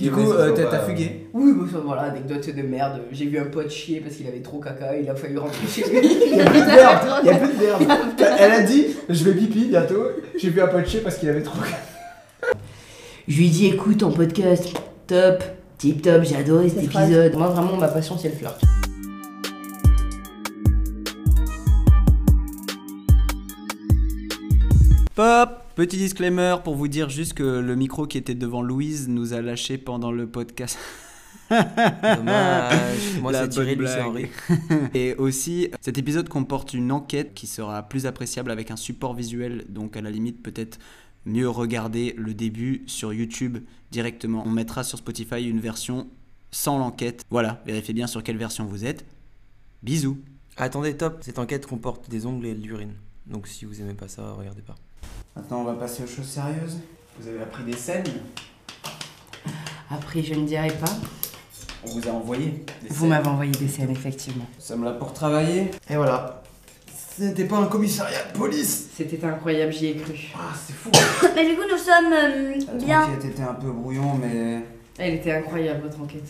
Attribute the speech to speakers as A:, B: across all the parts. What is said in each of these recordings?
A: Du coup, euh, t'as t'as fugué
B: Oui, bon, ça, voilà, anecdote de merde. J'ai vu un pote chier parce qu'il avait trop caca, il a fallu rentrer chez lui.
A: Il n'y a plus de verbe, il y a plus de verbe. Elle a dit, je vais pipi bientôt, j'ai vu un pote chier parce qu'il avait trop.
B: Je lui dis écoute ton podcast, top, tip top, j'ai adoré cet épisode. Moi vraiment ma passion c'est le flirt.
C: Pop Petit disclaimer pour vous dire juste que le micro qui était devant Louise nous a lâché pendant le podcast.
D: Dommage. Moi,
C: La
D: c'est tiré,
C: bonne
D: lui, c'est
C: blague.
D: Henri.
C: Et aussi, cet épisode comporte une enquête qui sera plus appréciable avec un support visuel, donc à la limite peut-être mieux regarder le début sur YouTube directement. On mettra sur Spotify une version sans l'enquête. Voilà, vérifiez bien sur quelle version vous êtes. Bisous.
D: Attendez, top. Cette enquête comporte des ongles et de l'urine. Donc, si vous aimez pas ça, regardez pas.
A: Maintenant, on va passer aux choses sérieuses. Vous avez appris des scènes,
B: Après je ne dirai pas,
A: on vous a envoyé des
B: vous m'avez envoyé des scènes effectivement.
A: Nous sommes là pour travailler. Et voilà. Ce n'était pas un commissariat de police.
B: C'était incroyable, j'y ai cru.
A: Ah, c'est fou.
E: Mais du coup, nous sommes euh, bien.
A: L'enquête était un peu brouillon, mais.
B: Elle était incroyable votre enquête.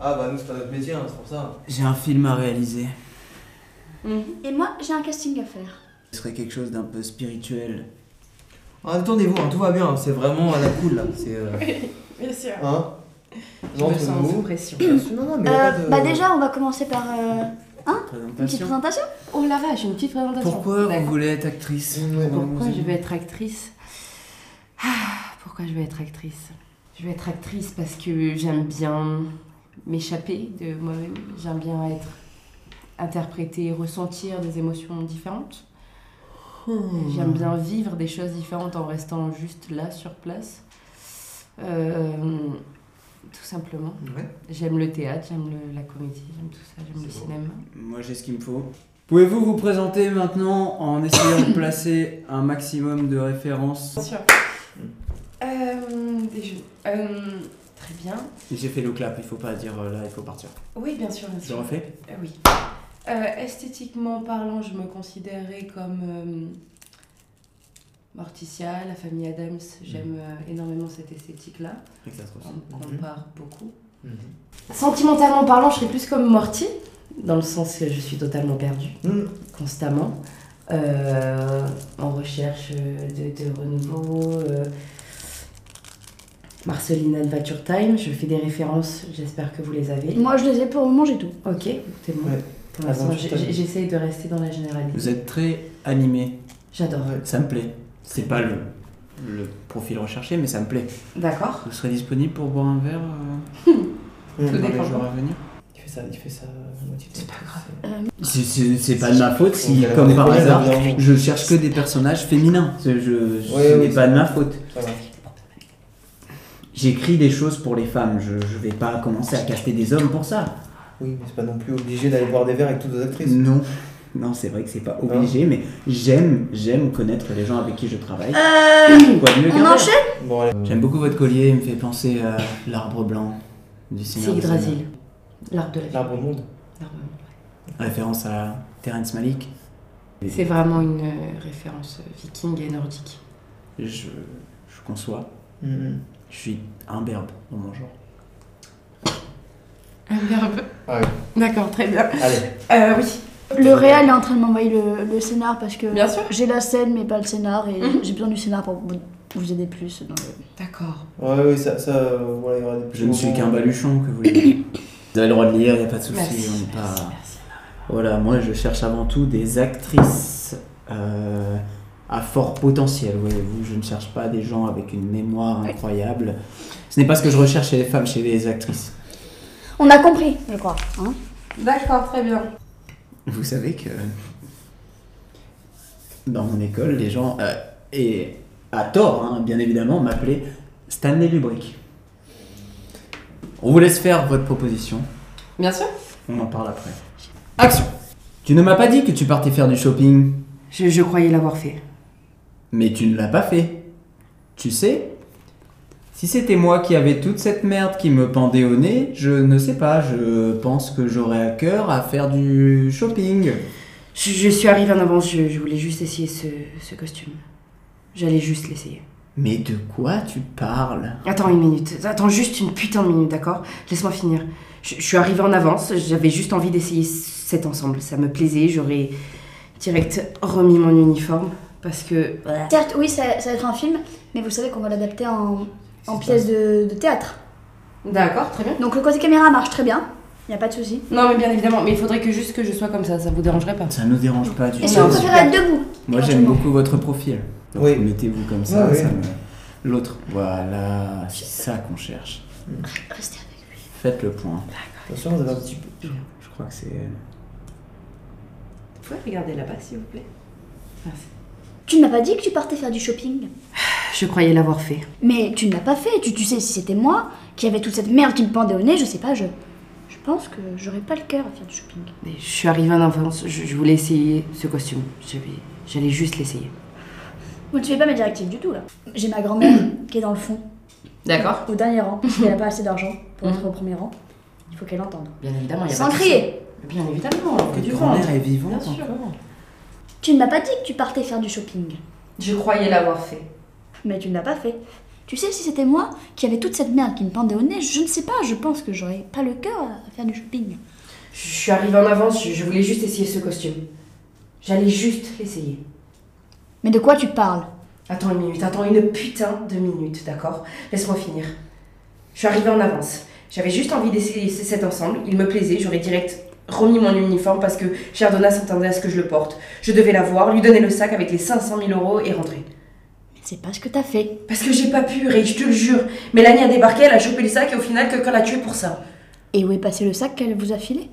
D: Ah, bah, nous, c'est pas notre métier, c'est pour ça.
A: J'ai un film à réaliser.
E: Et moi, j'ai un casting à faire.
A: Ce serait quelque chose d'un peu spirituel.
D: Attendez-vous, hein, tout va bien. C'est vraiment à la cool, là. C'est. euh,
B: Bien sûr.
D: Hein
B: Je me sens sous
D: nous.
B: pression.
D: Non, non, mais y a pas
E: Euh,
D: de-
E: bah déjà, on va commencer par euh, une petite
A: Présentation.
E: présentation.
B: Oh la vache, une petite présentation.
A: Pourquoi vous
B: D'accord.
A: voulez être actrice
B: Pourquoi je veux être actrice Ah, Pourquoi je veux être actrice Je veux être actrice parce que j'aime bien m'échapper de moi-même. J'aime bien être interprétée, ressentir des émotions différentes.
D: Hmm.
B: J'aime bien vivre des choses différentes en restant juste là, sur place. Euh, tout simplement.
D: Ouais.
B: J'aime le théâtre, j'aime le- la comédie, j'aime tout ça, j'aime le cinéma.
C: Moi j'ai ce qu'il me faut. Pouvez-vous vous présenter maintenant en essayant de placer un maximum de références
B: Bien sûr. Euh, des jeux. Euh, très bien.
A: J'ai fait le clap, il faut pas dire euh, là, il faut partir.
B: Oui, bien sûr, bien
A: Je
B: sûr.
A: refais
B: Euh, oui. Euh, esthétiquement parlant, je me considérais comme euh, Morticia, la famille Adams. J'aime euh, énormément cette esthétique-là. On
A: Mm-hmm.
D: Mhm.
B: compare beaucoup.
A: Mhm.
B: Sentimentalement parlant, je serais plus comme Morty, dans le sens que je suis totalement perdue, constamment, euh, en recherche euh, de, de renouveau. euh. Marcelina de Vature Time, je fais des références, j'espère que vous les avez.
E: Moi, je les ai pour le moment, j'ai tout.
B: Ok, c'est bon.
A: Ouais.
B: Pour l'instant,
A: Aventure
B: j'ai-
A: Time.
B: j'ai- j'essaye de rester dans la généralité.
A: Vous êtes très animé,
B: J'adore.
A: ça me plaît. C'est pas le, le profil recherché, mais ça me plaît.
B: D'accord.
A: Vous serez disponible pour boire un verre euh,
B: Tout
A: dans les
B: dépend.
A: jours à venir
D: Il fait ça, il fait ça. C'est pas grave.
A: C'est- C'est c'est pas de ma faute si,
D: On
A: comme
D: dirait
A: par
D: pas,
A: hasard,
D: bien.
A: je cherche que des personnages féminins. C'est- Je, je-
D: Ouais,
A: Euh, ce
D: ouais,
A: n'est pas de ma faute.
D: Ça va.
A: J'écris des choses pour les femmes. Je, je vais pas commencer à caster des hommes pour ça.
D: Oui, mais c'est pas non plus obligé d'aller boire des verres avec toutes les actrices.
A: Non, non, c'est vrai que c'est pas obligé, mais j'aime, j'aime connaître les gens avec qui je travaille. Quoi de mieux qu'un
E: on
A: verre
E: enchaîne
A: Mm.
D: Bon, allez.
A: J'aime beaucoup votre collier, il me fait penser à l'arbre blanc du
B: C'est
A: Seigneur. des Anneaux.
B: Yggdrasil, l'arbre de la vie.
D: L'arbre monde.
B: L'arbre.
A: Référence à Terence Malik.
B: C'est vraiment une euh, référence euh, viking et nordique.
A: Je, je conçois. Je suis imberbe dans mon genre.
B: Un verbe.
D: Ah oui.
B: D'accord, très bien.
D: Allez.
B: Euh, oui,
E: Le réel est en train de m'envoyer le, le scénar parce que
B: bien sûr.
E: j'ai la scène, mais pas le scénar. Et
B: Mhm.
E: j'ai besoin du scénar pour vous, vous aider plus. dans le-
B: D'accord.
D: Ouais, oui, ça, ça, euh, voilà, il y aura des petits
A: Je ne suis
D: moments.
A: qu'un baluchon, que vous voulez. dire. Vous avez le droit de lire, il n'y a pas de souci.
B: Merci,
A: on n'est
B: merci,
A: pas...
B: merci.
A: Voilà, moi je cherche avant tout des actrices euh, à fort potentiel, voyez-vous. Je ne cherche pas des gens avec une mémoire incroyable. Ce n'est pas ce que je recherche chez les femmes, chez les actrices.
E: On a compris, je crois. hein.
B: D'accord, très bien.
A: Vous savez que dans mon école, les gens, euh, et à tort, hein, bien évidemment, m'appelaient Stanley Lubrick. On vous laisse faire votre proposition,
B: Bien sûr.
A: on en parle après. Action Tu ne m'as pas dit que tu partais faire du shopping
B: Je, je croyais l'avoir fait.
A: Mais tu ne l'as pas fait. Tu sais Si c'était moi qui avais toute cette merde qui me pendait au nez, je ne sais pas, je pense que j'aurais à cœur à faire du shopping.
B: Je, je suis arrivée en avance, je, je voulais juste essayer ce, ce costume. J'allais juste l'essayer.
A: Mais de quoi tu parles
B: Attends une minute, attends juste une putain de minute, d'accord Laisse-moi finir. Je, je suis arrivée en avance, j'avais juste envie d'essayer cet ensemble, ça me plaisait, j'aurais direct remis mon uniforme parce que. bah.
E: Certes, oui, ça, ça va être un film, mais vous savez qu'on va l'adapter en, en pièce de, de théâtre.
B: D'accord, très bien.
E: Donc le côté caméra marche très bien, il n'y a pas de souci.
B: Non, mais bien évidemment, mais il faudrait que juste que je sois comme ça, ça vous dérangerait pas
A: Ça nous dérange pas du tout.
E: Est-ce que vous
B: Non,
E: préférez être debout
A: Moi j'aime
E: éventuellement
A: beaucoup votre profil. Donc,
F: Oui.
A: Mettez-vous comme ça.
F: Ah, oui.
A: ça me- L'autre. Voilà, c'est ça qu'on cherche.
E: Restez avec lui.
A: Faites le point.
F: Attention, on va un petit peu. Je crois que c'est.
A: euh,
B: Vous pouvez regarder là-bas, s'il vous plaît
E: Tu ne m'as pas dit que tu partais faire du shopping
B: Je croyais l'avoir fait.
E: Mais tu ne l'as pas fait. Tu, tu sais, si c'était moi qui avait toute cette merde qui me pendait au nez, je sais pas, je. Je pense que j'aurais pas le cœur à faire du shopping.
B: Mais je suis arrivée en avance, je, je voulais essayer ce costume. Je vais- J'allais juste l'essayer.
E: Moi, tu fais pas mes directives du tout là. J'ai ma grand-mère qui est dans le fond,
B: D'accord
E: au dernier rang, parce qu'elle a pas assez d'argent pour être au premier rang. Il faut qu'elle entende.
B: Bien évidemment, Mhm. il y a
E: Sans
B: pas de
E: crier
B: souci. Bien évidemment, que du vent.
A: grand-mère est
B: Bien
A: vivante
B: sûr.
A: encore.
E: Tu ne m'as pas dit que tu partais faire du shopping.
B: Je croyais l'avoir fait.
E: Mais tu ne l'as pas fait. Tu sais, si c'était moi qui avait toute cette merde qui me pendait au nez, je ne sais pas, je pense que j'aurais pas le cœur à faire du shopping.
B: Je suis arrivée en avance, je, je voulais juste essayer ce costume. J'allais juste l'essayer.
E: Mais de quoi tu parles
B: Attends une minute, attends une putain de minute, d'accord Laisse-moi finir. Je suis arrivée en avance. J'avais juste envie d'essayer c- cet ensemble, il me plaisait, j'aurais direct remis mon uniforme parce que Chardonna s'attendait à ce que je le porte. Je devais la voir, lui donner le sac avec les 500 000 euros et rentrer.
E: Mais c'est pas ce que t'as fait.
B: Parce que j'ai pas pu, Ray, je te le jure. Mélanie a débarqué, elle a chopé le sac et au final, quelqu'un l'a tué pour ça.
E: Et où est passé le sac qu'elle vous a filé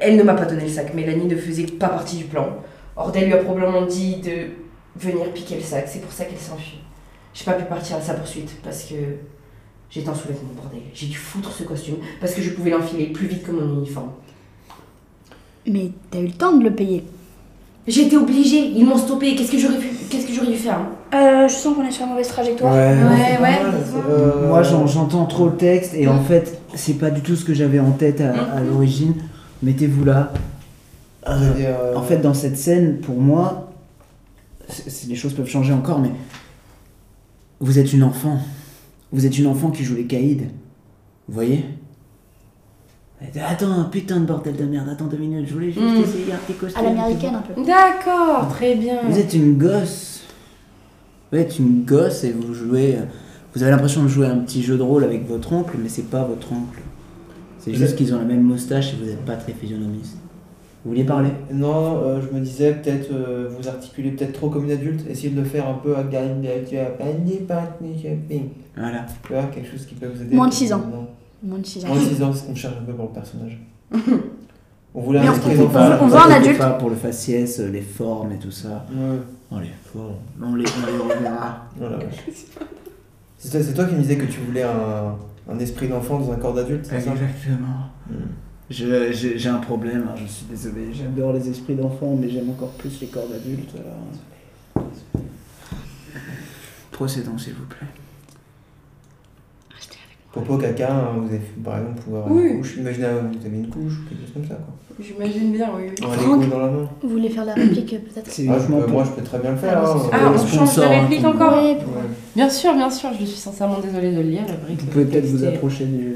B: Elle ne m'a pas donné le sac, Mélanie ne faisait pas partie du plan. Ordel lui a probablement dit de venir piquer le sac, c'est pour ça qu'elle s'enfuit. J'ai pas pu partir à sa poursuite parce que j'étais en soulèvement, bordel. J'ai dû foutre ce costume parce que je pouvais l'enfiler plus vite que mon uniforme.
E: Mais t'as eu le temps de le payer.
B: J'étais obligée, ils m'ont stoppé, qu'est-ce que j'aurais pu... qu'est-ce que j'aurais dû faire hein
E: Euh, je sens qu'on est sur une mauvaise trajectoire.
B: ouais, ouais,
A: Moi j'en- j'entends trop le texte et
B: Ah,
A: en fait c'est pas du tout ce que j'avais en tête à, à l'origine. Mettez-vous là.
F: Ah,
D: Euh,
A: En fait dans cette scène pour moi, c'est- c'est- les choses peuvent changer encore mais vous êtes une enfant. Vous êtes une enfant qui joue les caïds. Vous voyez Attends, putain de bordel de merde, attends deux minutes, je voulais juste
B: Mm.
A: essayer un petit costume.
E: À l'américaine un peu.
B: D'accord, très bien.
A: Mmh. Vous êtes une gosse. Vous êtes une gosse et vous jouez. euh, Vous avez l'impression de jouer à un petit jeu de rôle avec votre oncle, mais c'est pas votre oncle. C'est
F: Vous
A: juste
F: êtes-
A: qu'ils ont la même moustache et vous n'êtes pas très physionomiste. Vous vouliez parler
F: Non, euh, je me disais peut-être euh, vous articulez peut-être trop comme une adulte, essayez de le faire un peu à Garine tu as pas ni pas ni shopping.
A: Voilà.
F: Tu vois, quelque chose qui peut vous aider.
E: Moins de six ans.
F: Non.
E: Moins de 6 ans.
F: Moins de 6 ans, on cherche un peu pour le personnage. on voulait
E: Mais on
F: un esprit
E: se comprend
F: d'enfant.
E: pas. on voit un
A: Vous inquiétez
E: adulte.
A: pas pour le faciès, les formes et tout ça.
F: Ouais,
A: On les formes. On les, on les reverra.
F: voilà. C'est toi, c'est toi qui me disais que tu voulais un, un esprit d'enfant dans un corps d'adulte, c'est ça
A: Exactement.
F: Mm.
A: Je- J'ai j'ai un problème, hein, je suis désolé. J'adore les esprits d'enfants, mais j'aime encore plus les corps d'adultes. alors. Procédons, s'il vous plaît.
F: Popo, caca, hein, vous avez fait, par exemple pouvoir avoir
B: Oui.
F: une couche. Imaginez, euh, vous avez une couche ou quelque chose comme ça quoi.
B: J'imagine bien, oui. oui.
F: On a les couilles dans la main.
E: Vous voulez faire la réplique euh, peut-être
A: C'est
F: Ah, je
A: uniquement
F: peux-
A: pour-
F: moi je peux très bien le faire.
E: bah,
F: hein.
B: Ah,
A: Le
B: on change de
A: sponsor, hein,
B: réplique
A: pour-
B: encore
E: Ouais, pour-
F: Ouais.
B: Bien sûr, bien sûr, je suis sincèrement désolée de le lire, la brique.
A: Vous pouvez
B: le
A: peut-être
B: texte
A: vous
B: est-
A: approcher du.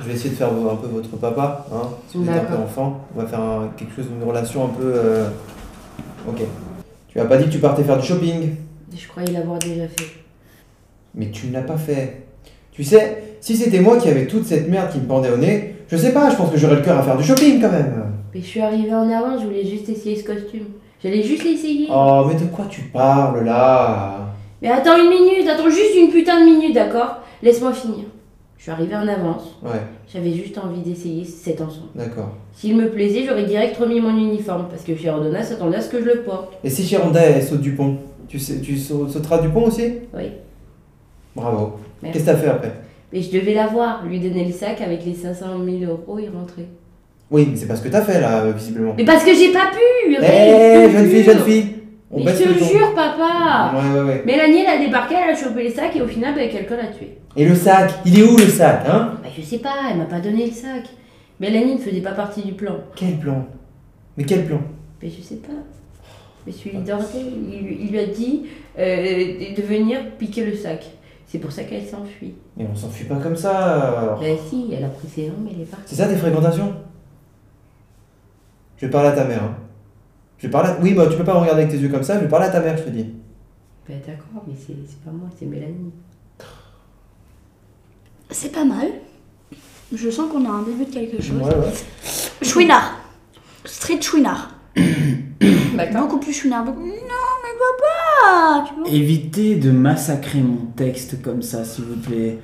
F: Je vais essayer de faire un peu votre papa, hein, si vous êtes un peu
B: D'accord.
F: enfant. On va faire un- quelque chose, une relation un peu. euh, Ok. Tu m'as pas dit que tu partais faire du shopping,
B: Je croyais l'avoir déjà fait.
F: mais tu ne l'as pas fait. Tu sais, si c'était moi qui avais toute cette merde qui me pendait au nez, je sais pas, je pense que j'aurais le cœur à faire du shopping quand même.
G: Mais je suis arrivée en avant, je voulais juste essayer ce costume. J'allais juste l'essayer.
F: Oh, mais de quoi tu parles là
G: Mais attends une minute, attends juste une putain de minute, d'accord Laisse-moi finir. Je suis arrivée en avance,
F: Ouais,
G: j'avais juste envie d'essayer cet ensemble.
F: d'accord.
G: S'il me plaisait, j'aurais direct remis mon uniforme, parce que Fiordona s'attendait à ce que je le porte.
F: Et si Chironda elle saute du pont, tu, sais, tu sau- sauteras du pont aussi
G: Oui.
F: Bravo.
G: Merci.
F: Qu'est-ce que t'as fait après
G: Mais je devais la voir, lui donner le sac avec les 500 000 euros et rentrer.
F: Oui, mais c'est pas ce que t'as fait là, euh, visiblement.
G: Mais parce que j'ai pas pu
F: Eh,
G: Ray, je te
F: jeune fille,
G: jure.
F: jeune fille On
G: Mais
F: baisse
G: je te
F: le
G: le
F: ton.
G: jure, papa
F: Ouais, ouais, ouais.
G: Mélanie, elle a débarqué, elle a chopé les sacs et au final, ben, quelqu'un l'a tué.
F: Et le sac Il est où le sac, hein
G: Bah, je sais pas, elle m'a pas donné le sac. Mélanie ne faisait pas partie du plan.
F: Quel plan Mais quel plan
G: Mais je sais pas. Mais celui de Dorothée, il, il lui a dit euh, de venir piquer le sac. C'est pour ça qu'elle s'enfuit.
F: Mais on s'enfuit pas comme ça. alors.
G: Ben si, elle a pris ses jambes, elle est partie.
F: C'est ça tes fréquentations Je vais parler à ta mère. hein. Je vais parler à- Oui, bah tu peux pas me regarder avec tes yeux comme ça, je vais parler à ta mère, je te dis.
G: Ben d'accord, mais c'est c'est pas moi, c'est Mélanie.
E: C'est pas mal. Je sens qu'on a un début de quelque chose.
F: Ouais, ouais.
E: Chouinard. Street chouinard.
G: D'accord.
E: Beaucoup plus chouinard. beaucoup- Non, mais papa tu vois.
A: Évitez de massacrer mon texte comme ça, s'il vous plaît.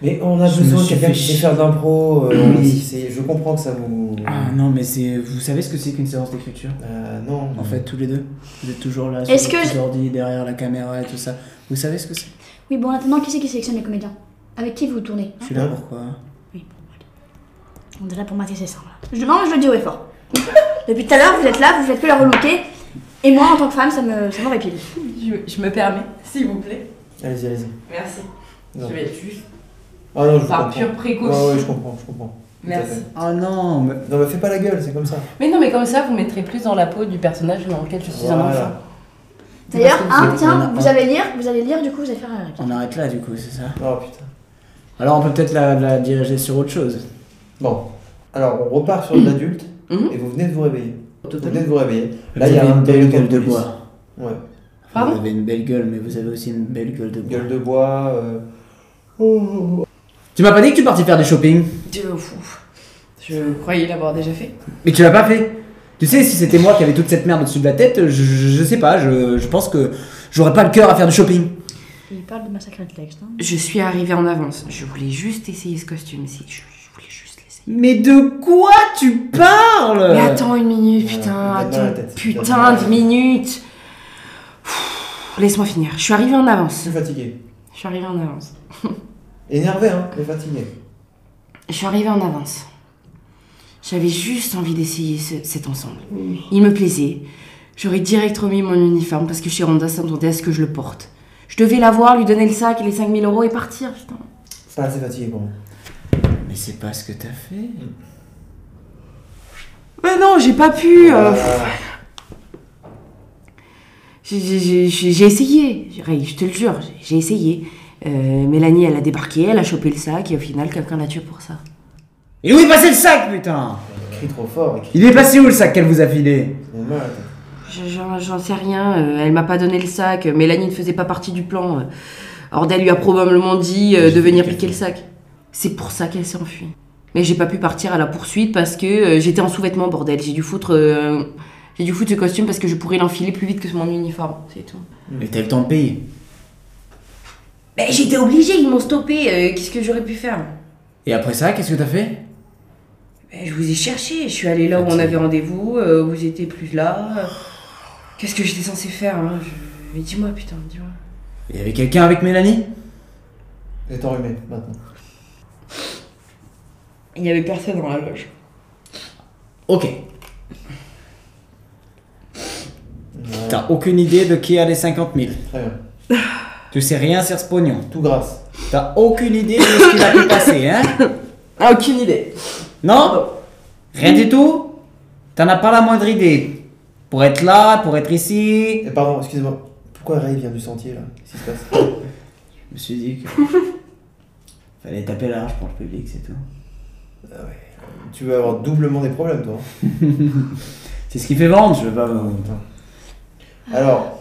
F: Mais on a
A: Je me
F: besoin de
A: suis
F: quelqu'un
A: fait
F: qui sait
A: chier. Ah,
F: faire de l'impro. euh,
A: Oui.
F: c'est- Je comprends que ça vous.
A: Ah non, mais c'est. Vous savez ce que c'est qu'une séance d'écriture
F: Euh, non.
A: En fait, tous les deux. Vous êtes toujours là,
E: Est-ce
A: sur
E: que
A: que
E: je-
A: ordi, derrière la caméra et tout ça. Vous savez ce que c'est
E: Oui, bon, maintenant, qui c'est qui sélectionne les comédiens Avec qui vous tournez
A: Je suis là pourquoi
E: On est là pour mater ces seins, là. Je demande, je le dis au effort. Depuis tout à l'heure, vous êtes là, vous faites que la relouquer. Et moi, en tant que femme, ça me, ça m'horripile.
B: Je, je me permets, s'il vous plaît.
F: Allez-y, allez-y.
B: Merci.
F: Non.
B: Je vais être juste
F: Ah non, je vous
B: par
F: comprends.
B: pure précaution.
F: Ouais, ouais, je comprends, je comprends. Tout à
B: Merci.
F: fait.
A: Ah non, mais.
F: Non, mais fais pas la gueule, c'est comme ça.
B: Mais non, mais comme ça, vous mettrez plus dans la peau du personnage dans lequel je suis un
F: Voilà.
B: enfant. C'est
E: D'ailleurs,
B: parce que vous
E: hein,
B: êtes-
E: tiens,
A: on a
E: vous
A: pas-
E: allez lire, vous allez lire, du coup, vous allez faire un réplique.
A: On arrête là du coup, c'est ça
F: Oh putain.
A: Alors on peut peut-être la, la diriger sur autre chose.
F: Bon. Alors, on repart sur de l'adulte
B: Mhm.
F: et vous venez de vous réveiller. Vous venez de vous réveiller. Là,
A: Vous
F: il y a
A: avez
F: un
A: une belle
F: gueule
A: gueule de
F: police.
A: bois.
F: Ouais.
B: Pardon
A: vous avez une belle gueule, mais vous avez aussi une belle gueule de bois.
F: Gueule de bois. euh,
A: Tu m'as pas dit que tu partais faire du shopping
B: Dieu, fou. Je croyais l'avoir déjà fait.
A: Mais tu l'as pas fait Tu sais, si c'était moi qui avais toute cette merde au-dessus de la tête, je, je- je sais pas, je, je pense que j'aurais pas le cœur à faire du shopping.
E: Il parle de massacre de texte. Hein.
B: Je suis arrivée en avance. Je voulais juste essayer ce costume ici. Je, je voulais juste l'essayer.
A: Mais de quoi tu parles
B: Mais attends une minute,
F: Voilà,
B: putain,
F: donne-moi la
B: attends,
F: tête.
B: putain
F: Donne-moi la
B: de minute. Pfff, Laisse-moi finir. Je suis arrivée en
F: Je
B: avance.
F: suis fatigué.
B: Je suis arrivée en avance.
F: Énervé, hein, mais fatigué.
B: Je suis arrivée en avance. J'avais juste envie d'essayer ce- cet ensemble. Il me plaisait. J'aurais direct remis mon uniforme parce que chez Ronda s'attendait à ce que je le porte. Je devais l'avoir, lui donner le sac et les 5000 euros et partir, putain.
F: C'est pas assez fatigué pour moi.
A: Mais c'est pas ce que t'as fait.
B: Mais non, j'ai pas pu. euh,
F: Ah,
B: J'ai- J'ai j'ai- j'ai essayé, Ray, je te le jure, j'ai- j'ai essayé. Euh, Mélanie, elle a débarqué, elle a chopé le sac et au final, quelqu'un l'a tué pour ça.
A: Et où est passé le sac, putain
F: crie trop fort. Crie...
A: Il est passé où le sac qu'elle vous a filé
F: Donne-moi la tête.
B: Je- J'en j'en sais rien, euh, elle m'a pas donné le sac, euh, Mélanie ne faisait pas partie du plan. euh. Ordel lui a probablement dit euh, de venir piquer le sac. C'est pour ça qu'elle s'est enfuie. Mais j'ai pas pu partir à la poursuite parce que euh, j'étais en sous-vêtements, bordel. J'ai dû foutre. euh, j'ai dû foutre ce costume parce que je pourrais l'enfiler plus vite que mon uniforme, c'est tout.
A: Mais t'as eu le temps de payer.
B: Mais j'étais obligée, ils m'ont stoppé, euh, qu'est-ce que j'aurais pu faire
A: Et après ça, qu'est-ce que t'as fait
B: Ben, Je vous ai cherché, je suis allée là où on avait rendez-vous, euh, vous étiez plus là. Qu'est-ce que j'étais censée faire hein Je- Mais dis-moi, putain, dis-moi.
A: Il y avait quelqu'un avec Mélanie
F: Vous êtes enrhumé maintenant.
B: Il n'y avait personne dans la loge.
A: Ok.
F: Ouais,
A: T'as aucune idée de qui a les 50 000.
F: Très bien.
A: Tu sais rien sur ce pognon.
F: Tout grâce.
A: T'as aucune idée de ce qu'il a pu passer, hein
B: Ah, aucune idée.
A: Non Rien du tout T'en as pas la moindre idée. Pour être là, pour être ici.
F: Et pardon, excusez-moi. Pourquoi Ray vient du sentier là Qu'est-ce qui se passe
A: Je me suis dit que. Fallait taper large pour le public, c'est tout.
F: Tu vas avoir doublement des problèmes toi. hein.
A: C'est ce qui fait vendre, je veux pas.
F: Alors,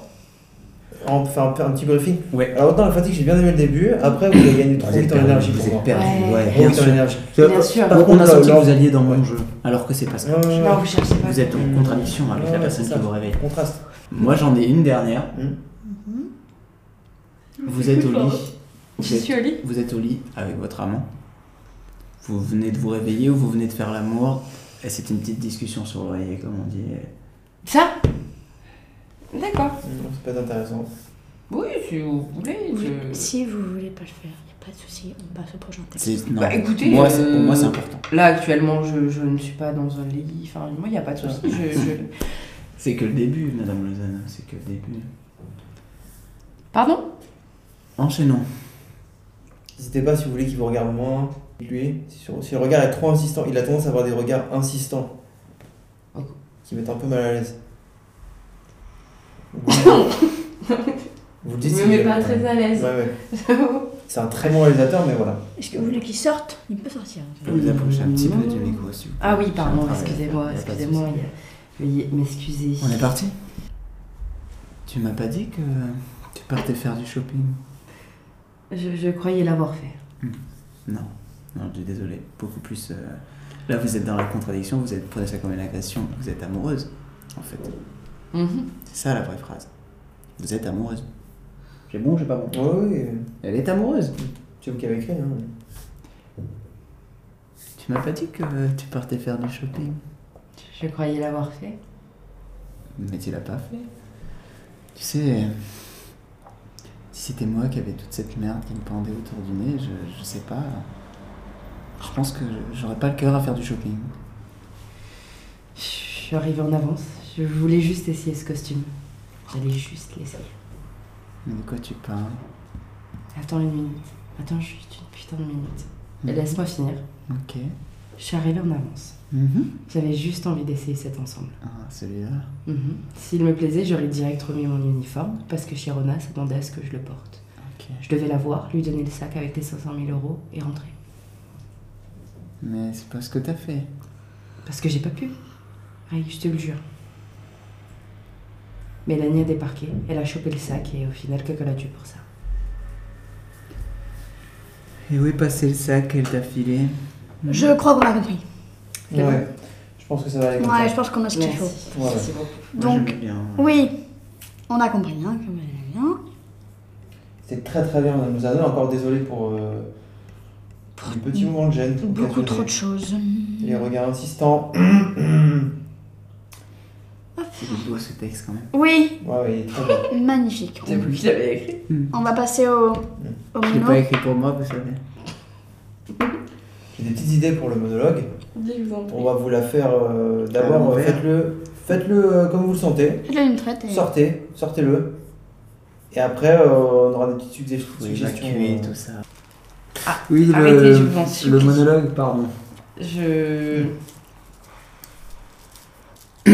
F: on fait un, un petit briefing.
A: Ouais.
F: Alors autant la fatigue, j'ai bien aimé le début. Après, vous avez gagné trop
A: Vous êtes
F: vite en
A: perdu,
F: énergie
A: vous
F: pour moi.
A: êtes perdu,
B: Ouais.
A: ouais,
F: Trop vite
A: bien
F: en
A: sûr.
F: énergie.
B: Bien sûr.
A: Par contre, on a senti que
F: là-
A: vous alliez dans mon
F: Ouais.
A: jeu, alors que c'est pas ça.
F: Ouais, ouais,
B: Non,
F: ouais.
B: vous cherchez pas.
A: Vous êtes en contradiction avec
F: Ouais,
A: la
F: ouais,
A: personne
F: c'est
A: qui
F: ça.
A: vous réveille.
F: Contraste.
A: Moi, j'en ai une dernière. Mmh.
F: Mhm.
A: Vous êtes au lit. Vous
B: Je
A: êtes,
B: suis au lit.
A: vous êtes au lit avec votre amant. Vous venez de vous réveiller ou vous venez de faire l'amour. Et c'est une petite discussion sur l'oreiller, comme on dit.
B: Ça D'accord.
F: Non, C'est pas intéressant.
B: Oui, si vous voulez. je-
E: Si vous voulez pas le faire, y a pas de souci, on passe au prochain texte.
A: C'est- non,
B: Bah, écoutez,
A: moi, c'est- pour moi, c'est
B: euh,
A: important.
B: Là, actuellement, je, je ne suis pas dans un lit. Enfin, moi, il n'y a pas de souci. Je, je-
A: C'est que le début, Madame Lausanne. C'est que le début.
B: Pardon
A: Enchaînons.
F: N'hésitez pas si vous voulez qu'il vous regarde moins. Lui, si sur- si le regard est trop insistant, il a tendance à avoir des regards insistants.
B: Oh.
F: Qui mettent un peu mal à l'aise. Vous vous le dites
G: Je
F: si
G: me mets
F: jamais-
G: pas très à
F: Ouais,
G: l'aise.
F: ouais. C'est un très bon réalisateur, mais voilà.
E: Est-ce que vous voulez qu'il sorte Il peut sortir.
A: Vous approchez un petit peu du micro, s'il vous plaît.
B: Ah oui, pardon,
A: Ah,
B: excusez-moi,
A: y a pas de
B: excusez-moi.
A: souci.
B: il y a- Veuillez m'excuser.
A: On est parti Tu m'as pas dit que tu partais faire du shopping
B: Je, je croyais l'avoir fait.
A: Non, non, je suis désolé. Beaucoup plus. euh, Là, vous êtes dans la contradiction, vous êtes, prenez ça comme une agression. Vous êtes amoureuse, en fait.
B: Mhm.
A: C'est ça la vraie phrase. Vous êtes amoureuse. J'ai bon, j'ai pas bon.
F: Ouais, ouais, ouais.
A: Elle est amoureuse.
F: c'est vous qui avez écrit. Hein.
A: Tu m'as pas dit que euh, tu partais faire du shopping.
B: Je croyais l'avoir fait.
A: Mais tu l'as pas fait. Tu sais, si c'était moi qui avais toute cette merde qui me pendait autour du nez, je, je sais pas. Je pense que j'aurais pas le cœur à faire du shopping.
B: Je suis arrivée en avance. Je voulais juste essayer ce costume. J'allais juste l'essayer.
A: Mais de quoi tu parles
B: Attends une minute. Attends juste une putain de minute. Et
A: Mhm.
B: Laisse-moi finir.
A: Ok.
B: Je suis arrivée en avance.
A: Mhm.
B: J'avais juste envie d'essayer cet ensemble.
A: Ah, celui-là.
B: Mhm. S'il me plaisait, j'aurais direct remis mon uniforme parce que Chirona s'attendait à ce que je le porte.
A: Ok.
B: Je devais la voir, lui donner le sac avec les 500 000 euros et rentrer.
A: Mais c'est pas ce que t'as fait.
B: Parce que j'ai pas pu. Ray, je te le jure. Mélanie a débarqué, elle a chopé le sac et au final, quelqu'un l'a tué pour ça.
A: Et où est passé le sac qu'elle t'a filé
E: Je crois qu'on a compris.
B: C'est
F: Ouais. Je pense que ça va aller comme
E: Ouais, je
F: ça.
E: pense qu'on a ce qu'il
B: Merci.
E: faut.
F: Voilà.
B: Merci beaucoup.
E: Donc,
A: hein.
E: oui, on a compris. Hein, que vous allez bien.
F: C'est très très bien, Madame Lozano. Encore désolé pour euh, le petit moment de gêne.
E: Beaucoup
F: occasionné.
E: trop de choses.
F: Les regards insistants.
A: C'est beau ce texte quand même.
E: Oui,
F: Ouais, ouais, il est très bien.
E: magnifique.
G: T'as vu qu'il avait écrit
E: On va passer au, au
A: Je l'ai pas
E: mono.
A: écrit pour moi, vous savez.
F: J'ai des petites idées pour le monologue.
G: Je vous en
F: On
G: prie.
F: va vous la faire euh,
A: À
F: d'abord. euh,
A: l'envers.
F: Faites-le faites-le euh, comme vous le sentez.
E: Faites-le une traite. Et...
F: Sortez, sortez-le. Et après, euh, on aura des petites sugge-
A: Faut
F: suggestions.
A: évacuer
F: euh,
A: tout ça. oui,
E: Ah
A: le,
B: arrêtez, je vous en supplie.
A: le monologue, pardon.
B: Je.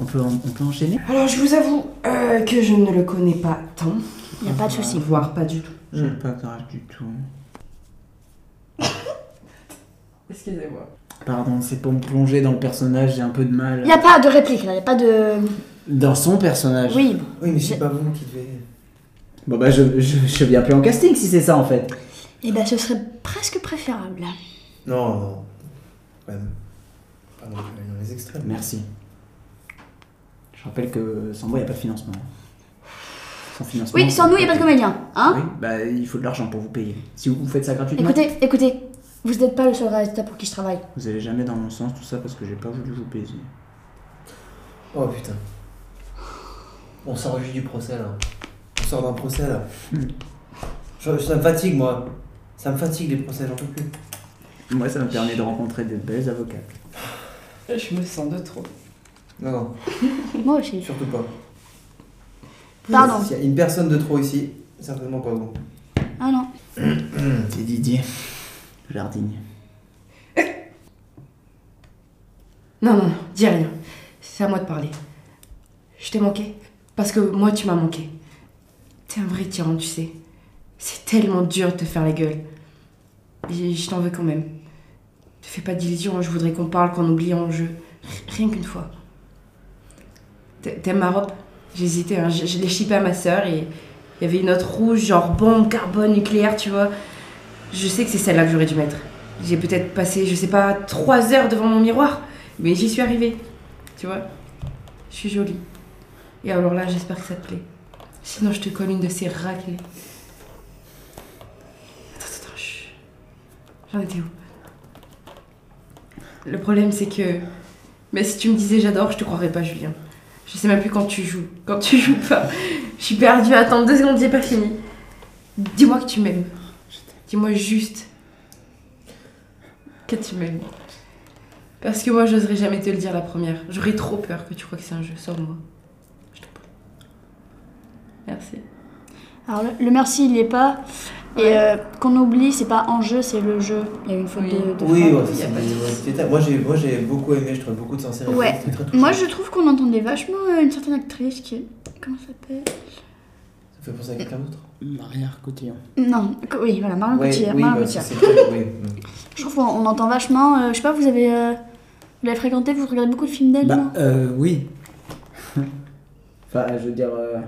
A: On peut, en- on peut enchaîner
B: Alors, je vous avoue euh, que je ne le connais pas tant, Euh,
E: Il a pas de souci.
B: voire pas du tout.
A: J'ai pas grave du tout.
G: Excusez-moi.
A: Pardon, c'est pour me plonger dans le personnage, j'ai un peu de
E: Il
A: mal.
E: n'y a pas de réplique là, il n'y a pas de.
A: Dans son personnage
E: Oui,
F: Oui, mais c'est pas vous qui devez.
A: Bon bah je, je, je viens plus en casting si c'est ça en fait.
E: et ben ce serait presque préférable.
F: Non, non. Ouais. Pas non plus dans les extrêmes.
A: Merci. Je rappelle que sans moi, il n'y a pas de financement. Sans financement.
E: Oui, sans nous, il n'y a pas de comédien. Hein
A: Oui, bah il faut de l'argent pour vous payer. Si vous, vous faites ça gratuitement,
E: Écoutez, écoutez, vous n'êtes pas le seul réalisateur pour qui je travaille.
A: vous allez jamais dans mon sens tout ça parce que j'ai pas voulu vous payer.
F: Oh putain. On sort juste du procès là. On sort d'un procès là. Je- ça me fatigue moi. Ça me fatigue les procès, j'en peux plus.
A: Moi, ça me permet de rencontrer de belles avocates.
B: Je me sens de trop.
F: Non, non,
E: Moi aussi.
F: surtout pas.
E: Pardon.
F: S'il y a une personne de trop ici, certainement pas vous.
E: Ah non.
A: C'est Didier. Jardigne.
B: Non, non, non, dis rien. C'est à moi de parler. Je t'ai manqué. Parce que moi, tu m'as manqué. T'es un vrai tyran, tu sais. C'est tellement dur de te faire la gueule. Et je t'en veux quand même. Te fais pas d'illusions, je voudrais qu'on parle, qu'on oublie en jeu. R- Rien qu'une fois. T'a- T'aimes ma robe J'hésitais, hein. je, je l'ai chippée à ma sœur et il y avait une autre rouge, genre bombe, carbone, nucléaire, tu vois. Je sais que c'est celle-là que j'aurais dû mettre. J'ai peut-être passé, je sais pas, trois heures devant mon miroir. Mais j'y suis arrivée, tu vois. Je suis jolie. Et alors là, j'espère que ça te plaît. Sinon, je te colle une de ces raclées. Attends, attends, attends, chut. J'en étais où Le problème, c'est que. Mais si tu me disais j'adore, je te croirais pas, Julien. Je sais même plus quand tu joues. Quand tu joues pas. Je suis perdue. Attends, deux secondes, j'ai pas fini. Dis-moi que tu m'aimes. Dis-moi juste que tu m'aimes. Parce que moi, j'oserais jamais te le dire la première. J'aurais trop peur que tu crois que c'est un jeu. Sors-moi. Je t'en prie. Merci.
E: Alors le, le merci, il n'y est pas. Et euh, qu'on oublie, c'est pas en jeu, c'est le jeu. Il y a une faute
B: Oui.
E: de, de
F: Oui,
E: frappe.
F: ouais,
B: y a
F: c'est
B: pas de
F: ouais,
B: souci.
F: c'était- Moi j'ai moi j'ai beaucoup aimé, je trouve beaucoup de sincérité.
E: Ouais.
F: c'était très touchant.
E: Moi, je trouve qu'on entendait vachement euh, une certaine actrice qui, Comment ça s'appelle
F: Ça fait penser à quelqu'un d'autre
H: Marière Cotillon.
E: Non, co- oui, voilà, Marion
F: Ouais,
E: Cotillard.
F: oui,
E: Marion
F: bah,
E: Cotillard.
F: c'est très- oui, mm.
E: Je trouve qu'on on entend vachement. euh, je sais pas, vous avez. euh, vous l'avez fréquentée, vous regardez beaucoup de films d'elle
A: Bah,
E: non
A: euh, oui. enfin, je veux dire. euh,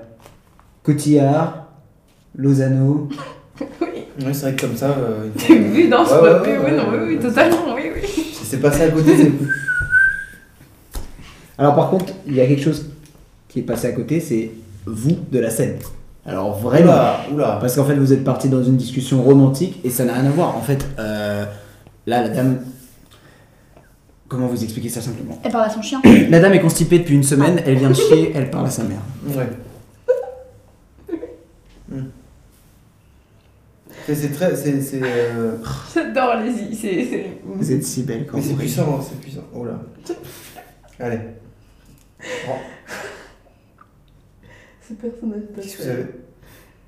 A: Cotillard, Lozano.
F: Ouais, c'est vrai que comme ça, euh, il faut-
G: Vu dans ce
F: Ouais, ouais,
G: papier, oui,
F: ouais, ouais,
G: non,
F: ouais,
G: oui, oui,
F: ouais.
G: totalement, oui, oui.
F: c'est passé à côté. c'est-
A: Alors, par contre, il y a quelque chose qui est passé à côté, c'est vous de la scène. Alors, vraiment.
F: Oula, bah, oula.
A: Parce qu'en fait, vous êtes parti dans une discussion romantique et ça n'a rien à voir. En fait, euh, là, la dame. Comment vous expliquer ça simplement
E: Elle parle à son chien.
A: La dame est constipée depuis une semaine, elle vient de chier, elle parle à sa mère.
F: Ouais. Mm. C'est- C'est très. C'est. c'est, euh,
G: J'adore les i. c'est- c'est-
A: Vous êtes si belle quand
F: Mais c'est
A: vous rêvez.
F: puissant, hein, c'est puissant. Oh là. Allez. Bon,
G: Ce personnage de
F: Qu'est-ce que vous avez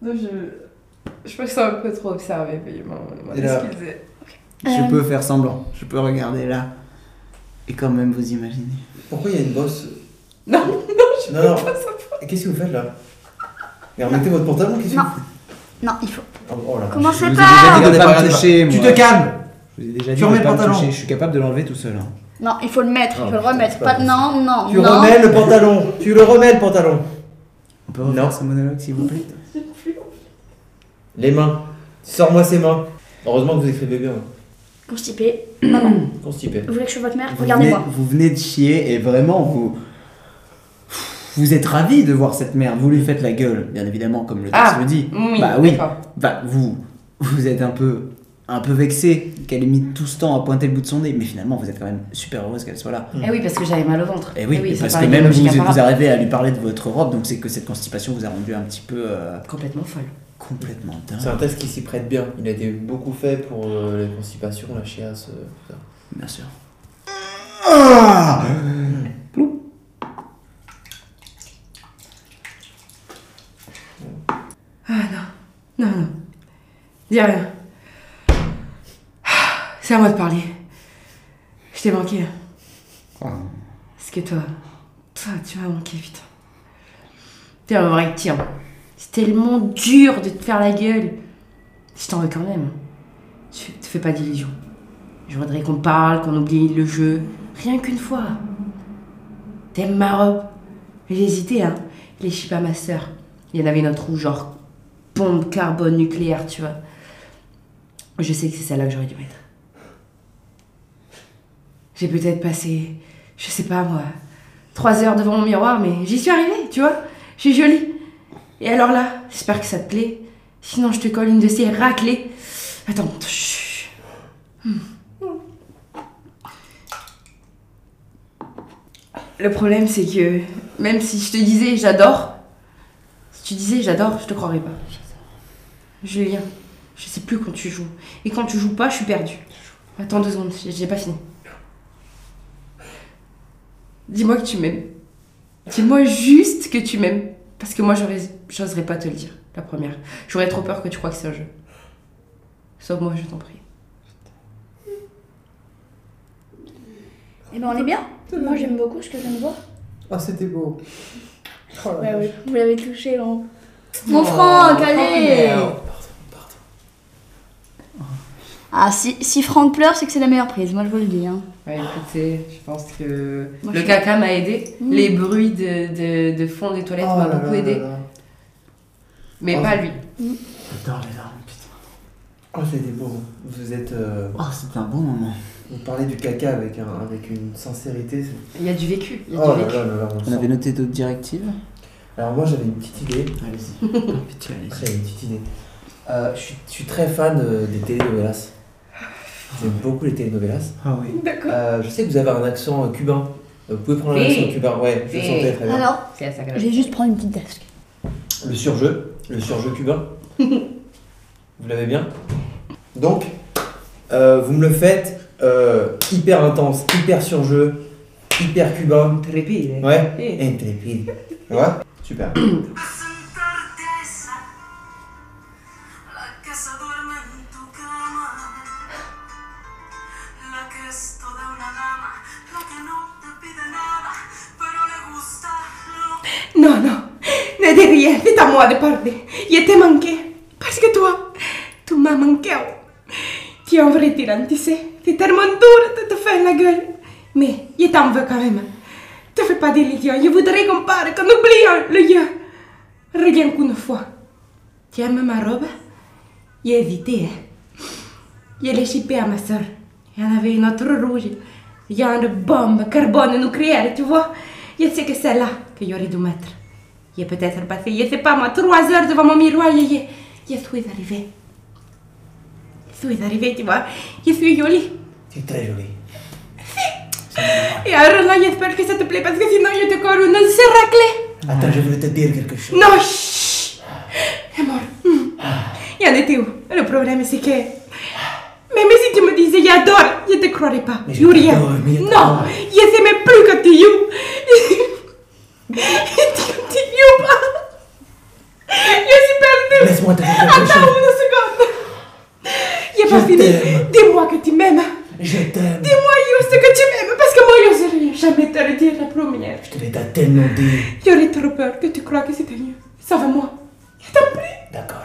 G: Non, je. Je pense que c'est un peu trop observé, mais bon, on va
F: Et là-
G: l'excuser.
E: Euh,
A: Je peux faire semblant, je peux regarder là et quand même vous imaginer.
F: Pourquoi il y a une bosse
G: Non,
F: non, je non, Et Qu'est-ce que vous faites là Mais remettez votre pantalon, qu'est-ce que
E: Non.
F: vous faites
E: Non, il faut.
F: Oh, oh là.
A: Je vous
E: Commencez
A: ai
E: pas
A: déjà dit de
F: Regardez pas,
A: ne pas me
F: regardez
A: toucher,
F: pas. Tu
A: moi.
F: te calmes
A: Je vous ai déjà dit
F: Tu
A: de
F: remets
A: ne
F: le
A: pas me
F: pantalon.
A: toucher, je suis capable de l'enlever tout seul. hein.
E: Non, il faut le mettre, il
F: Ah,
E: faut le
F: putain,
E: remettre.
F: c'est pas
E: Pas... Non, non,
F: Tu
E: non.
F: remets le pantalon Tu le remets le pantalon
A: On peut refaire
F: Non.
A: ce monologue s'il vous plaît
F: Les mains. Sors-moi ces mains. Heureusement que vous écrivez bien.
E: Constipé. Maman,
F: hein. Constipé.
E: vous voulez que je sois votre
G: Ah,
E: mère
A: Vous
E: Regardez-moi.
A: venez- Vous venez de chier et vraiment vous. Vous êtes ravi de voir cette merde, vous lui faites la gueule, bien évidemment, comme le texte
G: Ah,
A: le dit.
G: Oui,
A: bah oui,
G: d'accord.
A: bah, vous, vous êtes un peu, un peu vexé qu'elle ait mis tout ce temps à pointer le bout de son nez, mais finalement vous êtes quand même super heureuse qu'elle soit là.
B: Eh oui, parce que j'avais mal au ventre.
A: Et oui,
B: Eh
A: et
B: ça
A: parce que
B: paraît
A: même vous,
B: biologique
A: vous
B: imparable.
A: arrivez à lui parler de votre robe, donc c'est que cette constipation vous a rendu un petit peu euh,
B: Complètement folle.
A: complètement
F: C'est
A: dingue.
F: un test qui s'y prête bien. Il a été beaucoup fait pour euh, la constipation, la chiasse, euh, tout ça.
A: Bien sûr. Ah
B: Non, non. Dis rien. C'est à moi de parler. Je t'ai manqué. Parce que toi, toi, tu m'as manqué, putain. T'es un vrai tiens. C'est tellement dur de te faire la gueule. Je t'en veux quand même. Tu te fais pas d'illusions. Je voudrais qu'on parle, qu'on oublie le jeu. Rien qu'une fois. T'aimes ma robe J'ai hésité, hein. Les pas ma sœur. Il y en avait une autre rouge, genre bombe carbone nucléaire, tu vois. Je sais que c'est celle-là que j'aurais dû mettre. J'ai peut-être passé, je sais pas moi, trois heures devant mon miroir, mais j'y suis arrivée, tu vois. Je suis jolie. Et alors là, j'espère que ça te plaît. Sinon, je te colle une de ces raclées. Attends, chut. Hmm. Le problème, c'est que même si je te disais j'adore, si tu disais j'adore, je te croirais pas. Julien, je sais plus quand tu joues. Et quand tu joues pas, je suis perdue. Attends deux secondes, j'ai- j'ai pas fini. Dis-moi que tu m'aimes. Dis-moi juste que tu m'aimes. Parce que moi, j'aurais- j'oserais pas te le dire, la première. J'aurais trop peur que tu crois que c'est un jeu. Sauf moi, je t'en prie.
E: Eh ben, on est bien. Moi, j'aime beaucoup ce que je viens de voir.
F: Ah, c'était beau. Oh
E: Bah oui, vous l'avez touché, en... Mon Franck,
F: Oh, euh,
E: allez Ah, si, si Franck pleure, c'est que c'est la meilleure prise, moi je vous le dis. Hein.
B: Ouais, écoutez, je pense que
E: Moi,
B: le
E: je-
B: caca m'a aidé.
G: Mmh.
E: Mm.
B: Les bruits de, de- de fond des toilettes m'ont beaucoup aidé. Mais
F: Oh.
B: pas lui.
A: J'adore les larmes, putain.
F: Oh, c'était beau. Vous êtes. euh,
A: Oh, c'était un bon moment.
F: vous parlez du caca avec, un, avec une sincérité. c'est-
B: Il y a du vécu. Il y a
F: Oh
B: du
F: là
B: vécu.
F: là là là, on le
A: On
F: sent.
A: avait noté d'autres directives
F: Alors, moi, j'avais une petite idée.
A: Allez-y. Non, pitié, allez-y.
F: J'avais une petite idée. Euh, je, suis, je suis très fan euh, des telenovelas. J'aime beaucoup les telenovelas.
A: Ah oui.
G: D'accord.
F: Euh, je sais que vous avez un accent euh, cubain. Euh, Vous pouvez prendre un
B: Oui.
F: accent cubain, ouais, je le
B: Oui.
F: sentais très bien.
E: Alors,
B: C'est à ça
I: euh.
B: que
E: je vais juste prendre une petite tasque.
F: Le surjeu, le surjeu cubain. vous l'avez bien Donc, euh, vous me le faites euh, hyper intense, hyper surjeu, hyper cubain.
B: Trépide.
F: Ouais,
B: Oui.
F: intrépide. Ouais, super.
J: que se duerme en tu cama, la que es toda una dama, la que no te pide nada, pero le gusta lo
B: Non, non, ne
H: moi de parler. Je t'ai manqué. Parce que toi, tu m'as manqué. Tu es un vrai tyran, tu sais. Tu es tellement dur de te faire la gueule. Mais je t'en veux quand même. Te fais pas d'illusions. Je voudrais qu'on parle, qu'on oublie le lieu. Rien qu'une fois. Tu aimes ma robe J'ai hésité. hein. Je l'ai chipée à ma soeur. Il y en avait une autre rouge. Genre bombe carbone nucléaire, tu vois. Je sais que c'est là que j'aurais dû mettre. J'ai peut-être passé, je sais pas moi, trois heures devant mon miroir et je, je suis arrivée. Je suis arrivée, tu vois. Je suis jolie.
F: C'est très joli.
H: Et alors là, j'espère que ça te plaît parce que sinon je te colle une serraclée.
F: Attends, je voulais te dire quelque chose.
H: Non, chut C'est mort. Hmm. Il y en était où Le problème, c'est que... Même si tu me disais j'adore, je te croirais pas.
F: Mais je
H: Yuria.
F: t'adore, mais je
H: Non,
F: t'adore.
H: je sais même plus que tu you. tu tu you pas. Je suis perdue.
F: Laisse-moi te dire quelque
H: Attends
F: chose.
H: une seconde. J'ai pas
F: Je
H: fini.
F: t'aime.
H: Dis-moi que tu m'aimes.
F: Je t'aime.
H: Dis-moi juste que tu m'aimes parce que moi, je ne jamais te le dire la première.
F: Je te l'ai tellement dit.
H: J'aurais trop peur que tu crois que c'était mieux. Sauve-moi. Je t'en prie.
F: D'accord.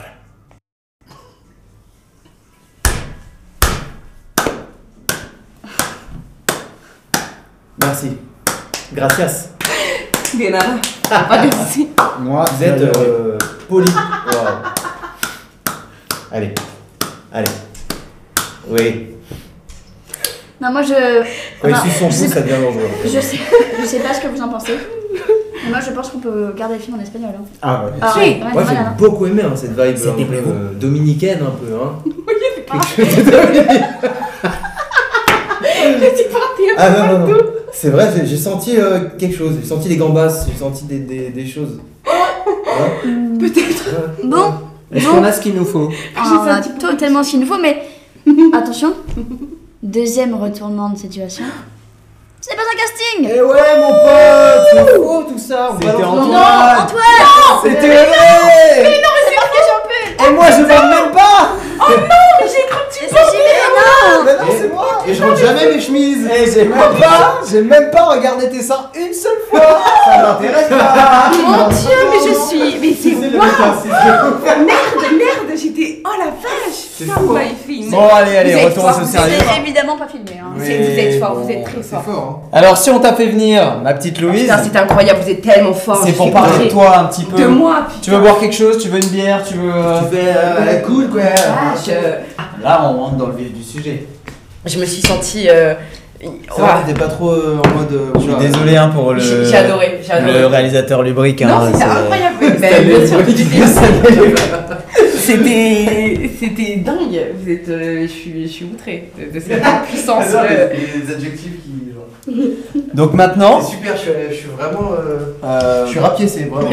F: Merci. Gracias.
B: De nada. Pas de soucis.
A: Moi,
F: Vous êtes euh, poli. Waouh. Allez. Allez. Oui.
E: Non, moi je.
F: Quand il
E: Non,
F: suit son
E: Ah, je sais
F: pouce, ça devient dangereux.
E: Je sais, je sais pas ce que vous en pensez. Mais moi, je pense qu'on peut garder le film en espagnol. hein.
A: Ah ouais.
E: Ah ouais, ouais,
F: Moi
E: voilà, hein.
F: j'ai beaucoup aimé hein, cette vibe un
A: C'était
F: peu,
A: beau.
F: euh, dominicaine un peu hein.
H: Je suis partie un
F: Ah
H: peu
F: non, non, non.
H: partout.
F: C'est vrai, j'ai- j'ai senti euh, quelque chose, j'ai senti des gambas, j'ai senti des, des, des choses. Ouais.
H: Peut-être.
F: Ouais.
E: Bon,
A: Est-ce qu'on a ce qu'il nous faut
E: Alors, on a
H: senti beaucoup
E: totalement ce qu'il nous faut, mais attention. Deuxième retournement de situation. C'est pas un casting
F: Eh ouais, mon pote, c'est faux tout ça, on
A: C'était
F: balance
A: Antoine.
F: tout. C'était vrai oh, Mais non, mais c'est marqué sur le Et moi, je m'en même pas
E: Et ça, j'y vais, non
A: Oh, Mais non, c'est moi
F: Et je rentre jamais mes chemises
A: Eh, j'ai même pas, j'ai même pas regardé tes seins une seule fois Ça m'intéresse pas
B: Mon dieu, mais je suis. Mais c'est.
F: le
A: hein.
F: mécanisme.
H: Merde, merde, j'étais. Oh la vache! Ça
A: fou. hein.
H: m'a effrayé.
A: Bon, allez, allez,
E: Vous êtes
A: retour à
E: fort,
A: ce
E: vous
A: sérieux.
E: êtes évidemment pas filmé. Hein.
A: Mais
H: Vous êtes fort,
A: bon,
H: vous êtes très
A: c'est
H: fort.
A: Alors, si on t'a fait venir, ma petite Louise,
B: Putain, c'est incroyable, vous êtes tellement fort.
A: c'est pour parler de toi un petit peu.
H: De moi,
A: Tu veux boire quelque chose Tu veux une bière Tu veux... euh,
F: Tu fais euh, à la cool quoi
B: Ah, je,
A: Là, on rentre dans le vif du sujet.
B: je me suis sentie. euh,
F: Ça va, t'étais pas trop euh, en mode. euh,
A: Je suis
F: genre,
A: désolé hein, pour le...
B: oh, j'ai j'ai adoré, j'ai
A: Le
B: adoré.
A: réalisateur lubrique.
B: Non,
A: hein,
B: c'était
A: c'est-
B: incroyable. Ben, bien sûr, tu dis- C'était, c'était dingue. Vous êtes, euh, je suis, je suis outrée de, de cette puissance.
F: Ah non,
B: euh.
F: mais les- les adjectifs qui. genre,
A: Donc maintenant,
F: C'est super, je suis, allé- je suis vraiment. Oh. euh,
A: euh,
F: Je suis rapiécé, vraiment.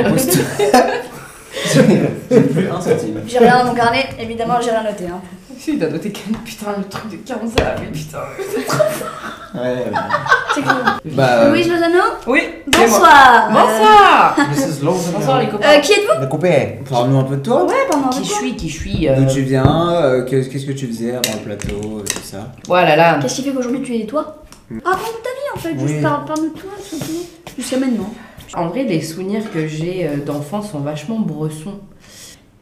A: plus un centime.
E: J'ai rien dans mon carnet, évidemment, j'ai rien noté. Hein.
B: Si, t'as noté quel putain le truc de 15 heures, mais putain.
A: Ouais, ouais.
E: C'est cool.
A: Bah, euh,
E: Louise Lozano,
B: Oui. c'est moi.
E: bonsoir
B: Bonsoir.
F: Mrs. Lawson.
B: Bonsoir les copains.
E: Euh, qui êtes-vous
F: Le copain.
A: parle-nous un peu de toi.
E: Ouais, pendant
B: qui je suis, qui je suis. euh,
A: D'où tu viens euh, que- Qu'est-ce que tu faisais avant le plateau euh, Tout ça.
B: Voilà là.
E: Qu'est-ce qui fait qu'aujourd'hui tu es toi Raconte ta vie en fait,
A: Oui.
E: juste parle, parle de toi surtout. Jusqu'à maintenant.
B: En vrai, les souvenirs que j'ai euh, d'enfance sont vachement bressons.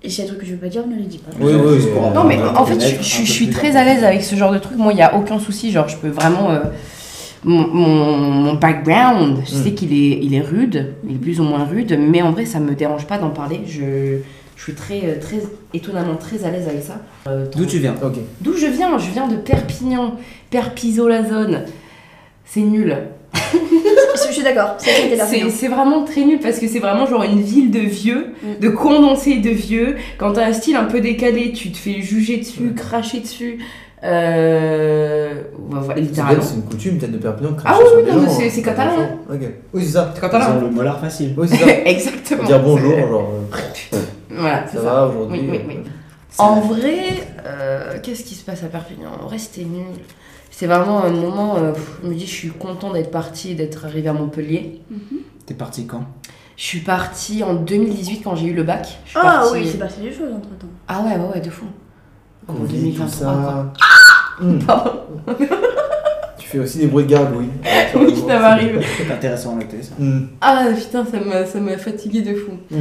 E: Et s'il y a des trucs que je veux pas dire, ne les dis pas.
A: Oui, oui, c'est pour
B: Non, mais
A: apprendre à
B: en fait,
A: te
B: je,
A: connaître
B: je-
A: Euh, un peu
B: je suis
A: plus
B: très
A: en
B: à l'aise
A: profondeur.
B: avec ce genre de truc. Moi, il n'y a aucun souci. Genre, je peux vraiment. euh, mon, mon- mon background, je
A: Mm.
B: sais qu'il est, il est rude, il est plus ou moins rude, mais en vrai, ça me dérange pas d'en parler. Je, je suis très, euh, très étonnamment très à l'aise avec ça. Euh,
A: D'où tu viens
F: Ok.
B: D'où je viens Je viens de Perpignan, Perpisolazone. C'est nul.
E: Je suis d'accord, c'est ça qui était la
B: C'est
E: réunion.
B: c'est vraiment très nul parce que c'est vraiment genre une ville de vieux,
E: Mm.
B: de condensés de vieux. Quand t'as un style un peu décalé, tu te fais juger dessus, cracher dessus. Euh... bah, voilà,
F: C'est bien,
B: littéralement.
F: c'est une coutume peut-être de Perpignan de
B: Ah
F: cracher
B: oui,
F: sur
B: oui,
F: les
B: non, mais
F: gens,
B: c'est-
F: hein.
B: c'est catalan, hein.
F: Ok. Oui, c'est ça.
B: C'est catalan.
A: Ils ont le molar facile.
F: Oui, c'est ça.
B: Exactement.
F: Dire bonjour, genre. euh,
B: Voilà, Ah, c'est
F: Ça
B: ça.
F: va aujourd'hui euh,
B: Oui, oui, oui. En vrai, euh, qu'est-ce qui se passe à Perpignan En vrai, c'était nul. C'est vraiment un moment euh, pff, je me dis, je suis content d'être partie et d'être arrivée à Montpellier.
A: T'es parti quand
B: Je suis partie en 2018 quand j'ai eu le bac. Je suis
E: Ah
B: partie-
E: oui, il s'est passé des choses entre temps.
B: Ah ouais, ouais, ouais, de fou. En
F: Covid, tout
B: 2023,
F: ça.
B: quoi.
F: Hmm. Tu fais aussi des bruits de gargouille.
B: Oui, ça m'arrive.
A: C'est intéressant à noter ça.
F: Hmm.
B: Ah putain, ça m'a, ça m'a fatigué de fou.
F: Mm.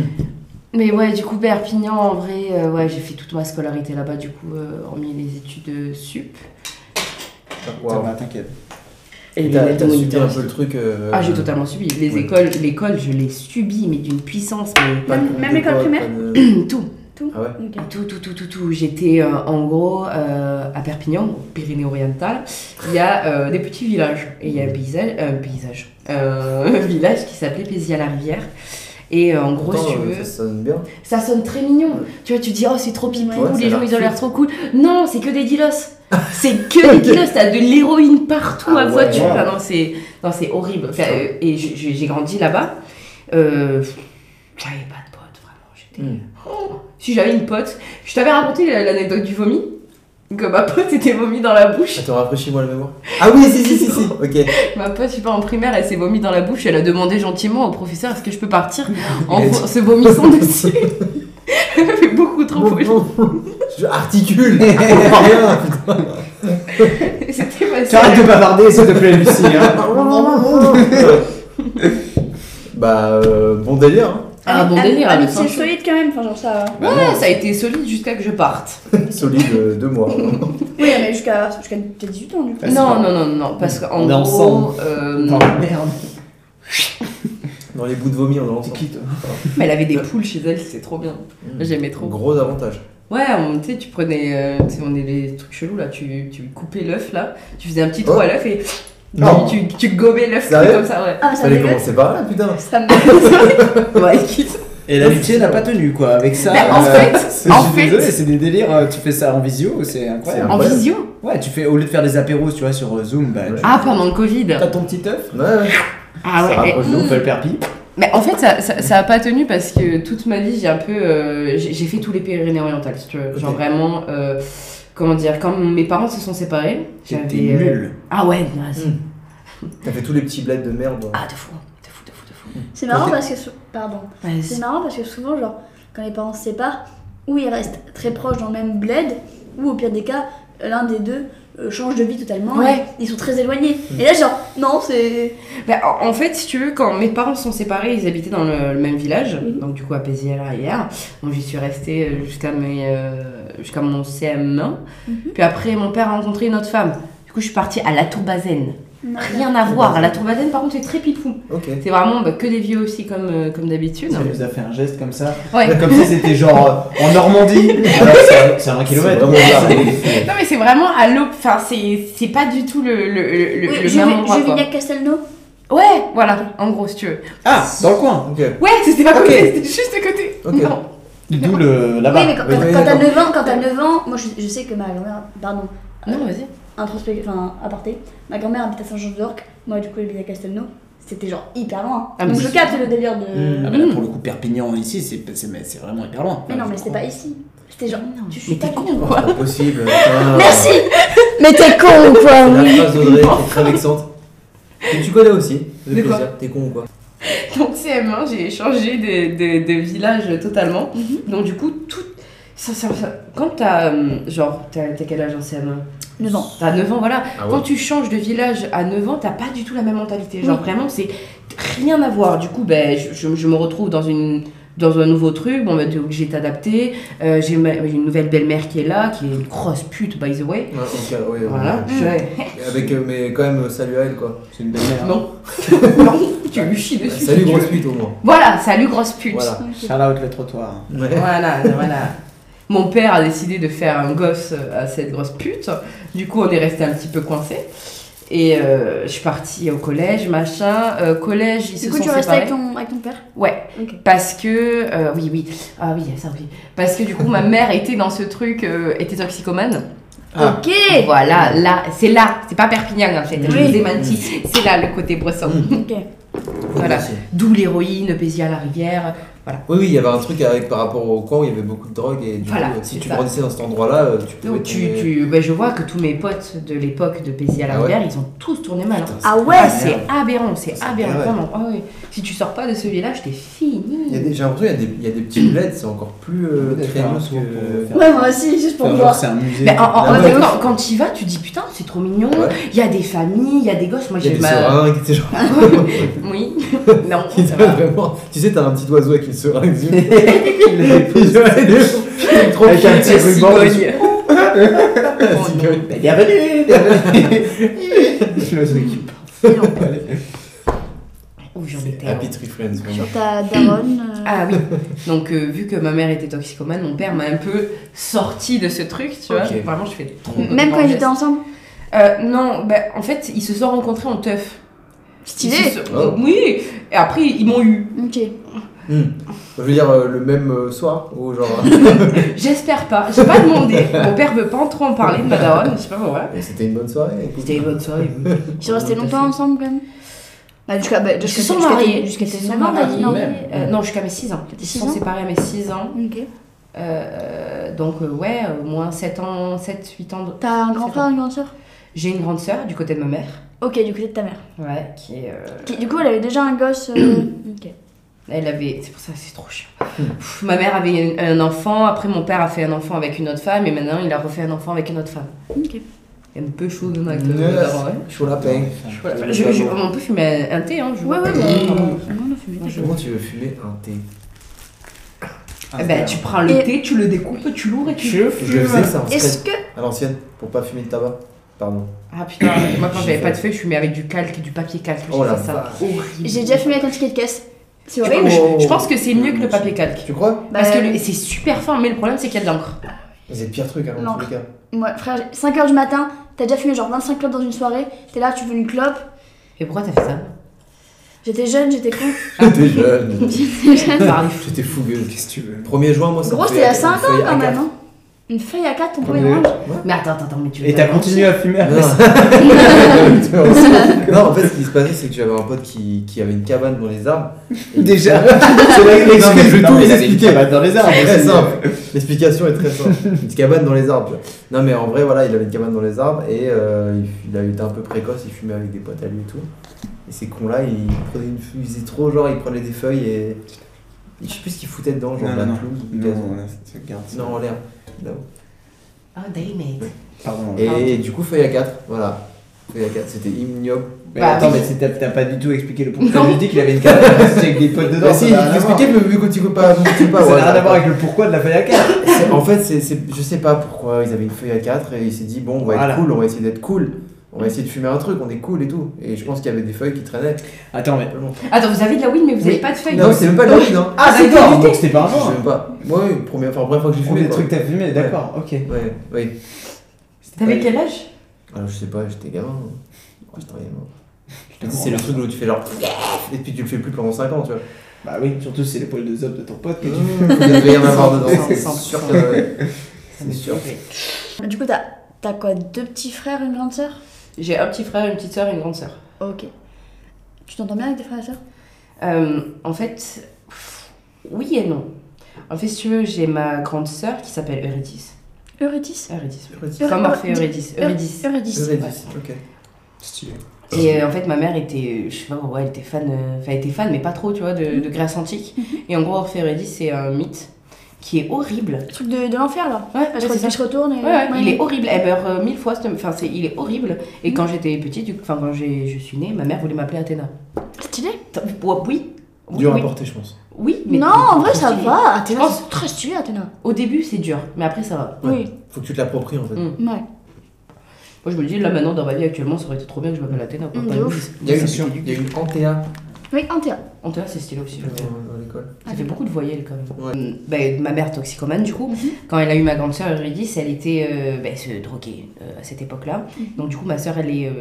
I: Mais ouais, du coup, Perpignan, en vrai, euh, ouais, j'ai fait toute ma scolarité là-bas, du coup, euh, hormis les études euh, sup.
A: Ça
F: Waouh.
A: va, t'inquiète.
I: Et
F: T'as
I: les
F: t'as subi un
I: moniteurs.
F: peu le truc. euh,
I: Ah, j'ai totalement subi. Les
F: Ouais.
I: écoles, l'école, je l'ai subi, mais d'une puissance, mais
F: euh, pas de
E: Même-
F: groupe
E: même
F: de
E: école
F: potes,
E: primaire
F: pas de-
I: tout.
E: Tout
F: Ah ouais
E: Ok.
I: Ah, Tout, tout, tout, tout, tout. J'étais euh, en gros euh, à Perpignan, Pyrénées-Orientales. Il y a euh, des petits villages. Et il y a un paysage, un paysage, euh, un village qui s'appelait Pézia-la-Rivière. Et euh, en gros,
F: Pourtant,
I: si tu
F: euh,
I: veux.
F: Ça sonne bien.
I: Ça sonne très mignon. Tu vois, tu dis, oh, c'est trop pipou,
F: Ouais, ça a
I: les gens,
F: l'air
I: ils ont l'air
F: cute.
I: trop cool. Non, c'est que des dilos. C'est que des dilos. T'as de l'héroïne partout
F: Ah
I: à
F: ouais.
I: voiture. Enfin, non, c'est, non, c'est horrible. Enfin, euh, et je- je- j'ai grandi là-bas. Euh, j'avais pas de pote, vraiment. J'étais...
F: Hmm.
I: Oh, si j'avais une pote, je t'avais raconté l'anecdote du vomi. Que ma pote était vomi dans la bouche.
F: Attends, rafraîchis-moi la mémoire. Ah oui, si, si, si, si. Ok.
I: Ma pote, je sais pas, en primaire, elle s'est vomi dans la bouche. Elle a demandé gentiment au professeur est-ce que je peux partir en vo- se vomissant dessus. Elle fait beaucoup trop
F: Oh,
I: poli.
F: Je articule. Je comprends rien, putain.
I: C'était facile.
A: Tu arrêtes de bavarder, s'il te plaît, Lucie. hein.
F: bah, euh, bon délire. hein.
I: Ah, bon délire,
E: Ah,
I: le
E: mais c'est
I: sang chaud.
E: solide quand même, enfin, genre ça. euh,
I: Ouais, ça a été solide jusqu'à que je parte.
F: Solide euh, deux mois.
E: Oui, mais jusqu'à jusqu'à peut-être 18 ans, du coup.
A: Ah, c'est
I: non,
A: pas-
I: non, non, non, non, parce qu'en
A: On est
I: gros,
A: ensemble.
I: euh,
A: Oh, merde.
F: Dans les bouts de vomi, on hein. est ensemble.
A: Qui, toi
I: mais elle avait des poules chez elle, c'est trop bien.
F: Mm.
I: J'aimais trop.
F: Gros avantage.
I: Ouais, on- tu sais, tu prenais, euh, tu sais, on est les trucs chelous là, tu, tu coupais l'œuf là, tu faisais un petit trou
F: Oh.
I: à l'œuf et
F: Non.
I: tu, tu, tu gobais l'œuf
F: Sérieux
I: comme ça, ouais.
E: Ah, ça
F: Fallait
E: dégoûte.
F: commencer par là, putain.
E: Ça me.
I: Ouais, quitte.
A: Et l'amitié n'a pas tenu, quoi, avec ça. euh,
I: Mais en fait,
A: c'est-
I: en
A: je suis
I: fait-
A: désolé, c'est des délires. euh, Tu fais ça en visio, c'est incroyable.
I: En
F: Ouais.
I: vision
A: Ouais, tu fais, au lieu de faire des apéros, tu vois, sur euh, Zoom, bah,
F: Ouais.
A: tu-
I: Ah, pendant le Covid.
A: t'as ton petit œuf.
F: Ouais, ouais.
I: Ah
F: ça
I: ouais, et-
F: rapproche de
A: On
F: ouf.
A: fait le perpi.
I: Mais en fait, ça, ça, ça a pas tenu parce que toute ma vie, j'ai un peu. euh, j'ai j'ai fait tous les Pyrénées-Orientales, si tu veux. Genre
F: Ok.
I: vraiment. euh, comment dire Quand mes parents se sont séparés,
A: T'es
I: j'avais. euh,
A: nul.
I: Ah ouais, non, c'est-
F: Hmm. T'as fait tous les petits bleds de merde.
I: Ah, de fou, de fou, de fou, de fou.
E: C'est marrant
F: Ok.
E: parce que. sou- Pardon. C'est
I: Vas-y.
E: marrant parce que souvent, genre, quand les parents se séparent, ou ils restent très proches dans le même bled, ou au pire des cas, l'un des deux euh, change de vie totalement.
I: Ouais.
E: et Ils sont très éloignés. Et là, genre, non, c'est.
I: Bah, en en fait, si tu veux, quand mes parents se sont séparés, ils habitaient dans le, le même village,
E: Mhm.
I: donc du coup à Péziers à l'arrière. Donc j'y suis restée euh, jusqu'à mes, euh, jusqu'à mon CM1.
E: Mhm.
I: Puis après, mon père a rencontré une autre femme. Du coup, je suis partie à la Tourbazaine. Rien à voir. La Tourbazaine, par contre, c'est très pipou.
F: Ok.
I: C'est vraiment bah, que des vieux aussi comme, euh, comme d'habitude.
A: Ça nous a fait un geste comme ça.
I: Ouais.
A: Comme si c'était genre euh, en Normandie. Alors que c'est- c'est un
F: C'est
A: kilomètre.
F: vraiment bizarre.
I: Non mais c'est vraiment à l'aube, enfin c'est c'est pas du tout le, le, le, le-
E: Oui,
I: le
E: je
I: même
E: vais-
I: endroit
E: je vais
I: quoi.
E: à Castelnau.
I: Ouais, voilà, en gros si tu veux.
A: Ah, dans le coin.
F: Ok.
I: Ouais, c'était pas à côté,
F: Ok.
I: c'était juste à côté.
F: Ok.
I: Non.
A: D'où le
I: Ah
E: Oui,
I: bah.
A: là-bas.
E: mais quand,
F: oui,
E: quand-
F: oui,
E: quand t'as
F: d'accord.
E: 9 ans, quand t'as 9 ans, moi je, je sais que ma grand-mère, pardon,
I: Non, vas-y.
E: introspect, enfin, aparté, ma grand-mère habite à Saint-Jean-de-Dorc, moi du coup elle vit à Castelnau, c'était genre hyper loin.
I: Ah, mais
E: Donc je
I: c'est- Hmm.
E: capte le délire de.
A: Ah,
F: Mm.
A: mais là, pour le coup, Perpignan ici, c'est c'est- mais c'est vraiment hyper loin.
E: Mais non, mais c'était pas ici. C'était genre, tu suis
I: mais t'es
E: pas
I: con
F: C'est
I: quoi.
F: pas possible. putain.
E: Merci Mais t'es con ou
F: C'est
E: quoi
F: La phrase d'Audrey qui est très vexante. Et tu connais aussi. ça fait
I: De quoi
F: plaisir. T'es con ou quoi
I: Donc CM1, j'ai changé de, de, de village totalement. Donc du coup, tout... Ça, ça, ça- Quand t'as... euh, Genre, t'as t'as quel âge en CM1
E: 9 ans.
I: T'as 9 ans, voilà.
F: Ah
I: Quand tu changes de village à 9 ans, t'as pas du tout la même mentalité. Genre vraiment, c'est rien à voir. Du coup, ben, je, je- je me retrouve dans une dans un nouveau truc, bon, ben, t'es obligé de t'adapter. Euh, j'ai ma- j'ai une nouvelle belle-mère qui est là, qui est une grosse pute, by the way.
F: Ouais, ok, ouais, ouais.
I: Voilà. Je-
F: Avec, euh, mais quand même, euh, salut à elle quoi.
A: C'est une belle mère.
I: Non. non, tu lui chies dessus.
F: Salut
I: si tu
F: grosse
I: veux.
F: pute au moins.
I: Voilà, salut grosse pute.
F: Voilà.
A: Shout out le trottoir.
F: Ouais.
I: Voilà, voilà. Mon père a décidé de faire un gosse euh, à cette grosse pute. Du coup, on est resté un petit peu coincé. Et euh, je suis partie au collège, machin. Euh, collège, ils
E: Du
I: se
E: coup,
I: sont
E: tu restes
I: séparés.
E: avec ton, avec ton père
I: Ouais,
E: Ok.
I: parce que euh, oui, oui, ah oui, ça oui, parce que du coup, ma mère était dans ce truc, euh, était toxicomane.
A: Ah.
E: Ok
I: Et voilà, là, c'est là, c'est pas Perpignan en fait. Je
E: Oui.
I: vous ai menti, c'est là le côté bresson.
F: Mm.
E: Ok.
I: Voilà.
F: Merci.
I: D'où l'héroïne, Pézia à la rivière.
F: Oui, oui, il y avait un truc avec par rapport au camp où il y avait beaucoup de drogue et du
I: Voilà,
F: coup, si
I: c'est
F: tu
I: ça.
F: grandissais dans cet endroit-là, euh, tu pouvais.
I: Donc tu,
F: tomber-
I: tu, bah, je vois que tous mes potes de l'époque de Pézia à la
F: Ah ouais.
I: rivière, ils ont tous tourné mal. hein.
F: Putain,
E: Ah ouais
I: Ah, c'est aberrant, c'est
F: C'est
I: aberrant,
F: aberrant.
I: vraiment. Ah oui. Si tu sors pas de ce village, t'es
F: Il y a
I: fini.
F: des- J'ai l'impression qu'il y, a des- il y a des petits bleds, c'est encore plus euh,
A: Peut-être faire un
F: craignos
A: tour pour
F: que. Ah,
A: faire-
E: Ouais, moi aussi, juste pour
A: Enfin, genre,
E: voir.
A: c'est un musée.
I: Mais en- en-
F: La
I: en-
F: meuf.
I: quand, quand tu y vas, tu te dis putain, c'est trop mignon. Il
F: Ouais.
I: y a des familles, il y a des gosses. Moi,
F: Il y a
I: j'ai
F: des
I: ma,
F: seringues, c'est genre.
I: Oui, non,
F: qui
I: ça
F: te-
I: va.
F: vraiment- Tu sais, t'as un petit oiseau avec une seringue sous le
A: Il les dépose. Avec un petit ruban dessus. Bah, Bienvenue bienvenue. Je le s'occupe.
F: Oh,
B: Où j'en étais
F: Happy Tree Friends, vraiment.
E: Sur ta daronne. euh,
B: Ah oui. Donc euh, vu que ma mère était toxicomane, mon père m'a un peu sorti de ce truc, tu vois.
F: Ok.
B: Vraiment, je fais trop. bonne
E: Même quand ils
B: parenthèse.
E: étaient ensemble.
B: Euh, non,
I: ben,
B: bah, en fait, ils se sont rencontrés en teuf. Ils
E: Stylé.
B: se sont-
F: Oh.
B: Oui. Et après, ils m'ont eu.
E: Ok.
F: Hmm. Je veux dire, euh, le même euh, soir, ou genre. euh,
B: J'espère pas. J'ai pas demandé. mon père veut pas en trop en parler de ma daronne. Je sais pas pourquoi.
F: Et C'était une bonne soirée.
B: C'était une bonne soirée.
E: Ils sont restés longtemps ensemble quand même. Bah, jusqu'à. bah,
B: Ils se
E: jusqu'à-
B: sont
E: jusqu'à-
B: mariés.
E: Jusqu'à
B: Ils se
E: tes
B: sont
E: 9 ans, t'as dit
B: mariés.
E: Ah, non.
B: Euh, non, jusqu'à mes 6 ans. Ils se
E: six
B: sont
E: ans
B: séparés à mes 6 ans.
E: Ok.
B: Euh, donc, euh, ouais, au moins 7 ans, 7, 8 ans. de-
E: T'as un grand
B: C'est
E: frère, une grande sœur
B: J'ai une grande sœur du côté de ma mère.
E: Ok, du côté de ta mère.
B: Ouais, qui est. euh,
E: Qui- Du coup, elle avait déjà un gosse. euh, Ok.
B: Elle avait. C'est pour ça, c'est trop chiant. Pff, ma mère avait une- un enfant, après mon père a fait un enfant avec une autre femme, et maintenant il a refait un enfant avec une autre femme.
E: Ok.
B: Il y a un peu chaud dans la
F: Yes. Chaud la peine.
A: ben,
B: Voilà, hein. je- je- on peut fumer un thé, hein, je
E: Ouais,
B: vois
E: ouais,
B: pas.
E: ouais.
B: Vraiment.
E: Non, non, fumez, t'inquiète.
F: Comment tu veux fumer un thé
E: Ah,
B: Eh
E: bah,
B: ben, tu prends le
E: Et-
B: thé, tu le découpes, tu l'ouvres et tu.
F: Je faisais ça en
E: Est-ce
F: fait,
E: que.
F: à l'ancienne, pour pas fumer de tabac. Pardon.
B: Ah putain, moi quand j'avais pas de feu, je fumais avec du calque et du papier calque.
F: Oh
B: j'ai
F: la
B: fait ça.
F: vache.
B: Horrible.
E: J'ai déjà fumé avec un ticket de caisse. C'est
B: Je-
E: horrible.
B: je, je pense que c'est mieux que le papier calque.
F: Tu crois
B: Parce que
E: oh. Bah,
B: le- et c'est super fin, mais le problème c'est qu'il y a de l'encre.
F: Vous êtes pire truc, hein,
E: Non.
F: dans tous les cas.
E: Moi, frère, 5h du matin, t'as déjà fumé genre 25 clopes dans une soirée, t'es là, tu veux une clope.
B: Et pourquoi t'as fait ça
E: J'étais jeune, j'étais con.
A: Ah.
F: J'étais jeune.
E: J'étais jeune.
F: J'étais fougueuse. Qu'est-ce que tu veux 1er juin, moi, ça
E: Gros,
F: me
E: c'était à
F: fait
E: 5
F: une feuille
E: ans quand
F: A4.
E: même. hein. Une feuille à 4, on pouvait
F: Premier-
E: orange.
B: Mais attends, attends, attends, mais tu.
A: Et t'as continué à fumer après ça
F: Ouais. non, en fait, ce qui se passait, c'est que j'avais un pote qui, qui avait une cabane dans les arbres.
A: Déjà, c'est la
F: Non, mais-
A: je vais
F: non,
A: tout
F: mais
A: vous
F: c'est
A: expliquer.
F: une cabane
A: dans les
F: C'est
A: arbres.
F: très simple. L'explication est très simple. Une cabane dans les arbres. tu vois. Non, mais en vrai, voilà, il avait une cabane dans les arbres et euh, il, il a été un peu précoce. Il fumait avec des potes à lui et tout. Et ces cons-là, ils prenaient une, ils faisaient trop genre, ils prenaient des feuilles et je sais plus ce qu'ils foutaient dedans, genre
A: Non,
F: de la
A: non,
F: pelouse, du
A: Non,
F: gazon.
A: non, non, c'est- regarde ça.
F: Non, en l'air. là-haut.
B: Oh, damn it.
A: Pardon.
F: Et, du coup, feuille à 4, voilà. Feuille à 4, c'était ignoble.
A: Mais
B: Bah
A: attends,
B: oui.
A: mais c'est- t'as t'as pas du tout expliqué le pourquoi. T'as juste dit qu'il avait une cabane avec des potes dedans.
F: Bah
A: ça
F: si,
A: n'a rien à voir.
F: expliquez, mais vu que tu coupes pas, tu coupes pas.
A: Ça
F: ouais,
A: n'a rien à voir avec le pourquoi de la feuille à quatre.
F: C'est- En fait, c'est, c'est- je sais pas pourquoi ils avaient une feuille à 4 et il s'est dit, bon, on va être
A: Voilà.
F: cool, on va essayer d'être cool. On va essayer de fumer un truc, on est cool et tout. Et je pense qu'il y avait des feuilles qui traînaient.
A: Attends, mais.
B: Attends, vous avez de la weed, mais vous
F: Oui.
B: avez pas de feuilles.
F: Non, c'est même pas de la weed, hein.
A: Ah,
B: c'est
A: d'accord Donc c'était pas
F: Je sais
A: avant.
F: même pas. Moi, oui, premier, enfin, première fois que j'ai fumé.
A: Premier
F: quoi.
A: truc que t'as fumé, d'accord, ok.
F: Ouais, oui.
B: T'avais quel âge
F: Alors, je sais pas, j'étais gamin. hein. Ouais, j'étais un gamin. Tu sais,
A: Putain,
F: C'est le truc où tu fais genre. Et puis tu le fais plus pendant 5 ans, tu vois.
A: Bah oui, surtout c'est les poils de zob de ton pote que tu
F: Il devait y en avoir dedans. C'est
B: 100%.
F: sûr que. ouais. C'est sûr.
E: Mais Du coup, t'as t'as quoi Deux petits frères, une grande sœur
B: J'ai un petit frère, une petite sœur et une grande sœur.
E: Ok. Tu t'entends bien avec tes frères et sœurs
B: Euh, en fait, pff, oui et non. En fait, si tu veux, j'ai ma grande sœur qui s'appelle Eurydice.
E: Eurydice
B: Eurydice.
F: Eurydice.
B: Comme Orphée Eurydice.
E: Eur-
B: Eurydice.
E: Eurydice.
F: Eurydice, ok.
A: Stylé.
B: Et euh, en fait, ma mère était, je sais pas, ouais, elle était fan, euh, enfin, elle était fan, mais pas trop, tu vois, de, de Grèce antique. Et en gros, Orphée Eurydice, c'est un mythe qui est horrible.
E: Le truc de, de l'enfer là.
B: Ouais,
E: Je, crois
B: c'est ça.
E: que je retourne et.
B: Ouais, ouais, il est horrible. Elle meurt euh, mille fois. cette- Enfin, c'est, il est horrible. Et
E: Mm.
B: quand j'étais petite, du... enfin quand j'ai, je suis née, ma mère voulait m'appeler Athéna.
E: Stylé
B: T'as- ouais, Oui. Oui,
F: Dur à
B: oui.
F: porter, je pense.
B: Oui, mais
E: Non, en vrai, ça
B: Stylé. Oh.
E: va. Athéna,
B: pense-
E: c'est très stylé, Athéna.
B: Au début, c'est dur, mais après, ça va.
F: Ouais.
E: Oui.
F: Faut que tu te l'appropries en fait.
B: Mm.
E: Ouais.
B: Moi, je me dis là maintenant dans ma vie actuellement, ça aurait été trop bien que je m'appelle Athéna. Quoi.
E: Mm,
B: Pas
E: de
B: une
E: ouf.
B: Ulysse.
F: Il y a
B: Ça,
F: une,
B: c'était
F: il y a une Antea
E: Oui, un théâtre.
B: En tout cas, c'est stylé aussi. je
F: dans
B: le vois.
F: dans l'école.
E: Ah,
B: Ça fait beaucoup de voyelles quand même.
F: Ouais.
B: Hum, bah, ma mère toxicomane du coup,
E: Mhm.
B: quand elle a eu ma grande sœur Eurydice, elle était euh, bah, se droguait euh, à cette époque-là. Donc du coup ma sœur elle est euh,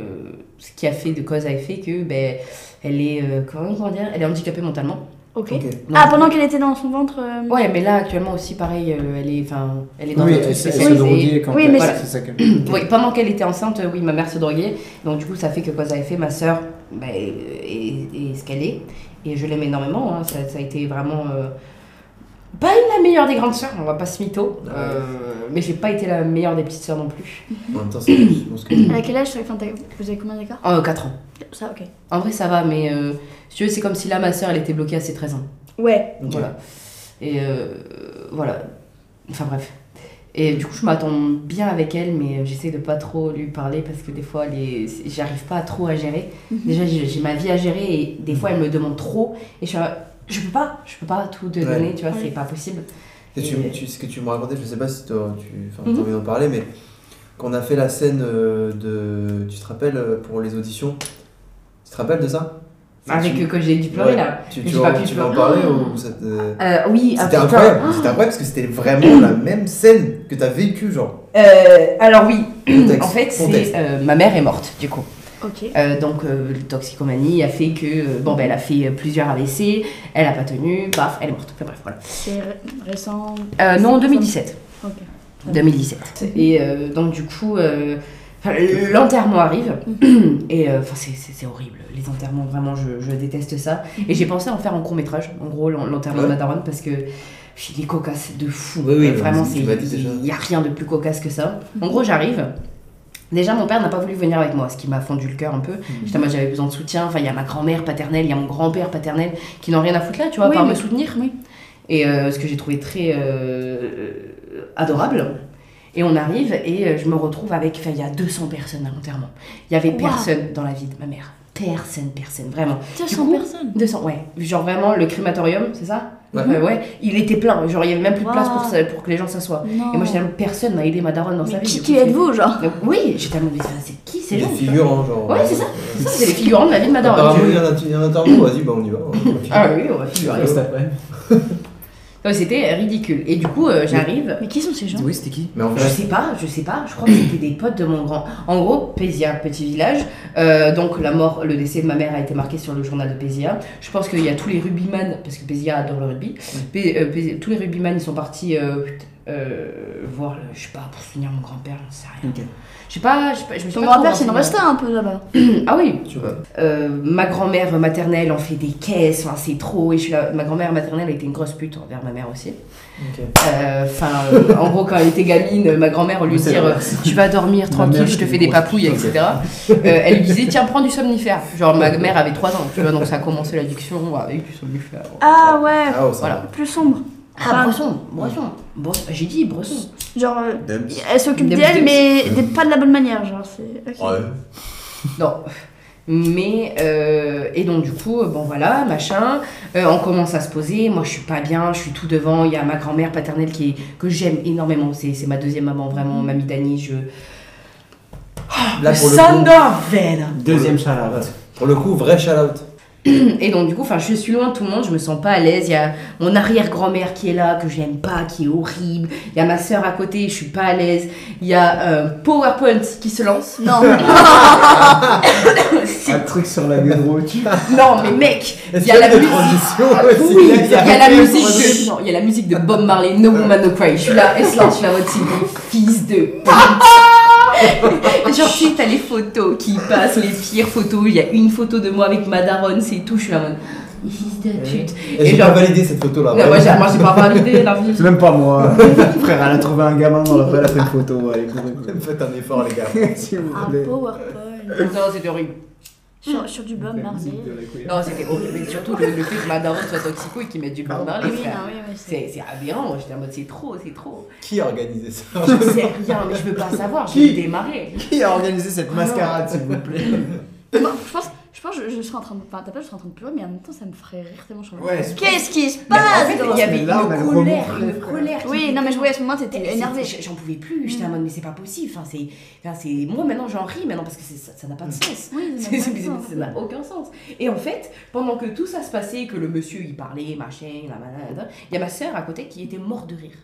B: ce qui a fait de cause à effet que ben elle est euh, comment comment dire, elle est handicapée mentalement.
E: Ok.
F: Ok.
B: Donc,
E: Ah, pendant qu'elle était dans son ventre. euh,
B: Ouais, mais là actuellement aussi pareil, euh, elle est enfin elle est dans
A: Oui,
B: un
A: elle
B: truc
A: se
B: spécialisé.
A: droguait quand
E: Oui,
A: elle-
E: mais
A: voilà,
B: c'est-
A: c'est ça qu'elle.
B: Oui, pendant qu'elle était enceinte, euh, oui, ma mère se droguait. Donc du coup, ça fait que cause à effet, ma sœur bah, est, est- est ce qu'elle est. Et je l'aime énormément. hein. Ça, ça a été vraiment euh, pas la meilleure des grandes sœurs. On va pas se mytho. Euh, mais j'ai pas été la meilleure des petites sœurs non plus.
F: En même temps, c'est- je pense que.
E: À quel âge enfin, t'as- Vous avez combien d'écart
B: En 4 ans.
E: Ça, ok.
B: En vrai, ça va, mais euh, si tu veux, c'est comme si là, ma sœur, elle était bloquée à ses 13 ans.
E: Ouais.
B: Donc voilà. Et euh, voilà. Enfin bref. Et du coup, je m'attends bien avec elle, mais j'essaie de pas trop lui parler parce que des fois, elle est- j'arrive pas à trop à gérer. Déjà, j'ai j'ai ma vie à gérer et des fois, elle me demande trop. Et je suis là, je peux pas, je peux pas tout te
F: Ouais.
B: donner, tu vois,
E: Oui.
B: c'est pas possible.
F: Et tu-
B: Et-
F: tu- ce que tu me racontais, je sais pas si t'as- tu enfin, t'as
B: Mhm.
F: envie d'en parler, mais quand on a fait la scène euh, de. Tu te rappelles euh, pour les auditions Tu te rappelles de ça
B: Avec
F: tu-
B: euh, quand j'ai dû pleurer
F: Ouais.
B: là.
F: Tu,
B: que
F: tu
B: j'ai
F: veux-
B: pas pu
F: tu veux en
B: pleurer.
F: parler ou ça te-
B: Euh, oui,
F: C'était
B: ah, putain.
F: incroyable, c'était incroyable parce que c'était vraiment la même scène que t'as vécu, genre.
B: Euh, alors oui,
F: Contexte,
B: en fait, c'est
F: contexte.
B: euh, ma mère est morte du coup.
E: Ok.
B: Euh, donc euh, le toxicomanie a fait que euh, bon ben elle a fait euh, plusieurs AVC, elle a pas tenu, paf, elle est morte. Enfin, bref, voilà.
E: C'est ré- récent.
B: Euh, non, en 2017.
E: Ok.
B: 2017. Et euh, donc du coup, euh, enfin, l'enterrement arrive
E: Mm-hmm.
B: et euh, enfin, c'est- c'est c'est horrible. Les enterrements, vraiment, je, je déteste ça.
E: Mm-hmm.
B: Et j'ai pensé en faire un court métrage, en gros, l'en- l'enterrement de
F: Ouais.
B: ma daronne, parce que je des cocasses de fou.
F: Oui, oui,
B: Euh, vraiment,
F: tu
B: c'est-
F: m'as dit déjà.
B: il n'y a rien de plus cocasse que ça.
E: Mm-hmm.
B: En gros, j'arrive. Déjà, mon père n'a pas voulu venir avec moi, ce qui m'a fondu le cœur un peu.
E: Mm-hmm.
B: J'étais en mode, j'avais besoin de soutien. Enfin, il y a ma grand-mère paternelle, il y a mon grand-père paternel qui n'ont rien à foutre là, tu vois,
E: Oui,
B: par
E: mais-
B: me soutenir.
E: oui.
B: Et euh, ce que j'ai trouvé très euh, adorable. Et on arrive et euh, je me retrouve avec. Enfin, il y a 200 personnes à l'enterrement. Il y avait
E: Wow.
B: personne dans la vie de ma mère. Personne, personne, vraiment.
E: 200
B: coup,
E: personnes.
B: 200, ouais. Genre vraiment le crématorium, c'est ça
F: Ouais.
B: Euh, ouais. Il était plein. Genre, il y avait même plus de place pour,
E: Wow.
B: ça- pour que les gens s'assoient.
E: Non.
B: Et moi, j'étais là, personne n'a aidé ma daronne dans sa
E: Mais
B: vie.
E: qui,
B: du
E: qui
B: coup,
E: êtes-vous, genre
B: c'est- Donc, Oui, j'étais à mon c'est qui ces
F: Des
B: gens tu vois
F: figurants, hein, genre. euh,
B: Ouais, c'est ça. Ça, c'est les figurants de la vie de ma daronne.
F: Apparemment, il y en a il y en a un interview, vas-y, bah on y va.
B: Ah oui, on va figurer.
A: Juste après.
B: Ouais, C'était ridicule. Et du coup, euh, j'arrive.
E: Mais qui sont ces gens
A: Oui, c'était qui
F: Mais en
B: Je
F: vrai,
B: sais pas, je sais pas. Je crois que c'était des potes de mon grand. En gros, Pézia, petit village. Euh, donc la mort, le décès de ma mère a été marqué sur le journal de Pézia. Je pense qu'il y a tous les rugbyman, parce que Pézia adore le rugby. Pé- euh, Pézia- tous les rugbyman, ils sont partis euh, euh, voir, le- je sais pas, pour soutenir mon grand-père, j'en sais rien.
A: Ok.
B: Je sais pas, je sais pas, je me suis
E: Ton
B: pas
E: grand-père,
B: trop
E: c'est une
B: renseignée.
E: resta un peu là-bas.
B: Ah oui,
F: tu vois.
B: euh, ma grand-mère maternelle en fait des caisses, enfin, c'est trop. Et je suis là- ma grand-mère maternelle a été une grosse pute envers ma mère aussi. Euh, Enfin, euh, en gros, quand elle était gamine, ma grand-mère, au lieu de
A: C'est
B: dire
A: vrai.
B: tu vas dormir tranquille,
A: mère,
B: je te
A: c'est
B: fais
A: une
B: des
A: grosse
B: papouilles, etc., euh, elle lui disait tiens, prends du somnifère. Genre, ma mère avait 3 ans, tu vois, donc ça a commencé l'addiction avec du somnifère.
E: Ah ouais,
F: Ah, oh, ça
B: Voilà.
F: va.
E: plus sombre.
B: Ah, Bresson, Bresson, Bresson. j'ai dit Bresson.
E: Genre, euh,
F: Dame.
E: elle s'occupe
B: Des
E: d'elle,
B: bisous.
E: mais des- pas de la bonne manière, genre. C'est... ok.
B: Non. Mais, euh, et donc du coup, euh, bon voilà, machin, Euh, on commence à se poser, moi je suis pas bien, je suis tout devant, il y a ma grand-mère paternelle qui est, que j'aime énormément, c'est c'est ma deuxième maman, vraiment, mamie Dani, je...
F: Là, pour le, coup,
B: Sandor Veda.
A: Deuxième charade.
F: pour le coup, vrai shout-out.
B: Et donc du coup, enfin, je suis loin de tout le monde, je me sens pas à l'aise. Il y a mon arrière-grand-mère qui est là, que j'aime pas, qui est horrible. Il y a ma sœur à côté, je suis pas à l'aise. Il y a euh, PowerPoint qui se lance.
E: Non,
B: Si.
A: Un truc sur la gueule rouge.
B: non, mais mec, il
F: Est-ce
B: y a
F: qu'il
B: la
F: des
B: musique.
F: transitions
B: Ah,
F: aussi
B: oui,
F: Là,
B: il y a la
F: des
B: musique de...
F: transitions.
B: Non, il y a la musique de Bob Marley, No Woman No Cry. Je suis là, et se lance, je suis là, votre fils de pute. Genre, tu sais, t'as les photos qui passent, les pires photos. Il y a une photo de moi avec ma daronne, c'est tout. Je suis là, en mode, fils de pute.
F: Et j'ai
B: genre-
F: pas validé cette photo-là.
B: Non, moi,
F: vraiment.
B: j'ai- moi, j'ai pas validé la vie.
A: C'est même pas moi. Frère, elle a trouvé un gamin dans la elle a fait une photo. Allez, courez.
F: Faites un effort, les gars.
A: S'il vous
E: un
A: plaît.
E: PowerPoint.
B: Non, c'était horrible.
E: Sur, sur du Bob Marley.
B: Non, c'était horrible. Et surtout le, le fait que ma daronne soit toxico et qu'il mette du pain dans les
E: Oui, non,
B: frères.
E: oui, oui, c'est-
B: C'est c'est aberrant, j'étais en mode c'est trop, c'est trop.
F: Qui a organisé ça
B: Je sais rien, mais je veux pas savoir,
A: Qui
B: j'ai démarré.
A: Qui a organisé cette mascarade, s'il vous plaît
E: Moi, je pense, je pense que je, je serais en train de. Enfin, t'as pas, je serais en train de pleurer, mais en même temps, ça me ferait rire tellement je serais en mode,
A: Ouais, c'est-
E: Qu'est-ce qui se
B: Mais en
E: passe
B: fait,
E: dans-
B: il y avait
A: Mais là, on a le
B: une colère,
A: remords.
B: une colère. qui
E: Ah, Oui,
B: était
E: non, mais je voyais à ce moment, t'étais énervée.
B: C'était- J'en pouvais plus,
E: Mm.
B: j'étais en mode mais c'est pas possible. Enfin, c'est, enfin, c'est... Moi maintenant j'en ris maintenant parce que c'est- ça ça n'a pas de sens.
E: Oui, Mm. ça n'a
B: C'est-
E: pas de
B: c'est-
E: sens.
B: ça n'a aucun sens. Et en fait, pendant que tout ça se passait, que le monsieur il parlait, machin, la malade, il y a ma soeur à côté qui était morte de rire.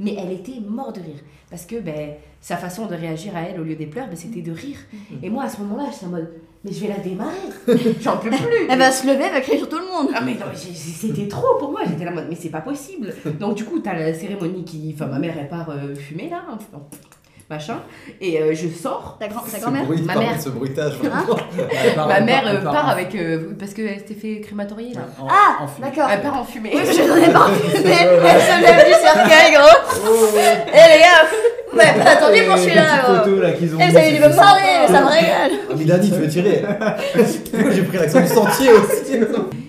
B: Mais elle était morte de rire. Parce que ben, sa façon de réagir à elle au lieu des pleurs, ben, c'était de rire.
E: Mm.
B: Et moi à ce moment-là, j'étais en mode mais je vais la démarrer. J'en peux plus.
E: Elle va se lever, elle va crier sur tout le monde.
B: Ah mais non, mais j'ai- j'ai- c'était trop pour moi, j'étais là en mode mais c'est pas possible. Donc du coup, t'as la cérémonie qui... Enfin, ma mère, elle part euh, fumer là, hein, enfin, machin, et euh, je sors.
E: Ta, grand- ta
F: Ce
E: grand-mère
F: bruit,
B: Ma
F: pardon,
B: mère.
F: Ce bruitage,
E: Hein
F: vraiment. Elle part-
B: ma
F: elle
B: mère
F: elle
B: euh, part, avec... euh, parce qu'elle s'était fait crématorier là.
E: Ah, d'accord.
B: Elle part en fumée.
E: Oui, je n'en ai pas envie, mais elle se lève du cercueil, gros. Eh les gars, vous m'avez pas attendu pour celui-là,
A: Oh. Les petites
E: gros.
A: photos, là, qu'ils ont
E: Eh, vous
A: mises,
E: avez du
A: c'est
E: Bob
A: ça.
E: Marley, ça me régale.
A: Ah,
F: Ah, mais Dani, tu veux tirer Pourquoi j'ai pris l'accent du sentier aussi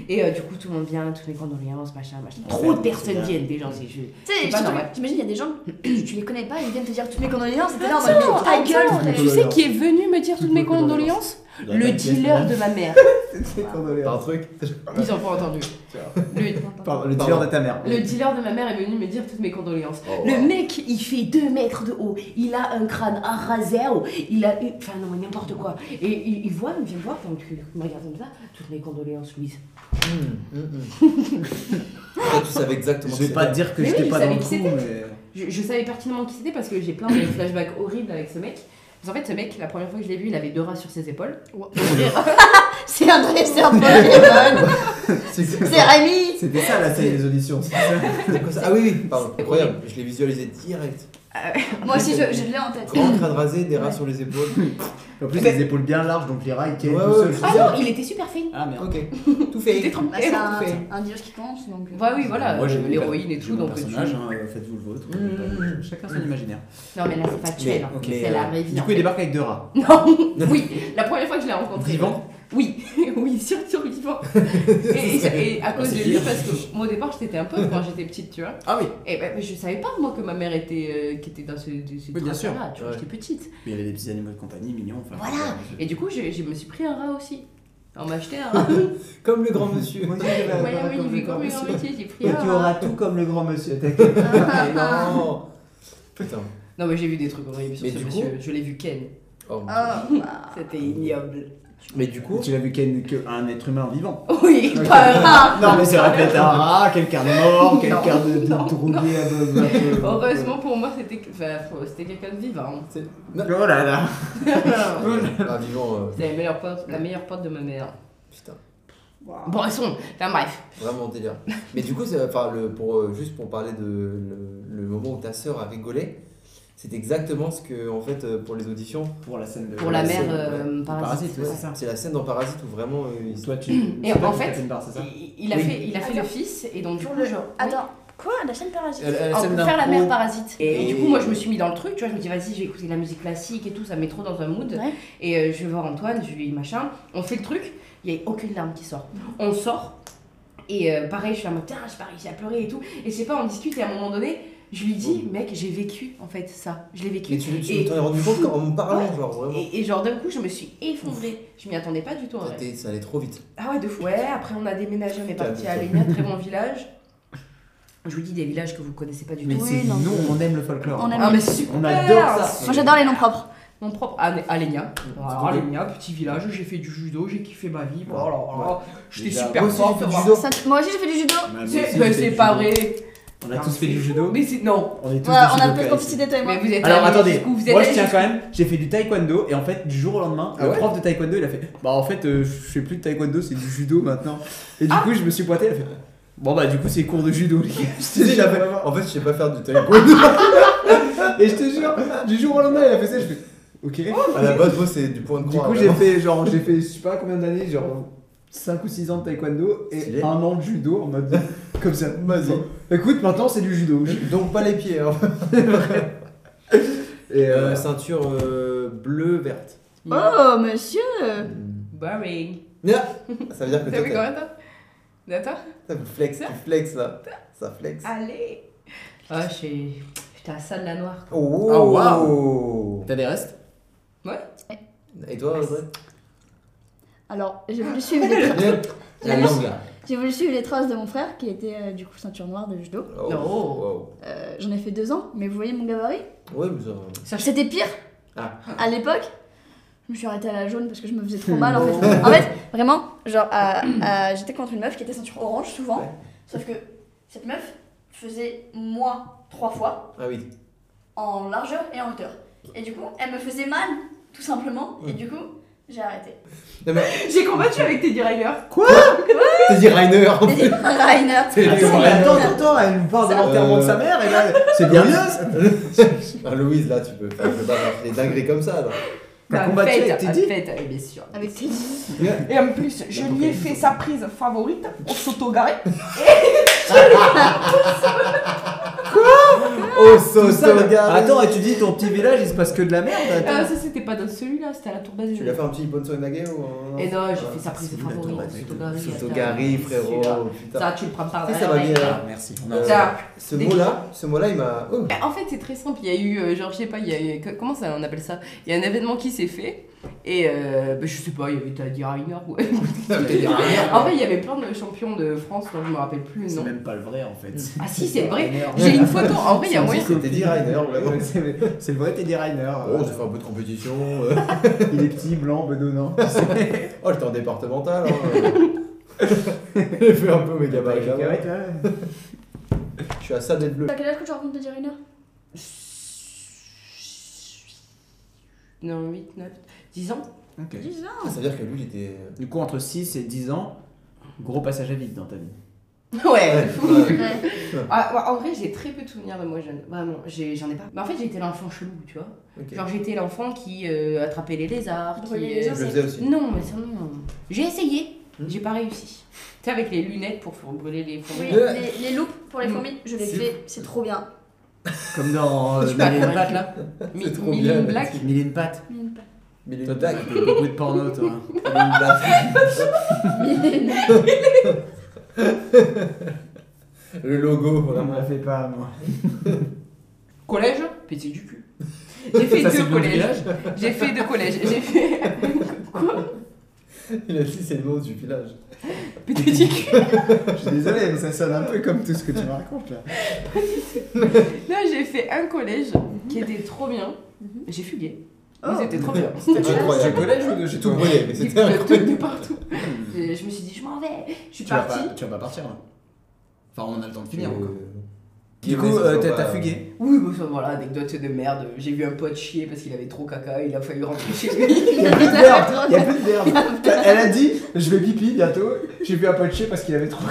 B: Et euh, du coup, tout le monde vient, toutes les condoléances, machin, machin.
E: Trop
B: Trop de personnes
F: bien.
B: viennent, des gens, c'est juste.
E: Tu sais,
B: C'est pas
E: surtout,
B: normal.
E: j'imagine, il y a des gens, tu, tu les connais pas, ils viennent te dire toutes mes condoléances, c'était là en mode
B: Attends,
E: mais ta gueule,
B: attends,
E: frère.
B: tu sais qui est venu me dire toutes mes condoléances Le dealer de ma mère.
A: C'est condoléant.
F: Un truc.
B: Ils ont pas entendu. Le,
A: Pardon, le dealer de ta mère.
B: le dealer de ma mère est venu me dire toutes mes condoléances.
F: Oh, wow.
B: Le mec, il fait 2 mètres de haut, il a un crâne à raser, il a eu. Enfin, non, mais n'importe quoi. Et il, il voit, il vient me voir, donc il me regarde comme ça. Toutes mes condoléances, Louise.
F: Hum, hum, hum. Toi, tu savais exactement
A: Je vais
F: qui
A: pas
F: c'était.
A: te dire que
B: Mais oui,
A: j'étais
B: je
A: pas dans
B: savais
A: le
B: qui
A: coup, mais.
B: Je, je savais pertinemment qui c'était parce que j'ai plein de flashbacks horribles avec ce mec. Parce qu'en fait, ce mec, la première fois que je l'ai vu, il avait deux rats sur ses épaules.
E: C'est un dresseur Pokémon, c'est
A: C'est-
E: Rémi
A: C'était ça la scène des auditions. c'est ça
F: C'est quoi ça Ah oui, oui, pardon. Incroyable. Je l'ai visualisé direct.
E: Moi aussi, je, je l'ai en tête.
F: Grand crâne rasé, des rats sur les épaules.
A: En plus, les épaules bien larges, donc les rails qui
F: Ouais,
A: tout
F: ouais,
A: seul.
F: ouais.
B: Ah non, il était super fin.
A: Ah merde.
F: Ok. Tout fait.
E: Bah, c'est un, un dimanche qui pense, donc... euh,
B: Bah oui, voilà,
A: Moi, j'ai
B: euh,
A: mon
B: l'héroïne et
A: j'ai
B: tout.
A: mon
B: Donc tu-
A: personnage, hein, euh, faites-vous le vôtre.
F: Mmh, mmh, mmh.
A: Chacun son imaginaire.
B: Non, mais là, c'est factuel. hein.
A: Mais, ok, euh,
B: C'est la vraie vie.
A: Du
B: en
A: coup, il débarque avec deux rats.
B: Non, oui, la première fois que je l'ai rencontré.
A: Vivant
B: Oui, oui, sur, sur vivant. Et, et- et à cause
F: Ah,
B: de
F: c'est
B: lui,
F: dur.
B: parce que moi au départ j'étais un peu quand j'étais petite, tu vois.
F: Ah oui.
B: Et ben mais je savais pas moi que ma mère était, euh, qui était dans ce, de, ce
A: Oui, bien sûr.
B: là tu vois,
F: Ouais.
B: j'étais petite.
A: Il y avait des petits animaux de compagnie mignons. Enfin,
B: Voilà. Et du coup, je, je me suis pris un rat aussi. On m'a acheté un rat.
F: Comme le grand monsieur.
B: ouais, oui, j'ai vu comme grand métier, j'ai pris
A: Et
B: un
A: tu
B: rat.
A: auras tout comme le grand monsieur. t'inquiète.
F: Ah, non. Putain.
B: Non, mais j'ai vu des trucs horribles sur
F: Mais
B: ce
F: du
B: monsieur.
F: coup-
B: Je l'ai vu Ken.
F: Oh, mon Dieu.
E: Oh, bah.
B: C'était ignoble.
F: Mais du coup,
A: Tu l'as vu qu'un qu'un être humain vivant.
B: Oui, pas un rat.
A: Non, mais c'est répète un rat, Ah, quelqu'un de mort, quelqu'un de, de
B: non,
A: drogué à base- à peu-
B: Heureusement pour moi, c'était enfin, c'était quelqu'un de vivant.
A: Oh là là.
F: ah, vivant. euh,
B: C'est la meilleure pote, la meilleure pote de ma mère.
F: Putain.
B: Bon, elles sont. Enfin bref.
F: Vraiment délire. Mais du coup, c'est- enfin, le, pour, euh, juste pour parler de le, le moment où ta sœur a rigolé, c'est exactement ce que, en fait, euh, pour les auditions,
A: Pour la scène de.
B: Pour la
A: la
B: mère
A: scène,
B: euh, parasite.
A: ouais. Parasite, ouais,
B: ouais.
A: c'est ça.
F: c'est la scène dans Parasite où vraiment. euh, ils-
A: Toi, tu.
B: Et
A: c'est toi
B: en
A: qui
B: fait,
A: tapes une barre, c'est ça
B: Il il a
F: Oui.
B: fait, il a fait le
E: Attends.
B: fils et donc du
E: Pour
B: coup,
E: le-
B: genre,
E: Attends, quoi La chaîne parasite
A: Elle- elle-
B: oui.
A: la scène
B: Ah, On peut faire la
A: d'impro.
B: mère parasite. Et,
A: Et-
B: du coup, moi, je me suis mis dans le truc, tu vois, je me dis vas-y, je vais écouter de la musique classique et tout, ça me met trop dans un mood.
E: Ouais.
B: Et euh, je vais voir Antoine, je lui dis machin. On fait le truc, il n'y a aucune larme qui sort. On sort et euh, pareil, je suis à mode, tiens, je pas réussi à pleurer et tout. Et je sais pas, on discute et à un moment donné, je lui dis, mec, j'ai vécu en fait ça, je l'ai vécu.
F: Mais tu tu
B: Et-
F: t'en es rendu compte en me parlant,
B: Ouais.
F: genre vraiment.
B: Et, et genre d'un coup, je me suis effondrée. Je m'y attendais pas du tout. en vrai.
F: T'étais- Ça allait trop vite.
B: Ah ouais, de fou. Ouais, après on a déménagé, on est
F: Putain,
B: parti
F: putain.
B: à Lénia, très bon village. Je vous dis des villages que vous connaissez pas du
A: Mais
B: tout.
A: c'est
E: non.
A: nous, on aime le folklore.
E: On aime
B: Ah mais super
A: On adore ça.
E: Moi j'adore les noms propres.
B: Mon propre ah, mais Alenia. Alors, Alenia, petit village, j'ai fait du judo, j'ai kiffé ma vie. Voilà, voilà. J'étais
A: Déjà,
B: super
F: moi aussi,
B: fort.
F: j'ai fait du judo.
E: Ça- moi aussi j'ai fait du judo.
A: Bah, moi
B: C'est
A: aussi,
B: mais
A: j'ai
B: c'est
A: fait du
B: pas
A: judo.
B: vrai.
A: On a
B: Non,
A: tous fait
B: c'est-
A: du judo.
B: Mais c'est non.
A: On est tous
E: Voilà,
A: des
E: on a peut-être
A: judokas
E: profité
A: ici.
E: d'être avec moi.
B: Mais vous êtes
A: Alors
B: allés
A: attendez,
B: jusqu'où vous êtes
A: moi je
B: allés
A: tiens quand même, j'ai fait du taekwondo et en fait du jour au lendemain,
F: Ah
A: le
F: ouais
A: prof de taekwondo il a fait Bah en fait euh, je fais plus de taekwondo, c'est du judo maintenant. Et
B: Ah
A: du coup je me suis pointé, il a fait Bon bah du coup c'est cours de judo les gars. Je te
F: Si,
A: jure.
F: j'avais- En fait, je sais pas faire du taekwondo.
A: Et je te jure, du jour au lendemain il a fait ça, je fais Ok.
F: à la base, moi, c'est du point de
A: du
F: croix. hein,
A: coup j'ai fait genre, j'ai fait je sais pas combien d'années, genre 5 ou 6 ans de taekwondo et
F: Stylé.
A: un an de judo en mode comme ça.
F: Vas-y.
A: Écoute maintenant c'est du judo.
F: Donc, pas les pieds. hein.
A: Et
F: Euh,
A: euh,
F: Ceinture euh, bleue-verte.
E: Oh monsieur
B: Boring.
F: Ça veut dire que
B: T'as
F: toi,
B: vu
F: t'as-
B: comment toi Nathan
F: ça flex, tu flex là. Ça flex.
B: Allez. Ah j'ai j'étais à ça de la noire.
F: Oh,
A: Ah,
F: T'as des
A: restes
B: Ouais.
F: Et toi, Audrey
E: Alors j'ai voulu suivre les traces.
F: La langue là.
E: J'ai voulu suivre les traces de mon frère qui était euh, du coup ceinture noire de judo.
F: Oh,
B: Non.
F: wow.
E: Euh, J'en ai fait deux ans, mais vous voyez mon gabarit
F: Ouais, mais ça. euh,
B: Ça je-
E: C'était pire
F: Ah.
E: à l'époque. Je me suis arrêtée à la jaune parce que je me faisais trop mal en fait. En fait, vraiment, genre, à- à- j'étais contre une meuf qui était ceinture orange souvent.
F: Ouais.
E: Sauf que cette meuf faisait moi trois fois.
F: Ah oui.
E: en largeur et en hauteur. Et du coup, elle me faisait mal, tout simplement. Et du coup, j'ai arrêté.
F: Non, mais
B: J'ai combattu avec Teddy Ryder.
F: t'as dit Rainer en
E: Et
F: fait.
E: du coup, Rainer.
F: C'est Rainer.
A: attends, mais attends, attends, elle nous parle de
E: Ça-
A: l'enterrement de sa mère et là c'est bien
F: Louise.
A: bien ça.
F: Ah, Louise là, tu peux enfin, je peux pas faire des dingueries comme ça. là.
A: T'as
I: Bah,
B: Un
A: combattu
B: fait,
A: avec
B: un
A: Teddy
B: fait, oui, Eh, bien sûr.
E: Avec tes
H: Et en plus, je lui ai fait sa prise favorite au sauto garé.
F: Oh,
A: Tout
F: sauce,
A: ça,
F: regarde.
A: Attends, et tu dis ton petit village, il se passe que de la merde. attends.
I: Ah, ça, c'était pas dans celui-là, c'était à la tour basée.
F: Tu l'as fait un petit Iponso Nage ou un-
B: Eh
I: Et non, j'ai
F: Ah,
I: fait sa prise de
F: c'est nul,
I: favori,
F: attends, attends,
I: Sotogari, attends.
F: Sotogari, frérot.
I: Celui-là.
F: Putain.
I: Ça, tu le prends par
F: Tu sais,
I: derrière.
F: ça va bien.
I: mec.
A: Ah,
F: hein.
K: Merci.
F: Non.
I: Ça.
F: Ce
I: Des-
F: mot-là, ce mot-là, il m'a. Oh.
I: Bah, en fait, c'est très simple. Il y a eu, euh, genre, je sais pas, il y a eu, co- comment ça on appelle ça Il y a un événement qui s'est fait. Et euh, bah, je sais pas, il y avait Taddy Reiner ou. en fait, il y avait plein de champions de France, dont je me rappelle plus le
A: C'est
I: nom.
A: même pas le vrai en fait.
I: Ah si, c'est vrai.
A: Merde.
I: J'ai une photo. En vrai, il y a moyen.
F: C'est Teddy Riner, vraiment.
A: C'est c'est le vrai Teddy Reiner.
F: Oh, j'ai fait un peu de compétition. euh.
A: Il est petit, blanc, bedonnant.
F: Oh, j'étais en départemental. Hein. j'ai fait un peu mes gabarits. là-bas. Je suis à ça d'être bleu.
E: T'as quel âge que tu rencontres de une heure
I: Non, 8, 9, 10 ans.
A: Ok.
E: 10 ans
F: Ah, ça veut dire que lui, il était.
A: Du coup, entre 6 et 10 ans, gros passage à vide dans ta vie.
I: Ouais.
E: Ouais.
I: Ah, ouais, en vrai, j'ai très peu de souvenirs de moi jeune. Vraiment, j'ai- j'en ai pas. Mais en fait, j'étais l'enfant chelou, tu vois.
F: Ok.
I: Genre, j'étais l'enfant qui euh, attrapait les lézards. Qui,
E: Brûlait les
I: euh,
F: Je le faisais aussi.
I: Non, mais ça, non. J'ai essayé,
F: Hmm.
I: j'ai pas réussi. Tu sais, avec les lunettes pour faire brûler les
E: Oui,
I: fourmis.
E: les, les loupes pour les
I: Mm.
E: fourmis, je les
F: Si.
E: fais, c'est trop bien.
A: Comme dans euh,
I: Je suis pas
A: Mille et une pattes
I: convaincue.
A: là.
I: Mi-
F: C'est trop
I: Mille
F: bien,
I: in
F: là.
I: Black.
A: Mille et une pattes.
F: Mais il
A: Toi,
F: est
A: t'as
F: black.
A: t'as beaucoup de porno, toi.
F: Il est black. Le logo, vraiment.
A: fait pas, moi.
I: Collège, pété du cul. J'ai fait
A: Ça, c'est
I: deux
A: le nom du
I: collèges. J'ai fait deux collèges. J'ai fait. Quoi
F: Il a dit c'est le mot du village.
I: Pété du cul
A: Je suis désolé, mais ça sonne un peu comme tout ce que tu me racontes là.
I: Non, j'ai fait un collège qui était trop bien. J'ai fugué.
E: Oh.
I: Mais c'était trop bien.
F: C'était incroyable. collège ou de chez toi brûlé, mais
I: Des
F: c'était
I: de,
F: incroyable.
I: de partout. Je, je me suis dit, je m'en vais. Je suis
A: Tu vas,
I: partie.
A: pas, tu vas pas partir là. Enfin, on a le temps de finir. hein.
F: Euh,
A: encore.
F: Guillaume,
A: Du coup,
F: ça
A: euh,
F: se
A: t'as
F: voit
A: t'as
F: pas.
A: fugué.
I: Oui, bon, ça, voilà, anecdote de merde. J'ai vu un pote chier parce qu'il avait trop caca. Il a failli rentrer chez lui.
A: Il y a plus de verbe. Il y a plus de verbe. Elle a dit Je vais pipi bientôt. J'ai vu un pote chier parce qu'il avait trop.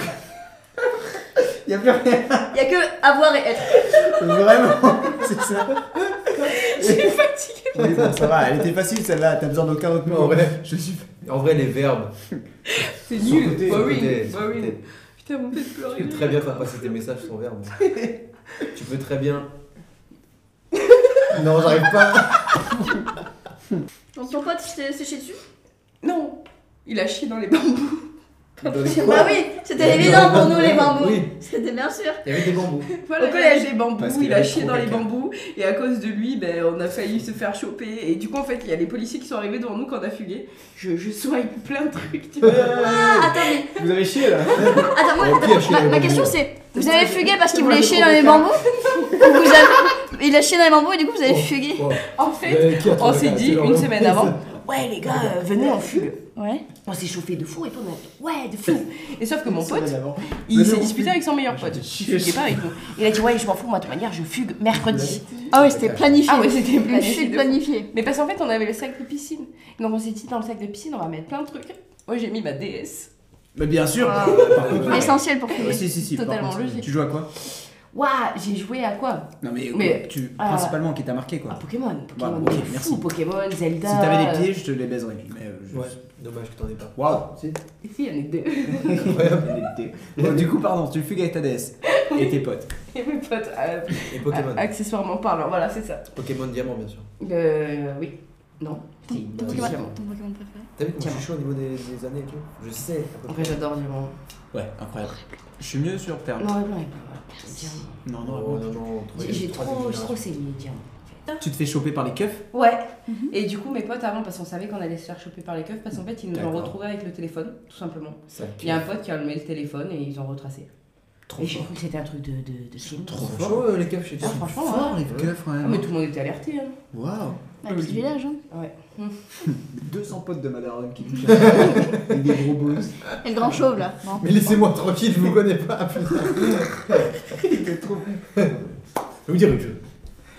A: Il y a plus rien.
E: Il y a que avoir et être.
A: Vraiment, c'est ça. Oui, bon, ça va, elle était facile celle-là. T'as besoin d'aucun autre mot.
F: En vrai.
A: Je suis.
F: En vrai, les verbes,
I: C'est
F: Sur
I: nul.
F: côté,
I: Bah
F: sur
I: oui,
F: côté, sur
I: bah oui.
F: côté.
I: Putain, mon père pleurer.
F: tu peux très bien faire passer tes messages sans verbe. tu peux très bien. Non, j'arrive pas.
E: Donc ton pote s'est séché dessus
I: Non, il a chié dans les bambous.
F: Dans les coins.
E: Bah
F: Il
E: oui,
F: y
E: c'était
F: a des
E: évident
F: bambous.
E: pour nous les bambous.
F: Oui.
E: C'était bien sûr.
F: Il y avait des bambous.
I: Au collège, les bambous,
A: Parce qu'il
I: il a
A: avait
I: chié
A: trop
I: dans les
A: caca.
I: bambous. Et à cause de lui, ben, on a failli se faire choper. Et du coup, en fait, il y a les policiers qui sont arrivés devant nous quand on a fugué. Je, je soigne plein de trucs, tu vois.
E: Ah, attends, mais
A: Vous avez chié là
E: Attends, moi,
F: Et puis, il a
E: attends,
F: chié
E: ma,
F: dans les
E: ma
F: bambous.
E: question c'est vous avez fugué parce qu'il
I: Moi,
E: voulait
I: je
E: chier dans les
I: comprends
E: bambous Ou vous avez... Il a chié dans les bambous et du coup vous avez
F: Oh.
E: fugué
F: Oh.
I: En
F: Il y
I: fait,
F: avait qui à
I: on
F: trouver
I: s'est
F: là,
I: dit
F: c'est leur
I: une
F: nom.
I: semaine avant Ouais, les gars, euh, venez, on fugue.
E: Ouais.
I: On s'est chauffé de fou et tout. on a dit, Ouais, de fou. Et sauf que mon pote,
A: Mais
I: il s'est
A: non,
I: disputé avec son meilleur pote.
A: chié.
I: Il est pas avec nous. Il a dit Ouais, je m'en fous, moi, de toute manière, je fugue mercredi.
E: Ah ouais, c'était planifié.
I: Ah ouais, c'était
E: Une
I: planifié.
E: chute
I: de fou.
E: planifiée.
I: Mais parce qu'en fait, on avait le sac de piscine. Donc on s'est dit, dans le sac de piscine, on va mettre plein de trucs. Moi, j'ai mis ma DS.
A: Mais bien sûr.
E: Ah.
A: Par contre,
E: Mais essentiel pour fuguer.
A: Ouais, si, si, si, par
I: Totalement
A: contre,
I: logique.
A: Tu joues à quoi
I: Waouh, j'ai joué à quoi
A: Non mais,
I: Mais,
A: tu,
I: euh,
A: principalement qui t'a marqué
I: À
A: quoi.
I: Pokémon. Pokémon,
A: Bah, ok,
I: de
A: merci.
I: fou, Pokémon, Zelda.
A: si t'avais les pieds, je te les baiserais. Mais euh, je...
F: Ouais, dommage que t'en aies pas.
A: Waouh
F: Si.
I: euh, Si, il y en a deux.
A: Bon, Du coup, pardon, tu fugues avec ta DS et tes potes.
I: Et mes potes, euh,
F: Et Pokémon.
I: a- accessoirement parlant, voilà, c'est ça.
F: Pokémon Diamant, bien sûr.
I: Euh, oui. Non. Si,
E: Ton
I: oui,
E: Pokémon,
I: Diamant.
E: ton Pokémon préféré
F: T'as vu comment je
I: Diamant.
F: suis chaud au niveau des, des années et tout Ah, Je sais. à peu
I: En vrai,
F: près.
I: j'adore Diamant.
A: Ouais, incroyable. Je suis mieux sur Terre.
I: Non, ouais, blanc et blanc, voilà. Diamant.
A: Non, non,
F: Oh,
A: non.
F: non, non, trop-
I: J'ai j'ai
F: troisième
I: trop, j'ai
F: génération.
I: trop saigné Diamant.
B: Oh.
A: Tu te fais choper par les keufs
I: Ouais. Et du coup, mes potes avant, parce qu'on savait qu'on allait se faire choper par les keufs, parce qu'en fait, ils nous ont
A: D'accord.
I: retrouvés avec le téléphone, tout simplement.
F: Ça
I: Il y a un pote qui a allumé le téléphone et ils ont retracé.
A: Trop
I: Et j'ai
A: fort.
I: cru que c'était un truc de, de, de film.
A: Trop
F: Ils sont
A: fort.
F: chauds, euh, les keufs chez
I: Ah,
F: toi.
I: franchement,
A: Fort
I: ouais.
A: les keufs, ouais.
I: Ah, mais tout le monde était alerté. Hein.
A: Waouh
E: Un petit village, hein.
I: Ouais.
A: 200 potes de Madarone qui touchent à des gros bosses.
E: Et le grand chauve là. Non.
F: Mais laissez-moi tranquille, je vous connais pas. putain.
A: C'était trop
F: Je vais vous dire une chose.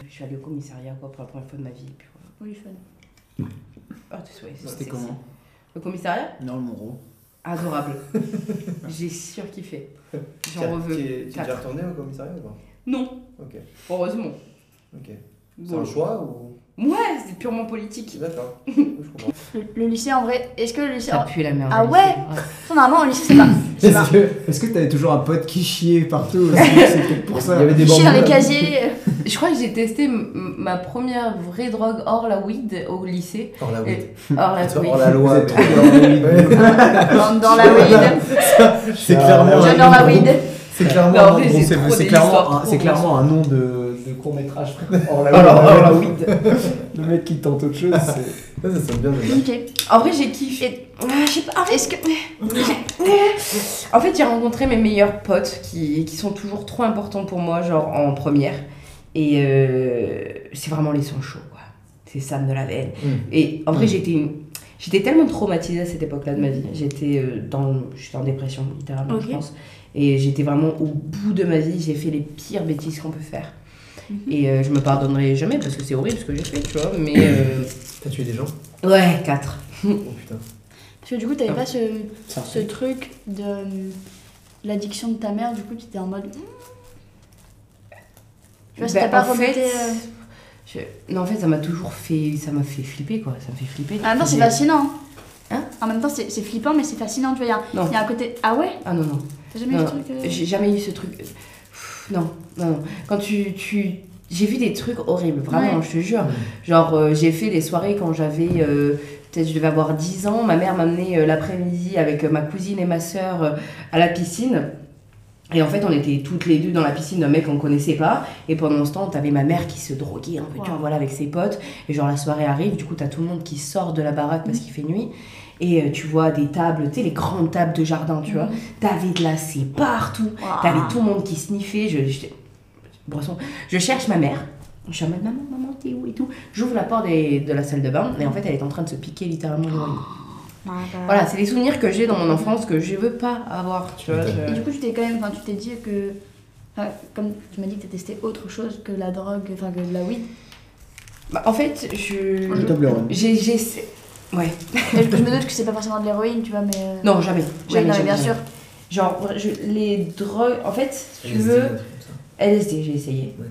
I: Je suis allée au commissariat quoi, pour la première fois de ma vie. et Puis, voilà.
E: Oui, fun.
I: Ah, tu sais, ouais, c'est
A: C'était
I: sexy.
A: comment
I: Le commissariat
A: Non, le Monroe.
I: Adorable. J'ai surkiffé.
F: T'es-
I: J'en
F: t'es-
I: reveux.
F: T'es déjà retourné au commissariat ou pas
I: Non.
F: Ok.
I: Heureusement.
F: Ok. C'est
I: Bon.
F: un choix ou
I: Ouais, c'est purement politique.
F: D'accord. Je comprends.
E: Le, le lycée, en vrai, est-ce que le lycée.
B: Ça pue la merde.
E: Ah ouais Ça, Normalement, au lycée, c'est pas. c'est pas-
A: Est-ce que est-ce que t'avais toujours un pote qui chiait partout aussi C'est peut-être pour ça.
F: Il y avait des
E: Chier dans les
F: bandes-
E: casiers. euh,
B: Je crois que j'ai testé m- m- ma première vraie drogue hors la weed au lycée.
F: Oh la oui.
B: Et- Hors la
F: Attends,
B: weed.
F: Oh la
A: Vous
F: loi.
A: êtes
F: mais-
A: trop dans le vide.
E: Dans, dans la weed.
A: C'est
F: Ah, ouais.
A: clairement.
E: J'adore la weed.
A: C'est clairement.
B: Non,
A: un
B: mais
A: nom-
B: c'est
A: c'est-
B: trop
A: C'est
B: des
A: clairement.
B: histoires
A: un- C'est
B: trop
A: clairement un nom de, de court métrage. Or la
F: Alors,
A: Weed.
F: oh la oui.
A: Le mec qui tente autre chose. c'est-
F: Ça, ça sonne bien. de dire.
E: Ok.
I: En vrai, j'ai kiffé. Ah, je sais pas. En fait,
E: Est-ce que.
I: en fait, j'ai rencontré mes meilleurs potes qui, qui sont toujours trop importants pour moi, genre en première. Et euh, c'est vraiment les sons chauds, quoi. C'est Sam de la veine.
F: Mm.
I: Et en vrai, j'étais une- J'étais tellement traumatisée à cette époque-là de ma vie. J'étais euh, dans, j'étais en dépression littéralement,
E: Ok.
I: je pense. Et j'étais vraiment au bout de ma vie. J'ai fait les pires bêtises qu'on peut faire.
E: Mhm.
I: Et euh, je me pardonnerai jamais parce que c'est horrible ce que j'ai fait, tu vois. Mais euh,
F: T'as tué des gens
I: ouais, 4.
F: Oh putain.
E: Parce que du coup,
A: Ah.
E: t'avais pas ce,
A: Ça.
E: ce truc de euh, l'addiction de ta mère, du coup, tu étais en mode. hmm. Tu vois, si
I: Ben,
E: t'as pas
I: en
E: remonté.
I: fait,
E: euh,
I: je- Non, en fait, ça m'a toujours fait. Ça m'a fait flipper, quoi. Ça me fait flipper.
E: En même temps, Ah c'est
I: Mais-
E: fascinant.
I: Hein
E: En même temps, c'est c'est flippant, mais c'est fascinant. Tu vois, il y, a-
I: Non.
E: il y a un côté. Ah ouais
I: Ah non, non.
E: T'as jamais eu
I: Non,
E: ce truc euh,
I: J'ai jamais eu ce truc. Pff, Non, non, non. Quand tu. tu... J'ai vu des trucs horribles, vraiment,
E: Ouais.
I: je te jure. Genre, euh, j'ai fait des soirées quand j'avais. euh, Peut-être je devais avoir 10 ans. Ma mère m'amenait euh, l'après-midi avec euh, ma cousine et ma sœur euh, à la piscine. Et en fait, on était toutes les deux dans la piscine d'un mec qu'on connaissait pas. Et pendant ce temps, t'avais ma mère qui se droguait un peu, tu vois, voilà, avec ses potes. Et genre, la soirée arrive, du coup, t'as tout le monde qui sort de la baraque parce qu'il fait nuit. Et euh, tu vois des tables, tu sais, les grandes tables de jardin, tu vois. T'avais de la C partout.
E: Waouh.
I: T'avais tout le monde qui sniffait. Je, je, Bresson. je cherche ma mère. Je suis en mode maman, maman, t'es où et tout. J'ouvre la porte des- de la salle de bain. Et en fait, elle est en train de se piquer littéralement le
E: Ah.
I: loyer.
E: Ouais, bah.
I: Voilà, c'est les souvenirs que j'ai dans mon enfance que je veux pas avoir, tu vois.
E: Et
I: je-
E: du coup, tu t'es quand même. Enfin, tu t'es dit que. enfin, Comme tu m'as dit que t'as testé autre chose que la drogue, enfin que de la weed.
I: Bah, en fait, je.
A: Le Toblerone.
I: J'ai. j'ai- Ouais.
E: Mais je, je me doute que c'est pas forcément de l'héroïne, tu vois, mais. euh,
I: Non, jamais.
E: Oui,
I: Jamais,
E: non, mais
I: jamais,
E: bien
I: jamais.
E: sûr.
I: Genre, je- les drogues. En fait, si tu
F: LSD,
I: veux.
F: un truc comme ça.
I: LSD, j'ai essayé.
F: Ouais.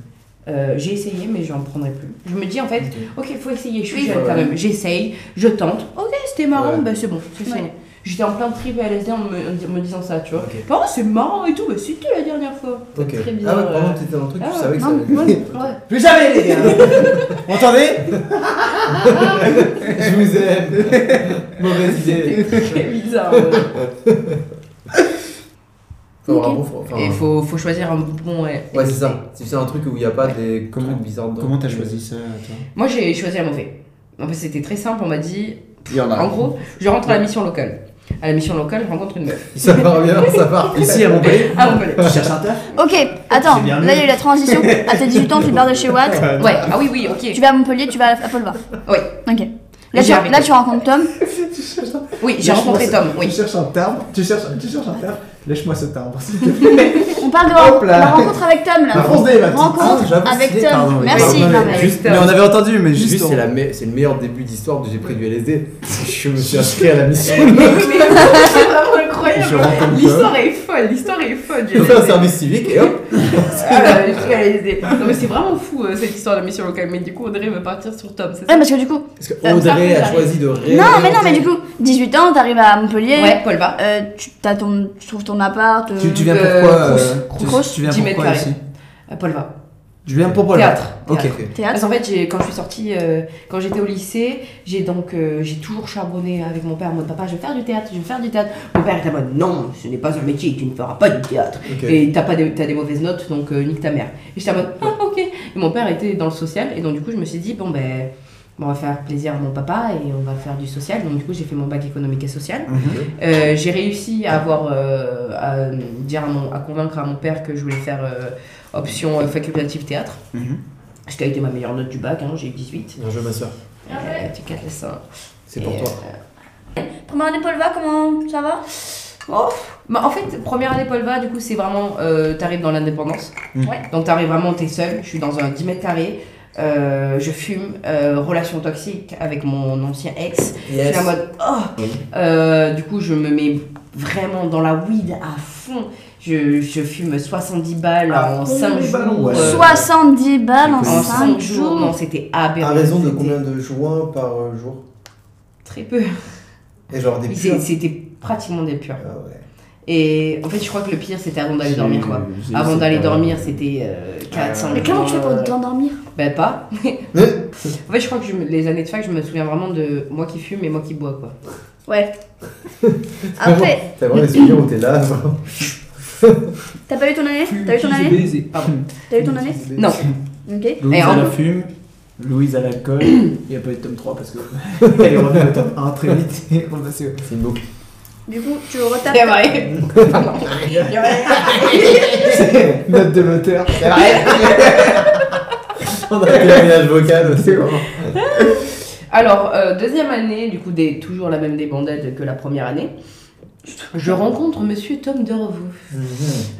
I: Euh, j'ai essayé, mais j'en prendrai plus. Je me dis en fait, ok, faut essayer, je suis
F: Oui,
I: jeune
F: ouais.
I: quand même. J'essaye, je tente. Ok, c'était marrant,
F: Ouais.
I: bah c'est bon, c'est
E: Ouais.
I: fini. J'étais en plein trip à LSD en me, en me disant ça, tu vois.
F: Ok.
I: Oh, c'est marrant et tout, bah c'était la dernière fois.
F: Ok. Ah
I: Très bizarre,
F: ouais,
I: euh.
F: vraiment, t'étais dans le truc,
I: Ah
F: tu
I: ouais,
F: savais que ça
E: non,
F: allait.
I: Ouais.
A: Plus jamais les gars Vous Entendez
F: Je vous aime. Mauvaise idée.
I: Très bizarre. ouais.
F: Faut avoir
E: Ok.
F: un bon fro- enfin,
I: Et faut, faut choisir un bon. Ouais,
F: Ouais, c'est ça. Si c'est un truc où il n'y a pas
A: Ouais.
F: des
A: Comment-
F: trucs bizarres dedans.
A: Comment t'as choisi ça toi
I: Moi j'ai choisi un mauvais. En fait, c'était très simple, on m'a dit.
A: Il y en
F: Ah.
I: En gros, je rentre à la mission locale. À la mission locale, je rencontre une meuf.
F: Ça part bien, ça part.
A: Ici à Montpellier
I: Ah, on peut aller.
A: Tu cherches un taf
E: Ok, attends,
A: C'est bien
E: là il y a
A: mieux.
E: eu la transition. À tes 18 ans, tu pars de chez Watt,
I: Ouais, ah oui, oui, ok.
E: tu vas à Montpellier, tu vas à Polvar.
I: Oui.
E: Ok. Là tu,
I: J'ai arrêté.
E: là, tu rencontres Tom.
I: Oui, j'ai rencontré Tom,
A: Tu
I: oui.
A: cherches un timbre Tu cherches, tu cherches un timbre Lèche-moi ce timbre.
E: On parle de
A: Hop là.
E: la rencontre avec Tom là.
A: La France des Mathis.
F: Ah,
E: Rencontre
F: j'avoue,
E: avec
F: stylé, pardon,
E: Tom.
F: oui.
E: Merci.
F: Pardon,
E: non,
F: mais
E: mais-
F: juste-
A: Mais on avait entendu, mais
F: Juste,
A: juste.
F: c'est la me- c'est le meilleur début d'histoire que j'ai pris du LSD. Je me suis inscrit à la mission.
I: C'est vraiment
A: Je
I: incroyable.
A: rencontre
I: L'histoire est folle, l'histoire est folle. j'ai
F: J'ai fait un
I: laissé.
F: service civique et hop.
I: Ah, j'ai réalisé. Non mais c'est vraiment fou euh, cette histoire de mission locale. Mais du coup, Audrey veut partir sur Tom, c'est
E: Ouais,
I: ça
E: parce que du coup.
F: Parce que
I: Ça me
F: Audrey a
I: parle.
F: choisi de ré.
E: Non, mais non, mais du coup, 18 ans, t'arrives à Montpellier.
I: Ouais, Paul va.
E: euh, tu, t'as ton, tu trouves ton appart. euh,
A: Tu, tu viens
I: Euh,
A: pourquoi
I: Crous-
A: euh, tu-
I: Crous-
A: Tu viens
I: 10 mètres
A: pourquoi
I: carrés.
A: ici
I: Euh, Paul va.
A: Je viens pour Paul.
I: Théâtre.
A: Ok.
I: Théâtre. Parce
E: euh, Théâtre.
I: qu'en fait, j'ai- quand je suis sortie, euh, quand j'étais au lycée, j'ai donc euh, j'ai toujours charbonné avec mon père en mode papa, je vais faire du théâtre, je vais faire du théâtre. Mon père était en mode non, ce n'est pas un métier, tu ne feras pas du théâtre.
F: Ok.
I: Et t'as pas des, t'as des mauvaises notes, donc euh, nique ta mère. Et j'étais en mode, ah, ok. Et mon père était dans le social, et donc du coup, je me suis dit, bon, ben, on va faire plaisir à mon papa et on va faire du social. Donc du coup, j'ai fait mon bac économique et social. Euh, j'ai réussi à avoir, euh, à dire à, mon- à convaincre à mon père que je voulais faire euh, option euh, facultative théâtre.
A: Mhm.
I: Ce qui a été ma meilleure note du bac, hein, j'ai eu 18.
F: Bien joué, ma soeur.
I: Euh, tu casses la seins.
F: C'est pour
I: Et,
F: toi.
E: Première année Paul va, comment ça va
I: Oh. Bah, en fait, première année Polva, du coup, c'est vraiment. euh, t'arrives dans l'indépendance.
A: Mm.
I: Ouais. Donc, t'arrives vraiment, t'es seul. Je suis dans un 10 mètres carrés. Euh, je fume. euh, relation toxique avec mon ancien ex. Je
F: Yes.
I: suis en mode. Oh Euh, Du coup, je me mets vraiment dans la weed à fond.
B: Je, je fume 70 balles
F: Ah,
B: en
F: oui,
B: 5
F: les
B: jours.
F: ballons, ouais.
B: euh,
E: 70 balles en
B: en
E: 5
B: cinq
E: jours.
B: jours. Non, c'était aberrant.
F: À raison de
B: C'était
F: combien de joints par euh, jour
B: Très peu.
F: Et genre des
B: Mais
F: purs
B: c'est- C'était pratiquement des purs.
F: Ah ouais.
B: Et en fait, je crois que le pire, c'était avant d'aller
F: J'ai-
B: dormir, quoi.
F: j'ai
B: Avant
F: cette
B: d'aller
F: période.
B: dormir, c'était euh,
F: Euh,
B: 4, 5
E: Mais comment tu fais pour t'endormir
B: Ben pas.
F: Mais-
B: En fait, je crois que je me- les années de fac, je me souviens vraiment de moi qui fume et moi qui bois, quoi.
E: Ouais. Après,
F: T'as vraiment des souvenirs où t'es là, vraiment.
E: t'as pas eu ton année T'as eu ton année T'as eu ton année
B: Non.
E: Ok.
A: Louise
B: Et
A: à
B: en-
A: la fume, Louise à l'alcool, il n'y a pas eu de tome 3 parce que elle est revenue au tome 1 très vite et on a su-
F: C'est une boucle.
E: Du coup, tu retapes.
B: C'est vrai.
A: C'est note de l'auteur.
F: C'est vrai On a un témoignage vocal, c'est bon.
B: Alors, euh, deuxième année, du coup, des, toujours la même débandade que la première année. Je rencontre monsieur Tom de Revoux.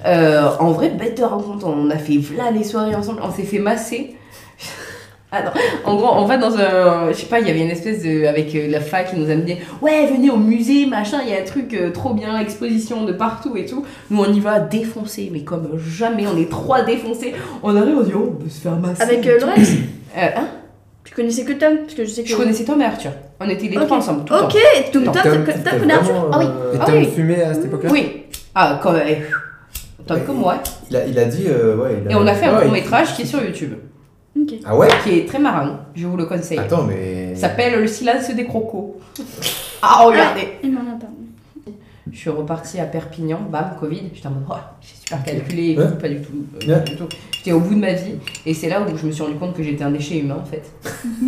B: Euh, en vrai, bête de rencontre. On a fait là les soirées ensemble. On s'est fait masser. Ah non. En gros, on va dans un. Je sais pas, il y avait une espèce de. Avec euh, la fac qui nous amenait. Ouais, venez au musée, machin, il y a un truc euh, trop bien, exposition de partout et tout. Nous, on y va défoncer, mais comme jamais, on est trois défoncés. On arrive, on dit, oh, on peut se faire masser.
E: Avec euh, Lorenz
B: Euh, hein
E: Tu connaissais que Tom Parce que je sais que.
B: Je connaissais Tom et Arthur. On était les
E: Ok.
B: trois ensemble. Tout le
E: Ok, Tom, Tom, Tom, Tom, Tom, Arthur.
F: euh,
E: Ah oui.
A: Et
B: Ah
A: t'as
B: oui.
A: fumé à cette
B: temps.
A: époque-là
B: Oui. Ah, quand même. Tom
F: Ouais.
B: comme moi.
F: Il a, il a dit. euh, ouais, il a-
B: Et on a fait un
F: Eh, Ouais,
B: court
F: il-
B: métrage qui est sur YouTube,
E: Ok.
F: Ah ouais
B: qui est très marrant. Je vous le conseille.
F: Attends, mais.
B: Il s'appelle Le silence des crocos. Ah, regardez
E: Il m'en a parlé.
B: Je suis repartie à Perpignan, bam, Covid. J'étais en mode, oh, j'ai super calculé, et
F: Ouais.
B: tout, pas du tout. euh,
F: Ouais.
B: pas du tout. J'étais au bout de ma vie, et c'est là où je me suis rendu compte que j'étais un déchet humain en fait.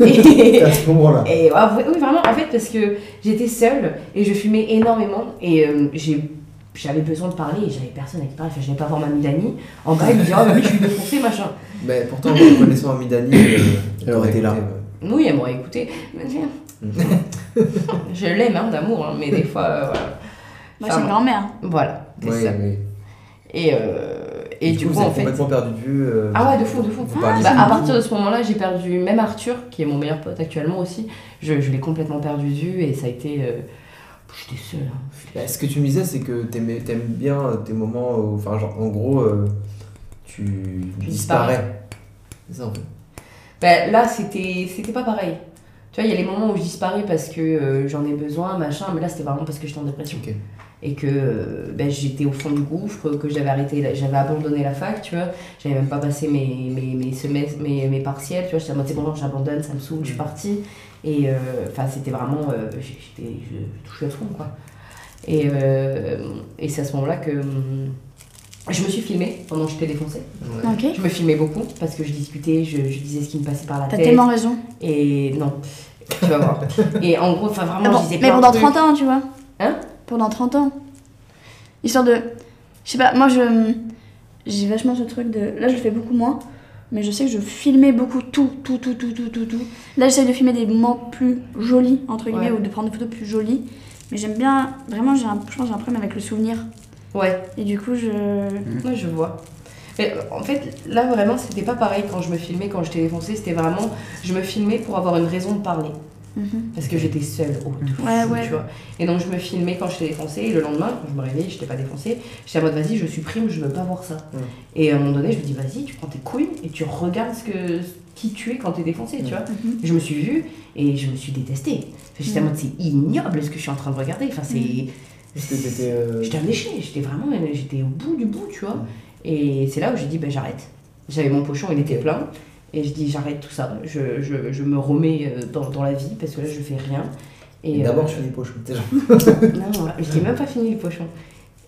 B: Et-
F: à ce moment-là.
B: Et ah, oui, oui, vraiment, en fait, parce que j'étais seule et je fumais énormément et euh, j'ai- j'avais besoin de parler et j'avais personne à qui parler. Enfin, je n'ai pas voir ma amie Dani. En bas, il me dit Ah oui, je suis défoncée, machin.
F: Mais pourtant, en connaissant Amidani, euh,
A: Elle aurait été là.
B: Oui, elle m'aurait écouté. Mais tiens. je l'aime hein, d'amour, hein, mais des fois, euh, voilà.
E: Bah,
B: Enfin,
E: c'est grand-mère.
B: Voilà, c'est
F: Ouais,
B: ça.
F: mais-
B: Et, euh, et du, coup,
F: vous
B: en
F: avez
B: fait.
F: complètement perdu de vue. euh,
B: Ah ouais, de fou, de fou.
F: Vous parliez
B: Bah,
F: de-
B: à partir de ce moment-là, j'ai perdu même Arthur, qui est mon meilleur pote actuellement aussi. Je, je l'ai complètement perdu de vue et ça a été. euh, J'étais seule. hein.
F: Bah, ce que tu me disais, c'est que t'aimais- t'aimes bien euh, tes moments où. Enfin, genre, en gros, euh, tu
B: Je
F: disparais. C'est ça, en fait.
B: Ben, là, c'était c'était pas pareil. Tu vois, il y a les moments où je disparais parce que euh, j'en ai besoin, machin, mais là, c'était vraiment parce que j'étais en dépression.
F: Ok.
B: Et que euh, ben, j'étais au fond du gouffre, que j'avais arrêté, la- j'avais abandonné la fac, tu vois. J'avais même pas passé mes, mes, mes semestres, mes, mes partiels, tu vois. J'étais en mode, c'est bon, non, j'abandonne, ça me saoule, je suis partie. Et euh, enfin, c'était vraiment. euh, j'étais, je touchais le fond, quoi. Et, euh, et c'est à ce moment-là que hum, je me suis filmée pendant que j'étais défoncée.
E: Ok.
B: Je me filmais beaucoup parce que je discutais, je, je disais ce qui me passait par la
E: T'as
B: tête.
E: tellement raison.
B: Et non, tu vas voir. Et en gros, enfin vraiment,
E: Mais Ah bon-
B: je disais
E: mais
B: plein
E: pendant
B: de
E: 30 ans, tu vois.
B: Hein
E: Pendant 30 ans. Histoire de. Je sais pas, moi je. J'ai vachement ce truc de. Là, je le fais beaucoup moins. Mais je sais que je filmais beaucoup tout, tout, tout, tout, tout, tout, tout. Là, j'essaie de filmer des moments plus jolis, entre guillemets,
B: Ouais.
E: ou de prendre des photos plus jolies. Mais j'aime bien. Vraiment, j'ai un... je pense que j'ai un problème avec le souvenir.
B: trucs. Ouais,
E: Et du coup, je.
B: moi je vois. Mais euh, en fait, là vraiment, c'était pas pareil quand je me filmais, quand j'étais défoncée. C'était vraiment, je me filmais pour avoir une raison de parler.
E: Mhm.
B: Parce que j'étais seule au tout
E: Ouais,
B: fond,
E: ouais.
B: tu vois. Et donc je me filmais quand j'étais défoncée. Et le lendemain, quand je me réveillais, j'étais pas défoncée. J'étais en mode, vas-y, je supprime, je veux pas voir ça.
F: Ouais.
B: Et à un moment donné, je me dis, vas-y, tu prends tes couilles et tu regardes ce que, qui tu es quand t'es défoncée, tu vois.
E: Mhm.
B: Je me suis vue et je me suis détestée. Enfin, J'étais en
E: Mhm.
B: mode, c'est ignoble ce que je suis en train de regarder. Enfin,
F: Mm.
B: c'est.
F: Parce que t'étais. euh,
B: J'étais un déchet, j'étais vraiment, j'étais au bout du bout, tu vois.
F: Mm.
B: Et c'est là où j'ai dit, ben j'arrête. J'avais mon pochon, il était plein. Et je dis, j'arrête tout ça. Je, je, je me remets euh, dans, dans la vie parce que là, je fais rien.
F: Et
B: euh,
F: D'abord, je finis poche. T'es genre-
B: Non, voilà, je n'ai même pas fini le pochon.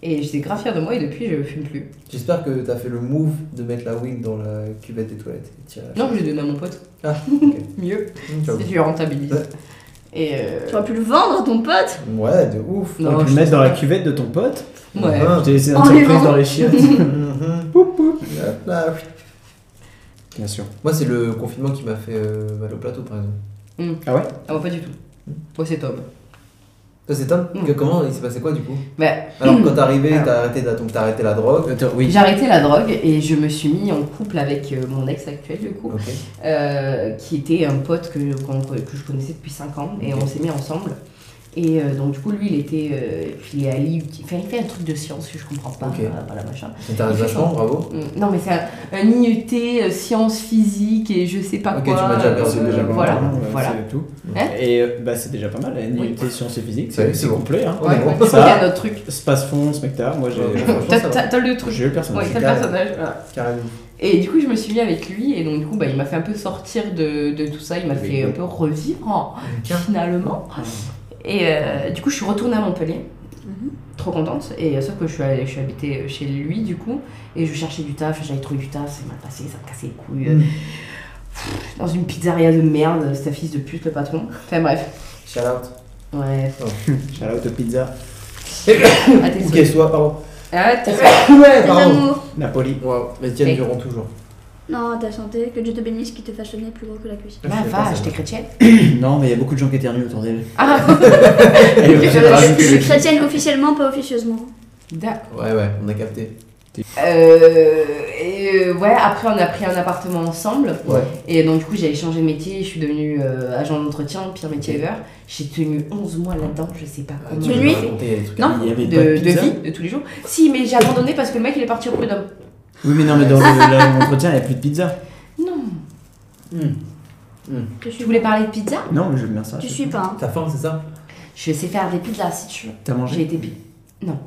B: Et j'étais grave fière de moi et depuis, je fume plus.
F: J'espère que t'as fait le move de mettre la wing dans la cuvette des toilettes. Et tiens,
B: Non, je l'ai donné à mon pote.
F: Ah, ok.
B: Mieux,
F: Mmh, ciao.
B: si je rentabilise.
F: Ouais.
B: Et. euh,
E: Tu aurais pu le vendre à ton pote
F: Ouais, de ouf.
A: On
B: non,
A: peut le
B: je-
A: mettre dans la cuvette de ton pote.
B: Ouais.
I: Ah.
F: Hein,
A: Je t'ai laissé une
E: Oh,
A: surprise
E: les
A: dans les chiottes.
F: Mhm. Hop là, oui.
A: Bien sûr.
F: Moi, c'est le confinement qui m'a fait euh, mal au plateau, par exemple.
B: Ah, moi, pas du tout.
F: Mm.
B: Moi, c'est Tom.
F: Toi, c'est Tom
B: Mm.
F: Que- Comment il s'est passé quoi, du coup
B: Ben,
I: Bah,
F: Alors,
I: mm.
F: quand t'es arrivé,
I: Ah.
F: t'as arrêté, la- donc, Euh, t'as arrêté la drogue.
A: Attends, oui.
B: J'ai arrêté la drogue et je me suis mis en couple avec euh, mon ex actuel, du coup,
F: Ok.
B: euh, qui était un pote que, qu'on- que je connaissais depuis 5 ans et on s'est mis ensemble.
I: Et euh, donc, du coup, lui, il était. euh, puis il est à Lille, enfin, il fait un truc de science, je comprends pas.
F: Ok.
I: euh, voilà, machin.
F: Ça t'intéresse
I: Il fait
F: vachement,
I: son-
F: bravo.
I: Mm, Non, mais c'est un, un IUT, euh, sciences physiques et je sais pas
F: Ok,
I: quoi.
F: tu m'as déjà perçu,
I: euh,
F: déjà pas mal.
I: Voilà,
A: Ouais,
I: voilà.
A: C'est tout.
I: Hein
A: et euh, bah, c'est déjà pas mal, la NIT sciences et physiques,
F: Ouais,
A: c'est
F: c'est
A: c'est
F: bon.
A: complet. Hein.
I: Ouais, ouais,
A: Ça,
I: je crois qu'il y a notre truc.
A: Space fond, Spectre, moi j'ai euh,
F: Ouais, ouais,
I: T'as t'as- t'as le truc.
A: j'ai eu le
I: Ouais,
A: personnage.
I: t'as le
F: carré.
I: personnage. voilà.
F: Carrément.
I: Et du coup, je me suis mis avec lui, et donc, du coup, bah, il m'a fait un peu sortir de, de tout ça, il m'a
F: Oui, oui.
I: fait un peu revivre
B: hein,
I: en- finalement. Et euh, du coup, je suis retournée à Montpellier.
A: Mhm.
I: Trop contente, et euh, sauf que je suis, allée- je suis habitée chez lui du coup, et je cherchais du taf, j'avais trouvé du taf, c'est mal passé, ça me cassait les couilles.
F: Mm.
I: Pff, Dans une pizzeria de merde, c'est un fils de pute le patron. Enfin bref,
F: Shout out.
I: ouais,
A: Shout out aux pizzas,
I: à tes
F: Ou
I: souhaits.
F: qu'elle soit, pardon.
I: À tes souhaits.
F: Ouais,
E: Tes amours.
A: Napoli.
F: Waouh, les tiennes
I: Et-
F: dureront toujours.
E: Non, ta santé, que Dieu te bénisse qui te fasse le nez plus gros que la cuisse.
I: Ma
F: Je sais pas,
I: vache,
F: ça.
I: t'es chrétienne
A: Non, mais il y a beaucoup de gens qui éternuent autour d'elle.
I: Ah
A: Elle est obligée de
E: Je
A: rajouter
E: suis
A: des trucs.
E: chrétienne officiellement, pas officieusement.
I: D'accord.
F: Ouais, ouais, on a capté.
I: Euh, et euh, ouais, après on a pris un appartement ensemble.
F: Ouais.
I: Et donc du coup j'ai changé de métier, je suis devenue euh, agent d'entretien, pire métier ever. J'ai tenu 11 mois là-dedans, je sais pas comment.
F: Tu
I: j'ai
F: peux
E: nuit
F: me raconter, il y a des trucs.
I: Non,
A: Il y avait pas de
I: de, de
A: pizza
I: vie, de tous les jours. Si, mais j'ai abandonné parce que le mec il est parti au prud'homme.
A: Oui, mais non, mais dans le- là, l'entretien, il n'y a plus de pizza.
I: Non.
F: Hmm.
E: Tu
I: Tu voulais parler de pizza
A: Non, mais j'aime bien ça.
E: Tu
A: je-
E: suis pas, hein.
F: Ta forme, c'est ça
I: Je sais faire des pizzas si tu veux.
A: T'as
I: J'ai
A: mangé
I: été bi. Non.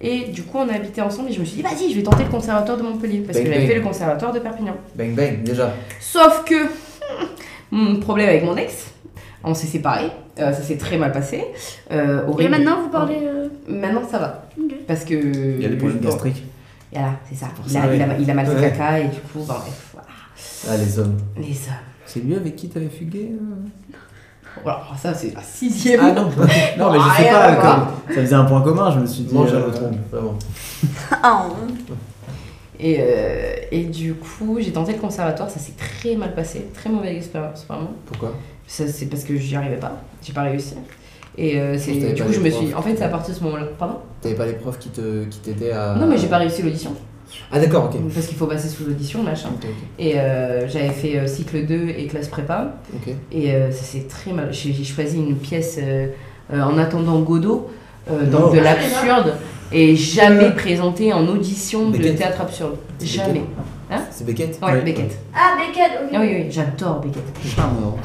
I: Et du coup on a habité ensemble et je me suis dit vas-y je vais tenter le conservatoire de Montpellier parce que
F: Bang,
I: j'avais
F: bang.
I: fait le conservatoire de Perpignan.
F: Bang bang, déjà.
I: Sauf que mon problème avec mon ex, on s'est séparés, euh, ça s'est très mal passé. euh,
E: Et
I: horrible.
E: maintenant, vous parlez. euh,
I: Maintenant ça va.
E: Ok.
I: Parce que.
A: Il y a des problèmes gastriques.
I: Voilà, c'est ça. Il,
A: ça,
I: a,
A: ouais.
I: il a- il a mal fait
F: Ouais.
I: caca et du coup, ben, bref, voilà.
F: Ah, les hommes.
I: Les hommes.
A: C'est lui avec qui t'avais fugué euh
I: Voilà, ça c'est la sixième.
A: Ah non Non, mais je
E: Ah,
A: sais
I: Rien à
A: pas,
I: voir.
A: comme ça faisait un point commun, je me suis dit.
F: Mange à
A: euh,
F: votre ongle, vraiment.
E: Ah, on-
I: Et, euh, et du coup, j'ai tenté le conservatoire, ça s'est très mal passé, très mauvaise expérience, vraiment.
F: Pourquoi
I: Ça, c'est parce que j'y arrivais pas, j'ai pas réussi. Et euh, c'est-
F: Je t'avais
I: du
F: pas
I: coup, je
F: les
I: me suis.
F: profs.
I: En fait, c'est à partir de ce moment-là. Pardon
F: T'avais pas les profs qui te- qui t'aidaient à.
I: Non, mais j'ai pas réussi l'audition.
F: Ah, d'accord, ok.
I: Parce qu'il faut passer sous l'audition, machin.
F: Ok,
I: Et euh, j'avais fait euh, cycle 2 et classe prépa.
F: ok. Ok.
I: Et euh, ça c'est très mal. J'ai j'ai choisi une pièce euh, euh, en attendant Godot, euh,
A: Non.
I: donc de l'absurde, et jamais présentée en audition de
F: Beckett.
I: théâtre absurde. Jamais.
F: C'est Beckett
I: Ouais,
A: Oui.
I: Beckett.
E: Ah, Beckett, ok.
I: Ah oui, oui, j'adore Beckett.
A: putain, non.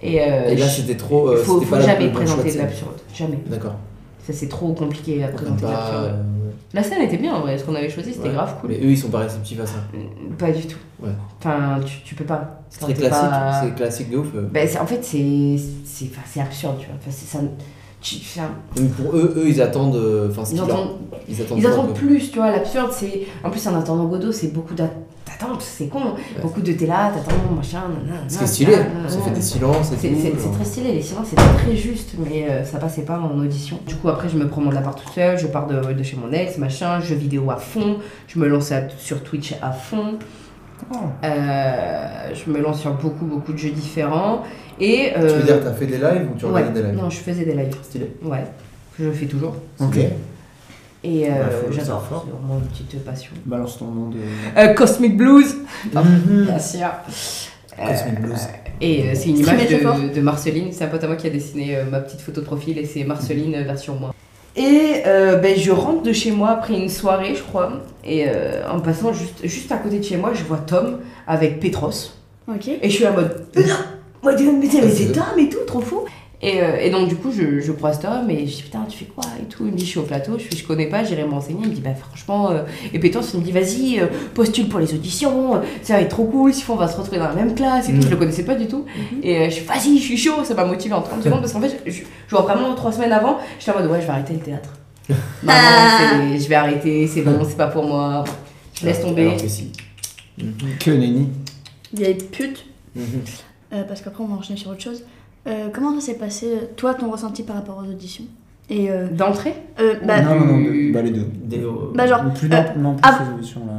I: Et, euh,
F: Et là,
I: je-
F: c'était trop. euh,
I: faut,
F: c'était
I: faut
F: pas la
I: jamais
F: bonne choix de
I: présenter de
F: scène.
I: l'absurde. Jamais.
F: D'accord.
I: Ça c'est trop compliqué à
F: On
I: présenter
F: peut
I: de
F: pas,
I: l'absurde.
F: euh,
I: La scène était bien en vrai, ce qu'on avait choisi c'était
F: Ouais.
I: grave cool.
F: Mais eux, ils sont pas réceptifs à ça.
I: Euh, Pas du tout.
F: Ouais.
I: Enfin, tu, tu peux pas.
F: C'est
I: Quand
F: très
I: t'es
F: classique,
I: pas-
F: c'est classique de ouf. euh.
I: Ben, c'est- en fait, c'est c'est enfin, c'est absurde, tu vois. Enfin, c'est ça. Tu, enfin,
F: Donc pour eux, eux, ils attendent. euh, Enfin, ce
I: ils
F: qu'ils leur-
I: entendent
F: ils attendent.
I: Ils
F: quoi,
I: attendent
F: quoi.
I: plus, tu vois, l'absurde, c'est... En plus, en attendant Godot, c'est beaucoup d'a- d'attentes, c'est con. Beaucoup de t'es là, t'attends, machin, nanana...
F: Ce qui est stylé,
I: nanana,
F: ça fait des
I: nanana.
F: silences et
I: Ah, C'est-
F: tout. euh.
I: c'est-
F: genre.
I: c'est très stylé, les silences c'était très juste, mais euh, ça passait pas en audition. Du coup, après, je me prends mon appart toute seule, je pars de, de chez mon ex, machin, jeux vidéo à fond, je me lance à- sur Twitch à fond, euh, je me lance sur beaucoup, beaucoup de jeux différents, et...
F: Tu
I: euh,
F: veux dire, t'as fait des lives ou tu
I: ouais,
F: regardais des lives
I: Non, je faisais des lives,
F: Stylé.
I: ouais, que je fais toujours,
A: Ok.
F: Stylé.
I: et euh,
F: Bah, faut le
I: j'adore,
F: savoir.
I: c'est vraiment une petite passion.
A: Balance ton nom de.
I: Euh, Cosmic Blues
F: Mhm.
I: Bien sûr.
F: Cosmic Blues.
I: Et euh, c'est une
E: Très
I: image
E: bien, très fort.
I: de, de Marceline. C'est un pote à moi qui a dessiné euh, ma petite photo de profil et c'est Marceline euh, version moi. Et euh, ben, je rentre de chez moi après une soirée, je crois. Et euh, en passant juste, juste à côté de chez moi, je vois Tom avec Petros.
E: Ok.
I: Et je suis en mode. Moi, tu mais c'est- mais c'est Tom et tout, trop fou. Et, euh, et donc, du coup, je, je croise Tom et je dis putain, tu fais quoi et tout. Il me dit, je suis au plateau, je fais, je connais pas, j'irai me renseigner. Il me dit, bah franchement, euh, et Pétance, il me dit, vas-y, euh, postule pour les auditions, euh, ça va être trop cool, si on va se retrouver dans la même classe et tout. Je le connaissais pas du tout.
F: Mhm.
I: Et euh, je suis, vas-y, je suis chaud, ça m'a motivé en 30 secondes parce qu'en fait, je, je- genre vraiment trois semaines avant, j'étais en mode, ouais, je vais arrêter le théâtre. Non,
E: Ah.
I: non, c'est- je vais arrêter, c'est bon, c'est pas pour moi. Je laisse tomber.
F: Alors que si.
A: Que nenni.
E: Vieille pute.
F: Mhm.
E: Euh, parce qu'après, on va enchaîner sur autre chose. Euh, comment ça s'est passé, euh, toi, ton ressenti par rapport aux auditions Et. euh,
I: D'entrée
E: euh, bah,
A: non, non, non, de-
I: euh,
A: bah les deux.
F: Des- euh,
E: bah, genre.
A: plus
E: euh,
A: non, non, plus
E: ah,
A: les auditions là.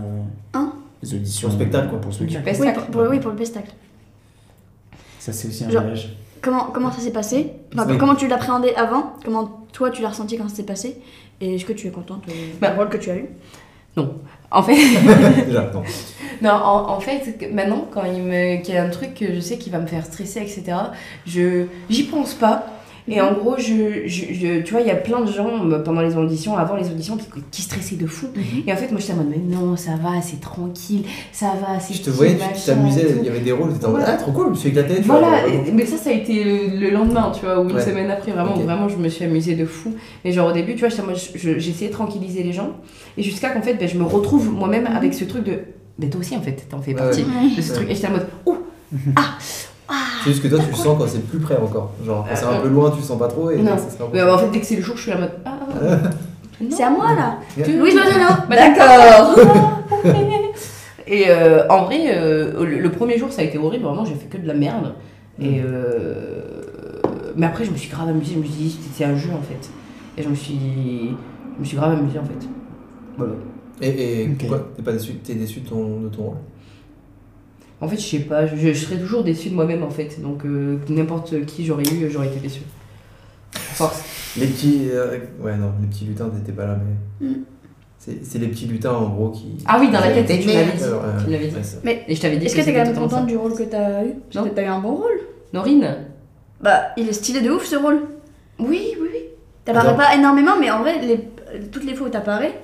E: Hein
A: Les auditions.
F: Pour le spectacle, quoi.
A: Pour le
I: du
A: spectacle.
E: Oui
I: pestacle.
E: pour, pour- oui, pour le pestacle.
A: Ça, c'est aussi un
E: Genre-
A: voyage.
E: Comment, comment ça s'est passé Enfin,
F: Oui.
E: Comment tu l'appréhendais avant Comment toi, tu l'as ressenti quand ça s'est passé Et est-ce que tu es contente euh, du
I: Bah.
E: rôle que tu as eu
I: En fait,
F: Déjà, non.
I: Non, en, en fait, que- maintenant, quand il me, qu'il y a un truc que je sais qui va me faire stresser, etc., je, j'y pense pas. Et en gros, je, je- je- tu vois, il y a plein de gens me- pendant les auditions, avant les auditions, qui, qui stressaient de fou. Et en fait, moi, j'étais en mode, mais non, ça va, c'est tranquille, ça va, c'est
F: Je te
I: petit,
F: voyais, tu
I: machin,
F: t'amusais,
I: et tout.
F: il y avait des rôles, t'étais en mode
I: Ouais.
F: Ah, trop cool, je me suis éclaté. tu vois,
I: Voilà,
F: vraiment.
I: et- mais ça, ça a été le, le lendemain, tu vois, ou une
F: Ouais.
I: semaine après, vraiment,
F: Ok.
I: où vraiment, je me suis amusée de fou. Mais genre, au début, tu vois, j'étais en mode, je- je- j'essayais de tranquilliser les gens, et jusqu'à qu'en fait, ben, je me retrouve moi-même avec ce truc de, mais toi aussi, hein. en fait, t'en fais partie
F: Ouais.
I: de ce
F: Ouais.
I: truc. Et j'étais en mode, ouh,
F: C'est juste que toi, tu le sens quand c'est plus près encore. Genre, quand c'est un peu loin, tu le sens pas trop. Et
I: Ah, non.
F: ça sera
I: Mais en fait, dès que c'est le jour, je suis en mode, ah,
E: C'est à moi là
F: Ouais.
E: Oui, non, non, non.
I: Bah, Et euh, en vrai, euh, le, le premier jour, ça a été horrible. Vraiment, j'ai fait que de la merde.
E: Mm.
I: Et euh, mais après, je me suis grave amusée. Je me suis dit, c'est un jeu en fait. Et je me suis, je me suis grave amusée en fait. Voilà.
F: Et, et
A: Ok.
F: quoi T'es pas déçu T'es déçu de ton, de ton rôle
I: En fait, je sais pas. Je, je serais toujours déçue de moi-même en fait. Donc euh, n'importe qui j'aurais eu, j'aurais été déçue. Force.
F: Les petits. euh, ouais, non, les petits lutins, t'étais pas là, mais.
E: Mm.
F: C'est c'est les petits lutins en gros qui.
I: Ah oui, dans la
F: qui-
I: quête, tu m'avais dit.
F: Alors, euh,
I: Tu l'avais dit.
F: ouais, ça.
I: Et je t'avais dit.
E: Est-ce que t'es quand même
I: c'était
E: contente
I: ça.
E: du rôle que t'as eu Parce que
I: Non.
E: t'as eu un bon rôle.
I: Norine.
E: Bah, il est stylé de ouf ce rôle.
I: Oui, oui, oui.
E: T'apparais
F: Attends.
E: pas énormément, mais en vrai, les- toutes les fois où t'apparais,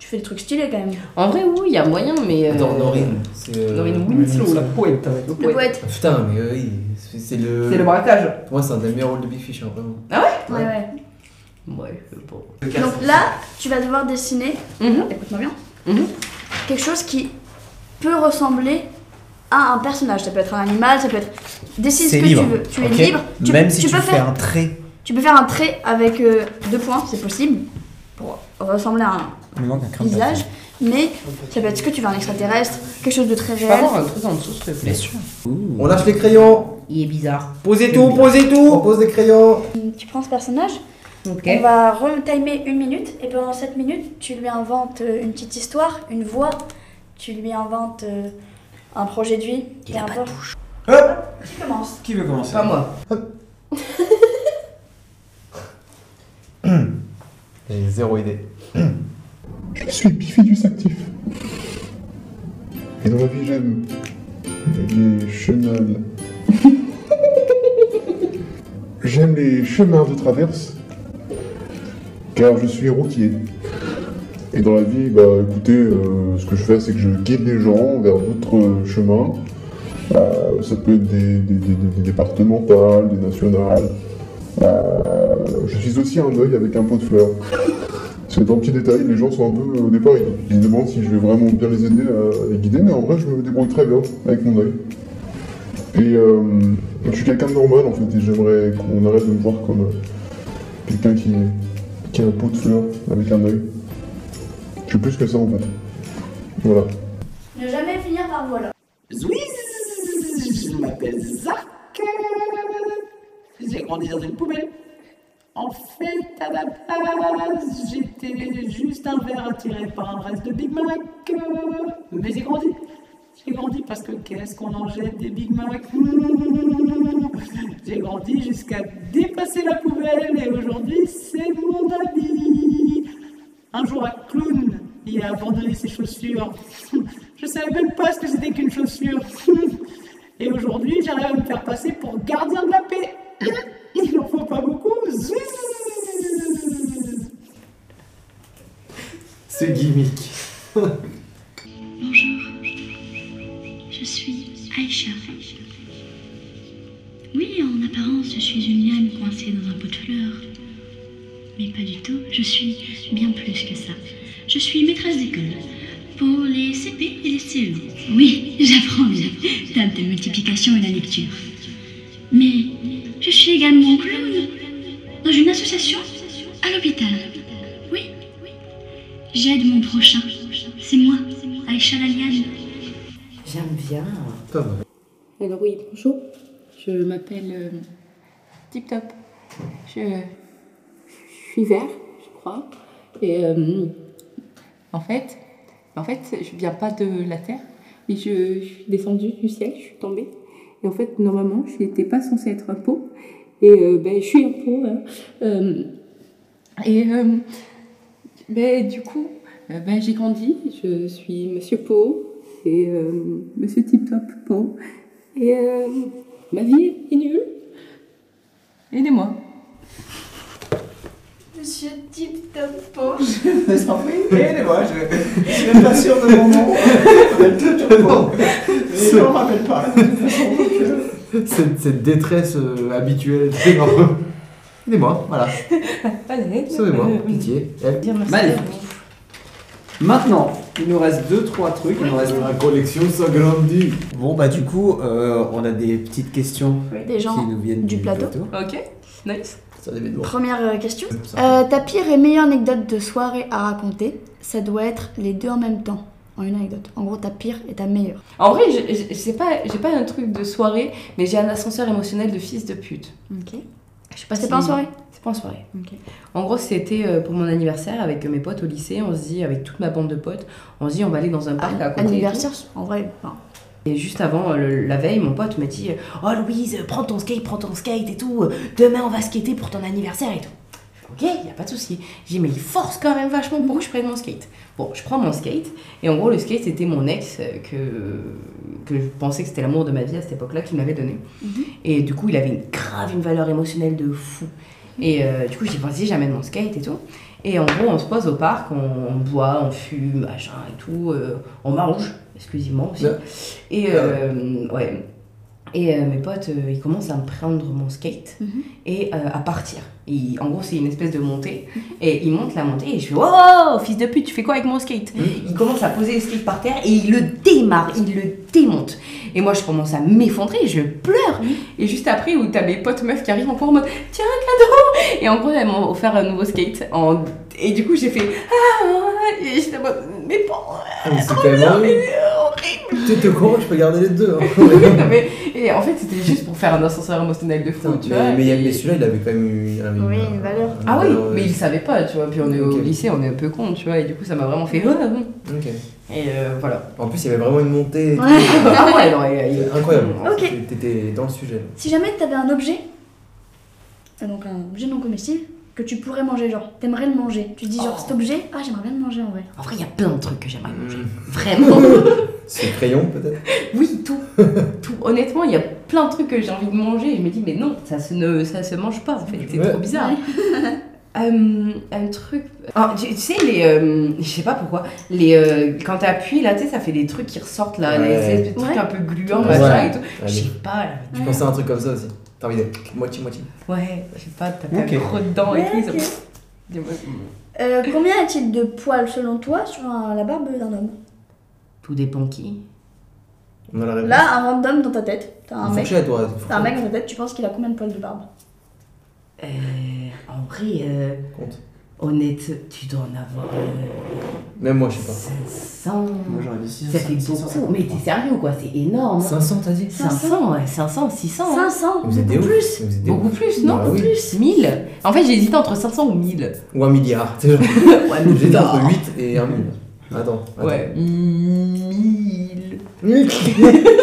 E: tu fais des trucs stylés quand même.
I: En vrai, oui, il y a moyen, mais. euh,
F: Attends, Norine. c'est, euh,
I: Norine Winslow, la poète.
E: Le poète.
F: Ah, Putain, mais oui, c'est c'est le.
I: C'est le braquage.
F: Pour moi, c'est un des meilleurs rôles de Big Fish, hein, vraiment.
E: Ouais,
F: Ouais.
E: ouais.
I: Ouais, bon.
E: Donc là, tu vas devoir dessiner, écoute-moi bien,
I: Mhm.
E: quelque chose qui peut ressembler à un personnage. Ça peut être un animal, ça peut être. Dessine ce
A: C'est
E: que
A: libre.
E: tu veux. Tu
A: ok
E: es libre. Tu,
A: Même si tu,
E: peux
A: fais
E: faire,
A: un trait.
E: tu peux faire un trait avec euh, deux points, c'est possible, pour ressembler à un
A: Il me manque un crâne
E: visage. Mais ça peut être ce que tu veux, un extraterrestre, quelque chose de très
I: Je peux
E: réel.
I: avoir un truc en dessous, s'il te plaît.
F: On lâche les crayons
I: Il est bizarre.
A: Posez tout, posez
F: On
A: tout
F: pose les crayons
E: Tu prends ce personnage,
I: Ok.
E: on va retimer une minute, et pendant cette minute, tu lui inventes euh, une petite histoire, une voix, tu lui inventes euh, un projet de vie. Il a pas Qui commence
A: Qui veut commencer
I: Pas moi.
F: J'ai zéro idée.
L: Je suis Bifidus actif. Et dans la vie, j'aime les chenolles. j'aime les chemins de traverse, car je suis routier. Et dans la vie, bah écoutez, euh, ce que je fais, c'est que je guide les gens vers d'autres euh, chemins. Euh, ça peut être des, des- des- des- des départementales, des nationales. Euh, je suis aussi un œil avec un pot de fleurs. Parce que dans le petit détail, les gens sont un peu euh, au départ, ils- ils se demandent si je vais vraiment bien les aider à les guider, mais en vrai, je me débrouille très bien avec mon œil. Et euh, je suis quelqu'un de normal en fait, et j'aimerais qu'on arrête de me voir comme euh, quelqu'un qui, qui a un pot de fleurs avec un œil. Je suis plus que ça en fait. Voilà.
E: Ne jamais finir par voilà.
M: Oui, je m'appelle Zach. J'ai grandi dans une poubelle. En fait, à la base, j'étais juste un verre attiré par un reste de Big Mac. Mais j'ai grandi. J'ai grandi parce que qu'est-ce qu'on en jette des Big Mac Mmh. J'ai grandi jusqu'à dépasser la poubelle et aujourd'hui, c'est mon habit. Un jour, un clown y a abandonné ses chaussures. Je savais même pas ce que c'était qu'une chaussure. Et aujourd'hui, j'arrive à me faire passer pour gardien de la paix. Il en faut pas beaucoup. Zouiz.
F: Ce gimmick.
L: Bonjour, je suis Aïcha. Oui, en apparence, je suis une liane coincée dans un pot de fleurs. Mais pas du tout, je suis bien plus que ça. Je suis maîtresse d'école pour les CP et les CE. Oui, j'apprends bien la table de multiplication et la lecture. Mais je suis également clown dans une association à l'hôpital. Oui, j'aide mon prochain. C'est moi, Aïcha la liane.
I: J'aime bien.
F: Pas mal.
G: Alors oui, bonjour. Je m'appelle euh, Tip Top. Je, je suis vert, je crois. Et euh, en fait, en fait, je viens pas de la Terre. Et je, je suis descendue du ciel, je suis tombée. Et en fait, normalement, je n'étais pas censée être un pot. Et euh, ben, je suis un pot. hein. Euh, et euh, ben, du coup, euh, ben, j'ai grandi. Je suis Monsieur Pot et euh, Monsieur Tip Top Pot. Et euh, ma vie est nulle. Aidez-moi.
N: Monsieur Tip Top Po.
A: Je t'en prie, aidez-moi, je je suis même pas sûr de mon nom.
H: Ce-
A: Je ne me rappelle pas.
H: cette, cette détresse euh, habituelle. Aidez-moi, voilà. Sauvez-moi,
I: Euh,
H: pitié.
A: Allez. Maintenant, il nous reste 2-3 trucs. Il nous reste... La collection s'agrandit. Bon, bah, du coup, euh, on a des petites questions
E: Des gens
A: qui nous viennent
E: du
A: du,
E: plateau.
I: Ok, nice.
A: Ça devait devoir.
E: Première euh, question. Euh, ta pire et meilleure anecdote de soirée à raconter, ça doit être les deux en même temps, en une anecdote. En gros, ta pire et ta meilleure.
I: En vrai, je- je- je sais pas, j'ai pas un truc de soirée, mais j'ai un ascenseur émotionnel de fils de pute.
E: Ok.
I: Je sais pas
E: C'est
I: si-
E: pas en soirée
I: C'est pas en soirée. En gros, c'était euh, pour mon anniversaire avec mes potes au lycée. On se dit, avec toute ma bande de potes, on se dit, on va aller dans un parc à côté. Ah, et tout.
E: Anniversaire, en vrai. enfin,
I: Et juste avant, euh, le- la veille, mon pote m'a dit euh, Oh Louise, euh, prends ton skate, prends ton skate et tout. euh, Demain, on va skater pour ton anniversaire et tout. Je fais, Ok, y a pas de souci. J'ai dit Mais il force quand même vachement pour que je prenne mon skate. Bon, je prends mon skate. Et en gros, le skate, c'était mon ex euh, que, que je pensais que c'était l'amour de ma vie à cette époque-là qui m'avait donné.
O: Mhm.
I: Et du coup, il avait une, grave une valeur émotionnelle de fou. Et euh, du coup, j'ai dit, vas-y, j'amène mon skate et tout. Et en gros, on se pose au parc, on, on boit, on fume, machin et tout. euh, on mange, exclusivement aussi. Et euh, ouais. Et euh, mes potes, euh, ils commencent à me prendre mon skate et euh, à partir. Ils- en gros, c'est une espèce de montée. Et ils montent la montée et je fais Oh, fils de pute, tu fais quoi avec mon skate Ils commencent à poser le skate par terre et ils le démarrent, ils le démontent. Et moi, je commence à m'effondrer, je pleure. Et juste après, où t'as mes potes meufs qui arrivent encore en mode Tiens, un cadeau Et en gros, elles m'ont offert un nouveau skate. en- Et du coup, j'ai fait Ah Et j'étais en mode Mais bon
A: Ah,
F: C'est tellement Oh, horrible. T'es au courant, je peux garder les deux. hein.
I: Non, mais- et en fait, c'était juste pour faire un ascenseur émotionnel de fou, tu vois.
F: mais mais, il y a- mais celui-là, il avait quand même eu. il avait eu-
I: une valeur. Ah oui,
F: euh,
I: mais il savait pas, tu vois. Puis on est au lycée, on est un peu con, tu vois. Et du coup, ça m'a vraiment fait. Ah, bon.
F: Ok.
I: Et euh, voilà.
F: En plus, il y avait vraiment une montée. et tout.
E: Ouais.
I: Ah ouais, non, il- il-
F: C'est Incroyable.
E: Ok.
F: T'étais- T'étais dans le sujet.
E: Si jamais t'avais un objet, euh, donc un objet non comestible, que tu pourrais manger, genre, t'aimerais le manger. Tu te dis, genre, cet objet, ah, j'aimerais bien le manger en vrai.
I: En vrai, il y a plein de trucs que
E: Ah,
I: j'aimerais manger. Vraiment.
F: C'est le crayon, peut-être
I: Oui, tout. tout. Honnêtement, il y a plein de trucs que j'ai envie de manger. Et je me dis, mais non, ça se, ne, ça se mange pas, en fait. C'est
O: Ouais.
I: trop bizarre. Euh, un truc. Ah, tu, tu sais, les. euh, je sais pas pourquoi. Les, euh, quand t'appuies, là, tu sais, ça fait des trucs qui ressortent, là.
F: Ouais.
I: Les espèces de trucs
F: Ouais.
I: un peu gluants,
F: Ouais.
I: machin et tout.
F: Ouais.
I: Je sais pas. là.
F: Je pensais à un truc comme ça aussi. T'as envie de moitié-moitié.
I: Ouais, je sais pas, t'as pas
F: Ok.
I: trop dedans et
E: Ouais,
I: tout. ça-
E: ok.
I: Dis-moi.
E: Euh, combien y a-t-il de poils selon toi sur un- la barbe d'un homme
I: Tout dépend qui.
F: On a la réponse.
E: Là, un random dans ta tête, t'as un
F: Une
E: mec.
F: fourchette, ouais, une
E: T'as un mec dans ta tête, tu penses qu'il a combien de poils de barbe
I: Euh, en vrai, euh, honnête, tu dois en avoir.
F: Même moi, je sais pas.
I: 500.
F: Moi, j'aurais dit 600,
I: Ça fait
F: 600,
I: beaucoup. Mais t'es sérieux, quoi, c'est énorme.
F: 500, t'as dit
I: 500, ouais, 500, 600.
E: 500
F: Vous êtes des
I: Beaucoup
F: ouf.
I: plus.
F: Vous êtes des
I: Beaucoup
F: ouf.
I: plus, non
F: Bah oui.
I: plus. 1000. En fait, j'ai hésité entre 500 ou 1000.
F: Ou un milliard. tu sais, genre.
I: mais
F: J'étais
I: non.
F: entre 8 et 1 milliard. Attends. attends.
I: Ouais. 1000.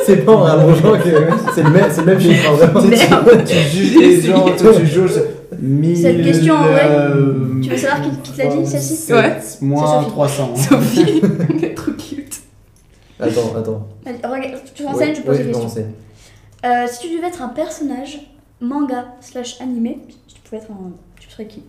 F: c'est pas en rallongeant que c'est le même, c'est le même chiffre. en vrai.
A: Merde. Tu juges les gens, toi, tu juges.
E: Cette
A: Mille,
E: question, en vrai,
A: euh,
E: tu veux savoir qui, qui te l'a dit, celle-ci
A: Ouais. Moins hein.
E: C'est Sophie.
A: 300.
I: Sophie,
E: trop cute.
F: Attends, attends.
E: Allez, regarde, tu te renseignes,
F: Ouais,
E: tu poses
F: ouais,
E: des
F: je me
E: questions.
F: renseigne.
E: Euh, si tu devais être un personnage manga slash animé, si tu pouvais être un... Tu serais qui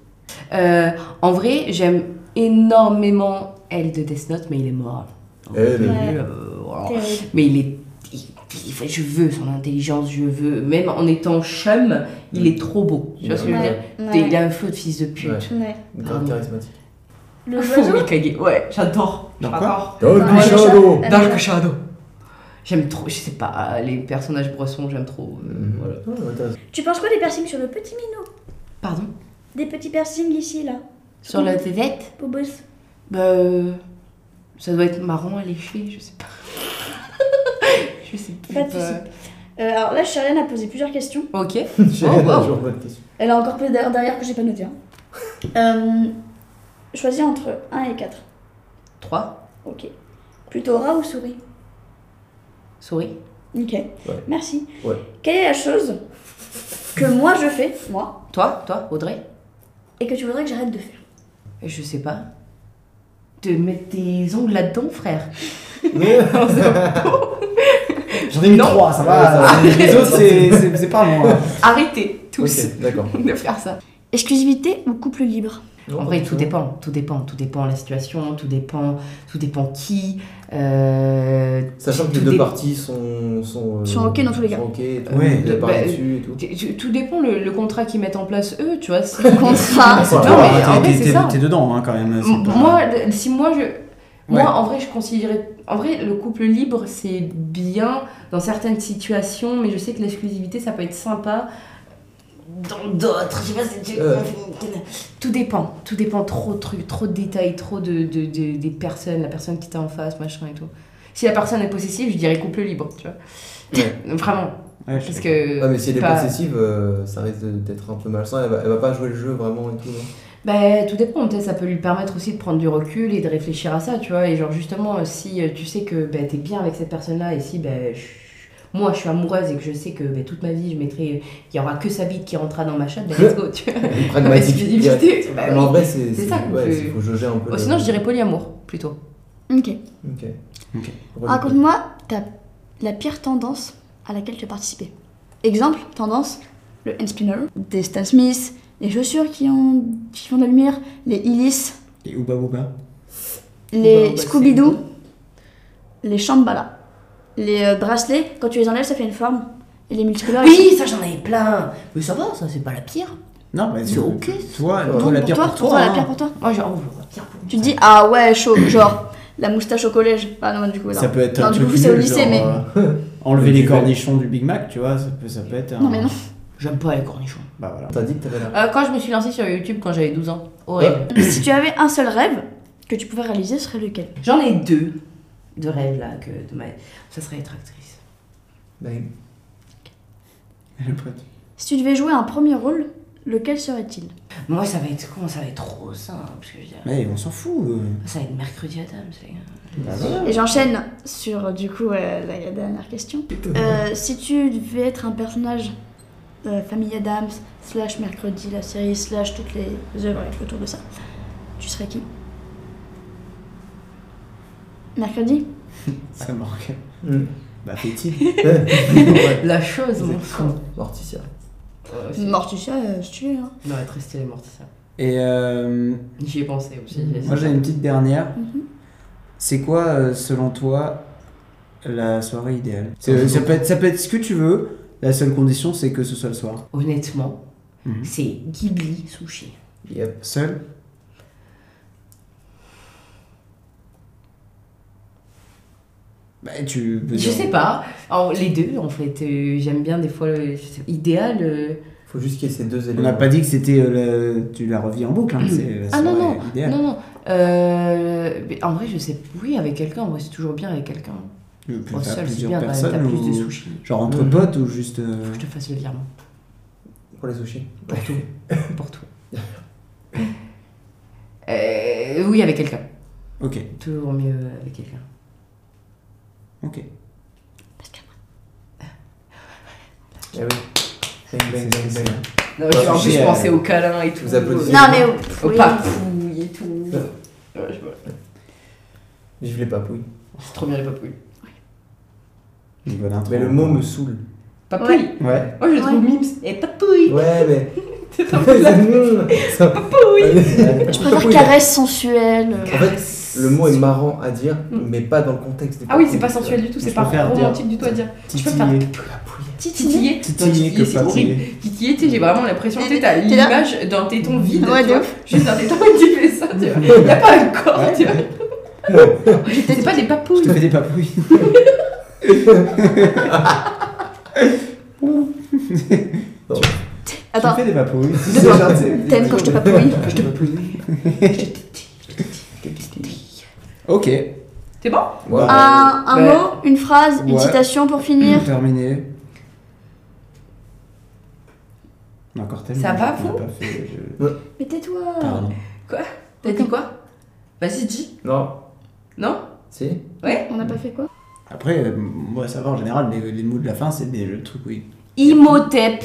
I: Euh, en vrai, j'aime énormément L de Death Note, mais il est mort. En
F: Eh ben.
I: vrai, euh, voilà.
F: Terrible.
I: Mais il est. il- il- je veux son intelligence, je veux. Même en étant chum, il est trop beau. Tu vois ce que je veux
E: Ouais.
I: dire
E: Ouais.
I: Il a un flot de fils de pute.
E: Ouais.
F: Grave charismatique.
E: Le
I: Fou
E: oiseau
I: Mikage. Ouais, j'adore.
F: Dans
I: J'adore.
F: quoi Dans Oh, le
E: Euh,
F: Shadow.
I: Dans le Shadow. J'aime trop, je sais pas, euh, les personnages poissons, j'aime trop. euh,
A: Mhm.
I: voilà.
E: Tu penses quoi des piercings sur le petit minou
I: Pardon
E: Des petits piercings ici, là
I: Sur la tête
E: Bobos.
I: Bah. euh, ça doit être marron à lécher, je sais pas. je sais plus.
E: Pas de soucis.
I: bah.
E: Euh, alors là, Sherian a posé plusieurs questions.
I: Ok.
F: J'ai
I: Oh, wow.
F: toujours pas de question.
E: Elle a encore posé d'ailleurs derrière que j'ai pas noté. hein. Euh, choisis entre 1 et 4.
I: 3.
E: Ok. Plutôt rat ou souris
I: Souris.
E: Ok. Merci.
I: Ouais.
E: Quelle est la chose que moi je fais, moi,
I: Toi, toi, Audrey
E: et que tu voudrais que j'arrête de faire
I: Je sais pas. De mettre tes ongles là-dedans, frère. Non, c'est bon.
A: J'en ai mis
I: Non.
A: 3, ça va. ça va.
I: Arrête.
A: Les autres, c'est- c'est c'est pas moi.
I: Arrêtez tous
A: Ok, d'accord.
I: de faire ça.
E: Exclusivité ou couple libre
I: En vrai, tout dépend, tout dépend, tout dépend la situation, tout dépend, tout dépend qui. euh,
F: Sachant que
I: tout
F: les deux
I: dé-
F: parties sont. Sont, euh,
I: Sont ok dans tous les cas.
F: sont ok, tout,
I: Ouais.
F: il y a pas
I: Bah,
F: dessus et tout.
I: Tu- tu- Tout dépend le, le contrat qu'ils mettent en place eux, tu vois. si-
E: Le contrat.
C: Voilà,
I: Non, mais en
C: t'es-
I: vrai,
C: t'es-
I: c'est
C: t'es-
I: ça.
C: T'es dedans hein, quand même. c'est
I: M-
C: pas-
I: Moi, le- si moi je. Moi,
C: Ouais.
I: en vrai, je considérais. En vrai, le couple libre, c'est bien dans certaines situations, mais je sais que l'exclusivité, ça peut être sympa dans d'autres. Je sais pas si tu-
B: Euh.
I: Tout dépend. Tout dépend trop de trucs, trop de détails, trop de, de- de- des personnes, la personne qui t'a en face, machin et tout. Si la personne est possessive, je dirais couple libre, tu vois. Vraiment.
F: Ouais, je
I: Parce
F: sais.
I: que.
F: Ah, mais si elle est
I: pas-
F: possessive, euh, ça risque de- d'être un peu malsain. Elle va, elle va pas jouer le jeu vraiment et tout. non
I: Bah, tout dépend, peut-être ça peut lui permettre aussi de prendre du recul et de réfléchir à ça, tu vois. Et genre, justement, euh, si euh, tu sais que bah, t'es bien avec cette personne-là, et si bah, je- moi je suis amoureuse et que je sais que bah, toute ma vie je mettrai. Il y aura que sa bite qui rentrera dans ma chatte, bah, let's go, tu vois.
F: Pragmatique.
I: Parce que l'idée,
F: Ah,
I: bah,
F: mais
I: oui.
F: en vrai, c'est
I: ça.
F: c'est-
I: qu'on
F: ouais,
I: peut-
F: c'est- faut jauger un peu.
I: Oh,
F: le-
I: Sinon, je dirais polyamour plutôt.
E: Ok.
F: Ok.
E: Raconte-moi ta, la pire tendance à laquelle tu as participé. Exemple, tendance, le hand spinner, des Stan Smith, les chaussures qui, ont, qui font de la lumière, les Illis,
A: Et Ouba Booba bah,
E: les Scooby-Doo, les Shambhala, les euh, bracelets, quand tu les enlèves, ça fait une forme. Et les multicolores.
I: Oui,
E: ils-
I: ça j'en avais plein Mais ça va, ça c'est pas la pire.
A: Non, mais
I: C'est ok.
A: Toi,
E: Pour
A: toi la pire
E: toi,
A: pour toi.
E: la
A: hein.
E: pire pour toi.
I: Moi, genre,
E: Tu te dis, ah ouais, chaud, genre, la moustache au collège. Ah non, du coup, non.
A: Ça peut être
E: Non,
A: un
E: du
A: truc
E: coup, c'est au
A: nul,
E: lycée,
A: genre,
E: mais.
A: euh, enlever les cornichons du Big Mac, tu vois, ça peut, ça peut être. un-
E: Non, mais non.
I: J'aime pas les cornichons.
A: Bah voilà.
F: T'as dit que t'avais la.
I: Euh, quand je me suis lancée sur YouTube quand j'avais 12 ans, horrible.
E: si tu avais un seul rêve que tu pouvais réaliser, ce serait lequel
I: J'en ai deux de rêves là, que de ma- ça serait être actrice.
E: Si tu devais jouer un premier rôle, lequel serait-il
I: Moi, ça va être con, ça va être trop simple. Parce que je dirais-
A: Mais on s'en fout. euh.
I: Ça va être mercredi à Adams, les gars.
A: Bah, voilà.
E: Et j'enchaîne sur euh, du coup euh, la, la dernière question. Euh, si tu devais être un personnage euh, Famille Adams, slash mercredi, la série, slash toutes les œuvres autour de ça, tu serais qui Mercredi
A: Ça manque.
F: Mm.
A: Bah, petit.
I: La chose, mon con.
F: Morticia.
E: Morticia, euh, si tu veux. hein.
I: Non, être resté morticia.
A: Et euh,
I: J'y ai pensé aussi.
A: moi, j'ai une petite dernière.
E: Mhm.
A: C'est quoi, euh, selon toi, la soirée idéale C'est-
I: Un
A: ça
I: jour.
A: peut, être, ça peut être ce que tu veux. La seule condition, c'est que ce soit le soir.
I: Honnêtement, c'est Ghibli Sushi.
A: Seul Bah, tu peux
I: Je
A: dire-
I: sais pas. En- les deux, en fait. euh, J'aime bien des fois le je sais- idéal. euh,
F: Faut juste qu'il y ait ces deux
A: On
F: éléments.
A: n'a pas dit que c'était euh, le- tu la revis en boucle, hein, c'est la
I: Ah non, non,
A: soirée idéale.
I: non, non. Euh, mais en vrai, je sais, oui, avec quelqu'un, en vrai, c'est toujours bien avec quelqu'un.
A: Tu peux
I: Au
A: faire
I: sol, Oh, c'est
A: plusieurs
I: bien, t'as t'as
A: personnes
I: plus de
A: ou-
I: sushis.
A: Genre entre
I: Mhm.
A: potes ou juste. euh,
I: Faut que je te fasse le virement.
F: Mm. Pour les sushis.
I: Pour tout. Pour tout. Euh, oui, avec quelqu'un.
A: Ok.
I: Toujours mieux avec quelqu'un.
A: Ok.
F: Eh oui. Bang, bang, bang, bang.
I: Non, je- en plus, je pensais au câlin et tout.
F: Vous applaudissez.
I: Non,
E: mais
I: au-
E: oui.
I: Au papouille et tout.
F: Ouais.
I: Ouais, je sais pas.
F: Je l'ai pas pouille.
I: C'est trop bien les papouilles.
A: Ah,
F: Mais le mot me saoule.
I: Papouille
F: Ouais.
I: Moi, je le trouve mimes. Et papouille
F: Ouais, mais.
I: C'est un peu la-
F: Papouille
E: Je préfère caresse sensuelle. euh.
F: En fait, le mot est marrant à dire, mais pas dans le contexte des
I: Mm. Ah oui, c'est
F: papouilles.
I: pas sensuel du tout,
F: Je
I: c'est pas
F: préfère dire
I: romantique du tout à dire. Tu peux faire
F: titiller.
I: titiller.
F: Titiller
I: Non, Titiller,
F: que
I: c'est
F: papouiller.
I: horrible. Titiller, tu sais, j'ai vraiment l'impression, tu sais, t'as
E: t'es là.
I: l'image d'un téton vide,
E: Ouais,
I: tu
E: de
I: vois.
E: ouf.
I: Juste un téton et tu fais ça, tu vois. Y'a pas un corps, tu vois. C'est pas des papouilles.
A: Je te fais des papouilles.
E: Attends.
A: Tu me fais des papouilles.
E: De quoi T'aimes quand je te papouille
A: Je te papouille. Ok.
I: C'est bon
A: Ouais.
E: Euh, Un, un
A: Ouais.
E: mot, une phrase, une
A: Ouais.
E: citation pour finir.
A: Terminé. On a Encore tellement.
I: Ça va,
A: on
I: vous Ah.
A: n'a pas fait, je-
E: Mais tais-toi
A: Pardon.
I: Quoi T'as dit quoi Vas-y, dis.
F: Non.
I: Ah. Non
F: Si.
I: Ouais
E: On n'a pas fait quoi
A: Après, euh, moi, ça va en général, les, les mots de la fin, c'est des trucs, oui.
I: Imhotep.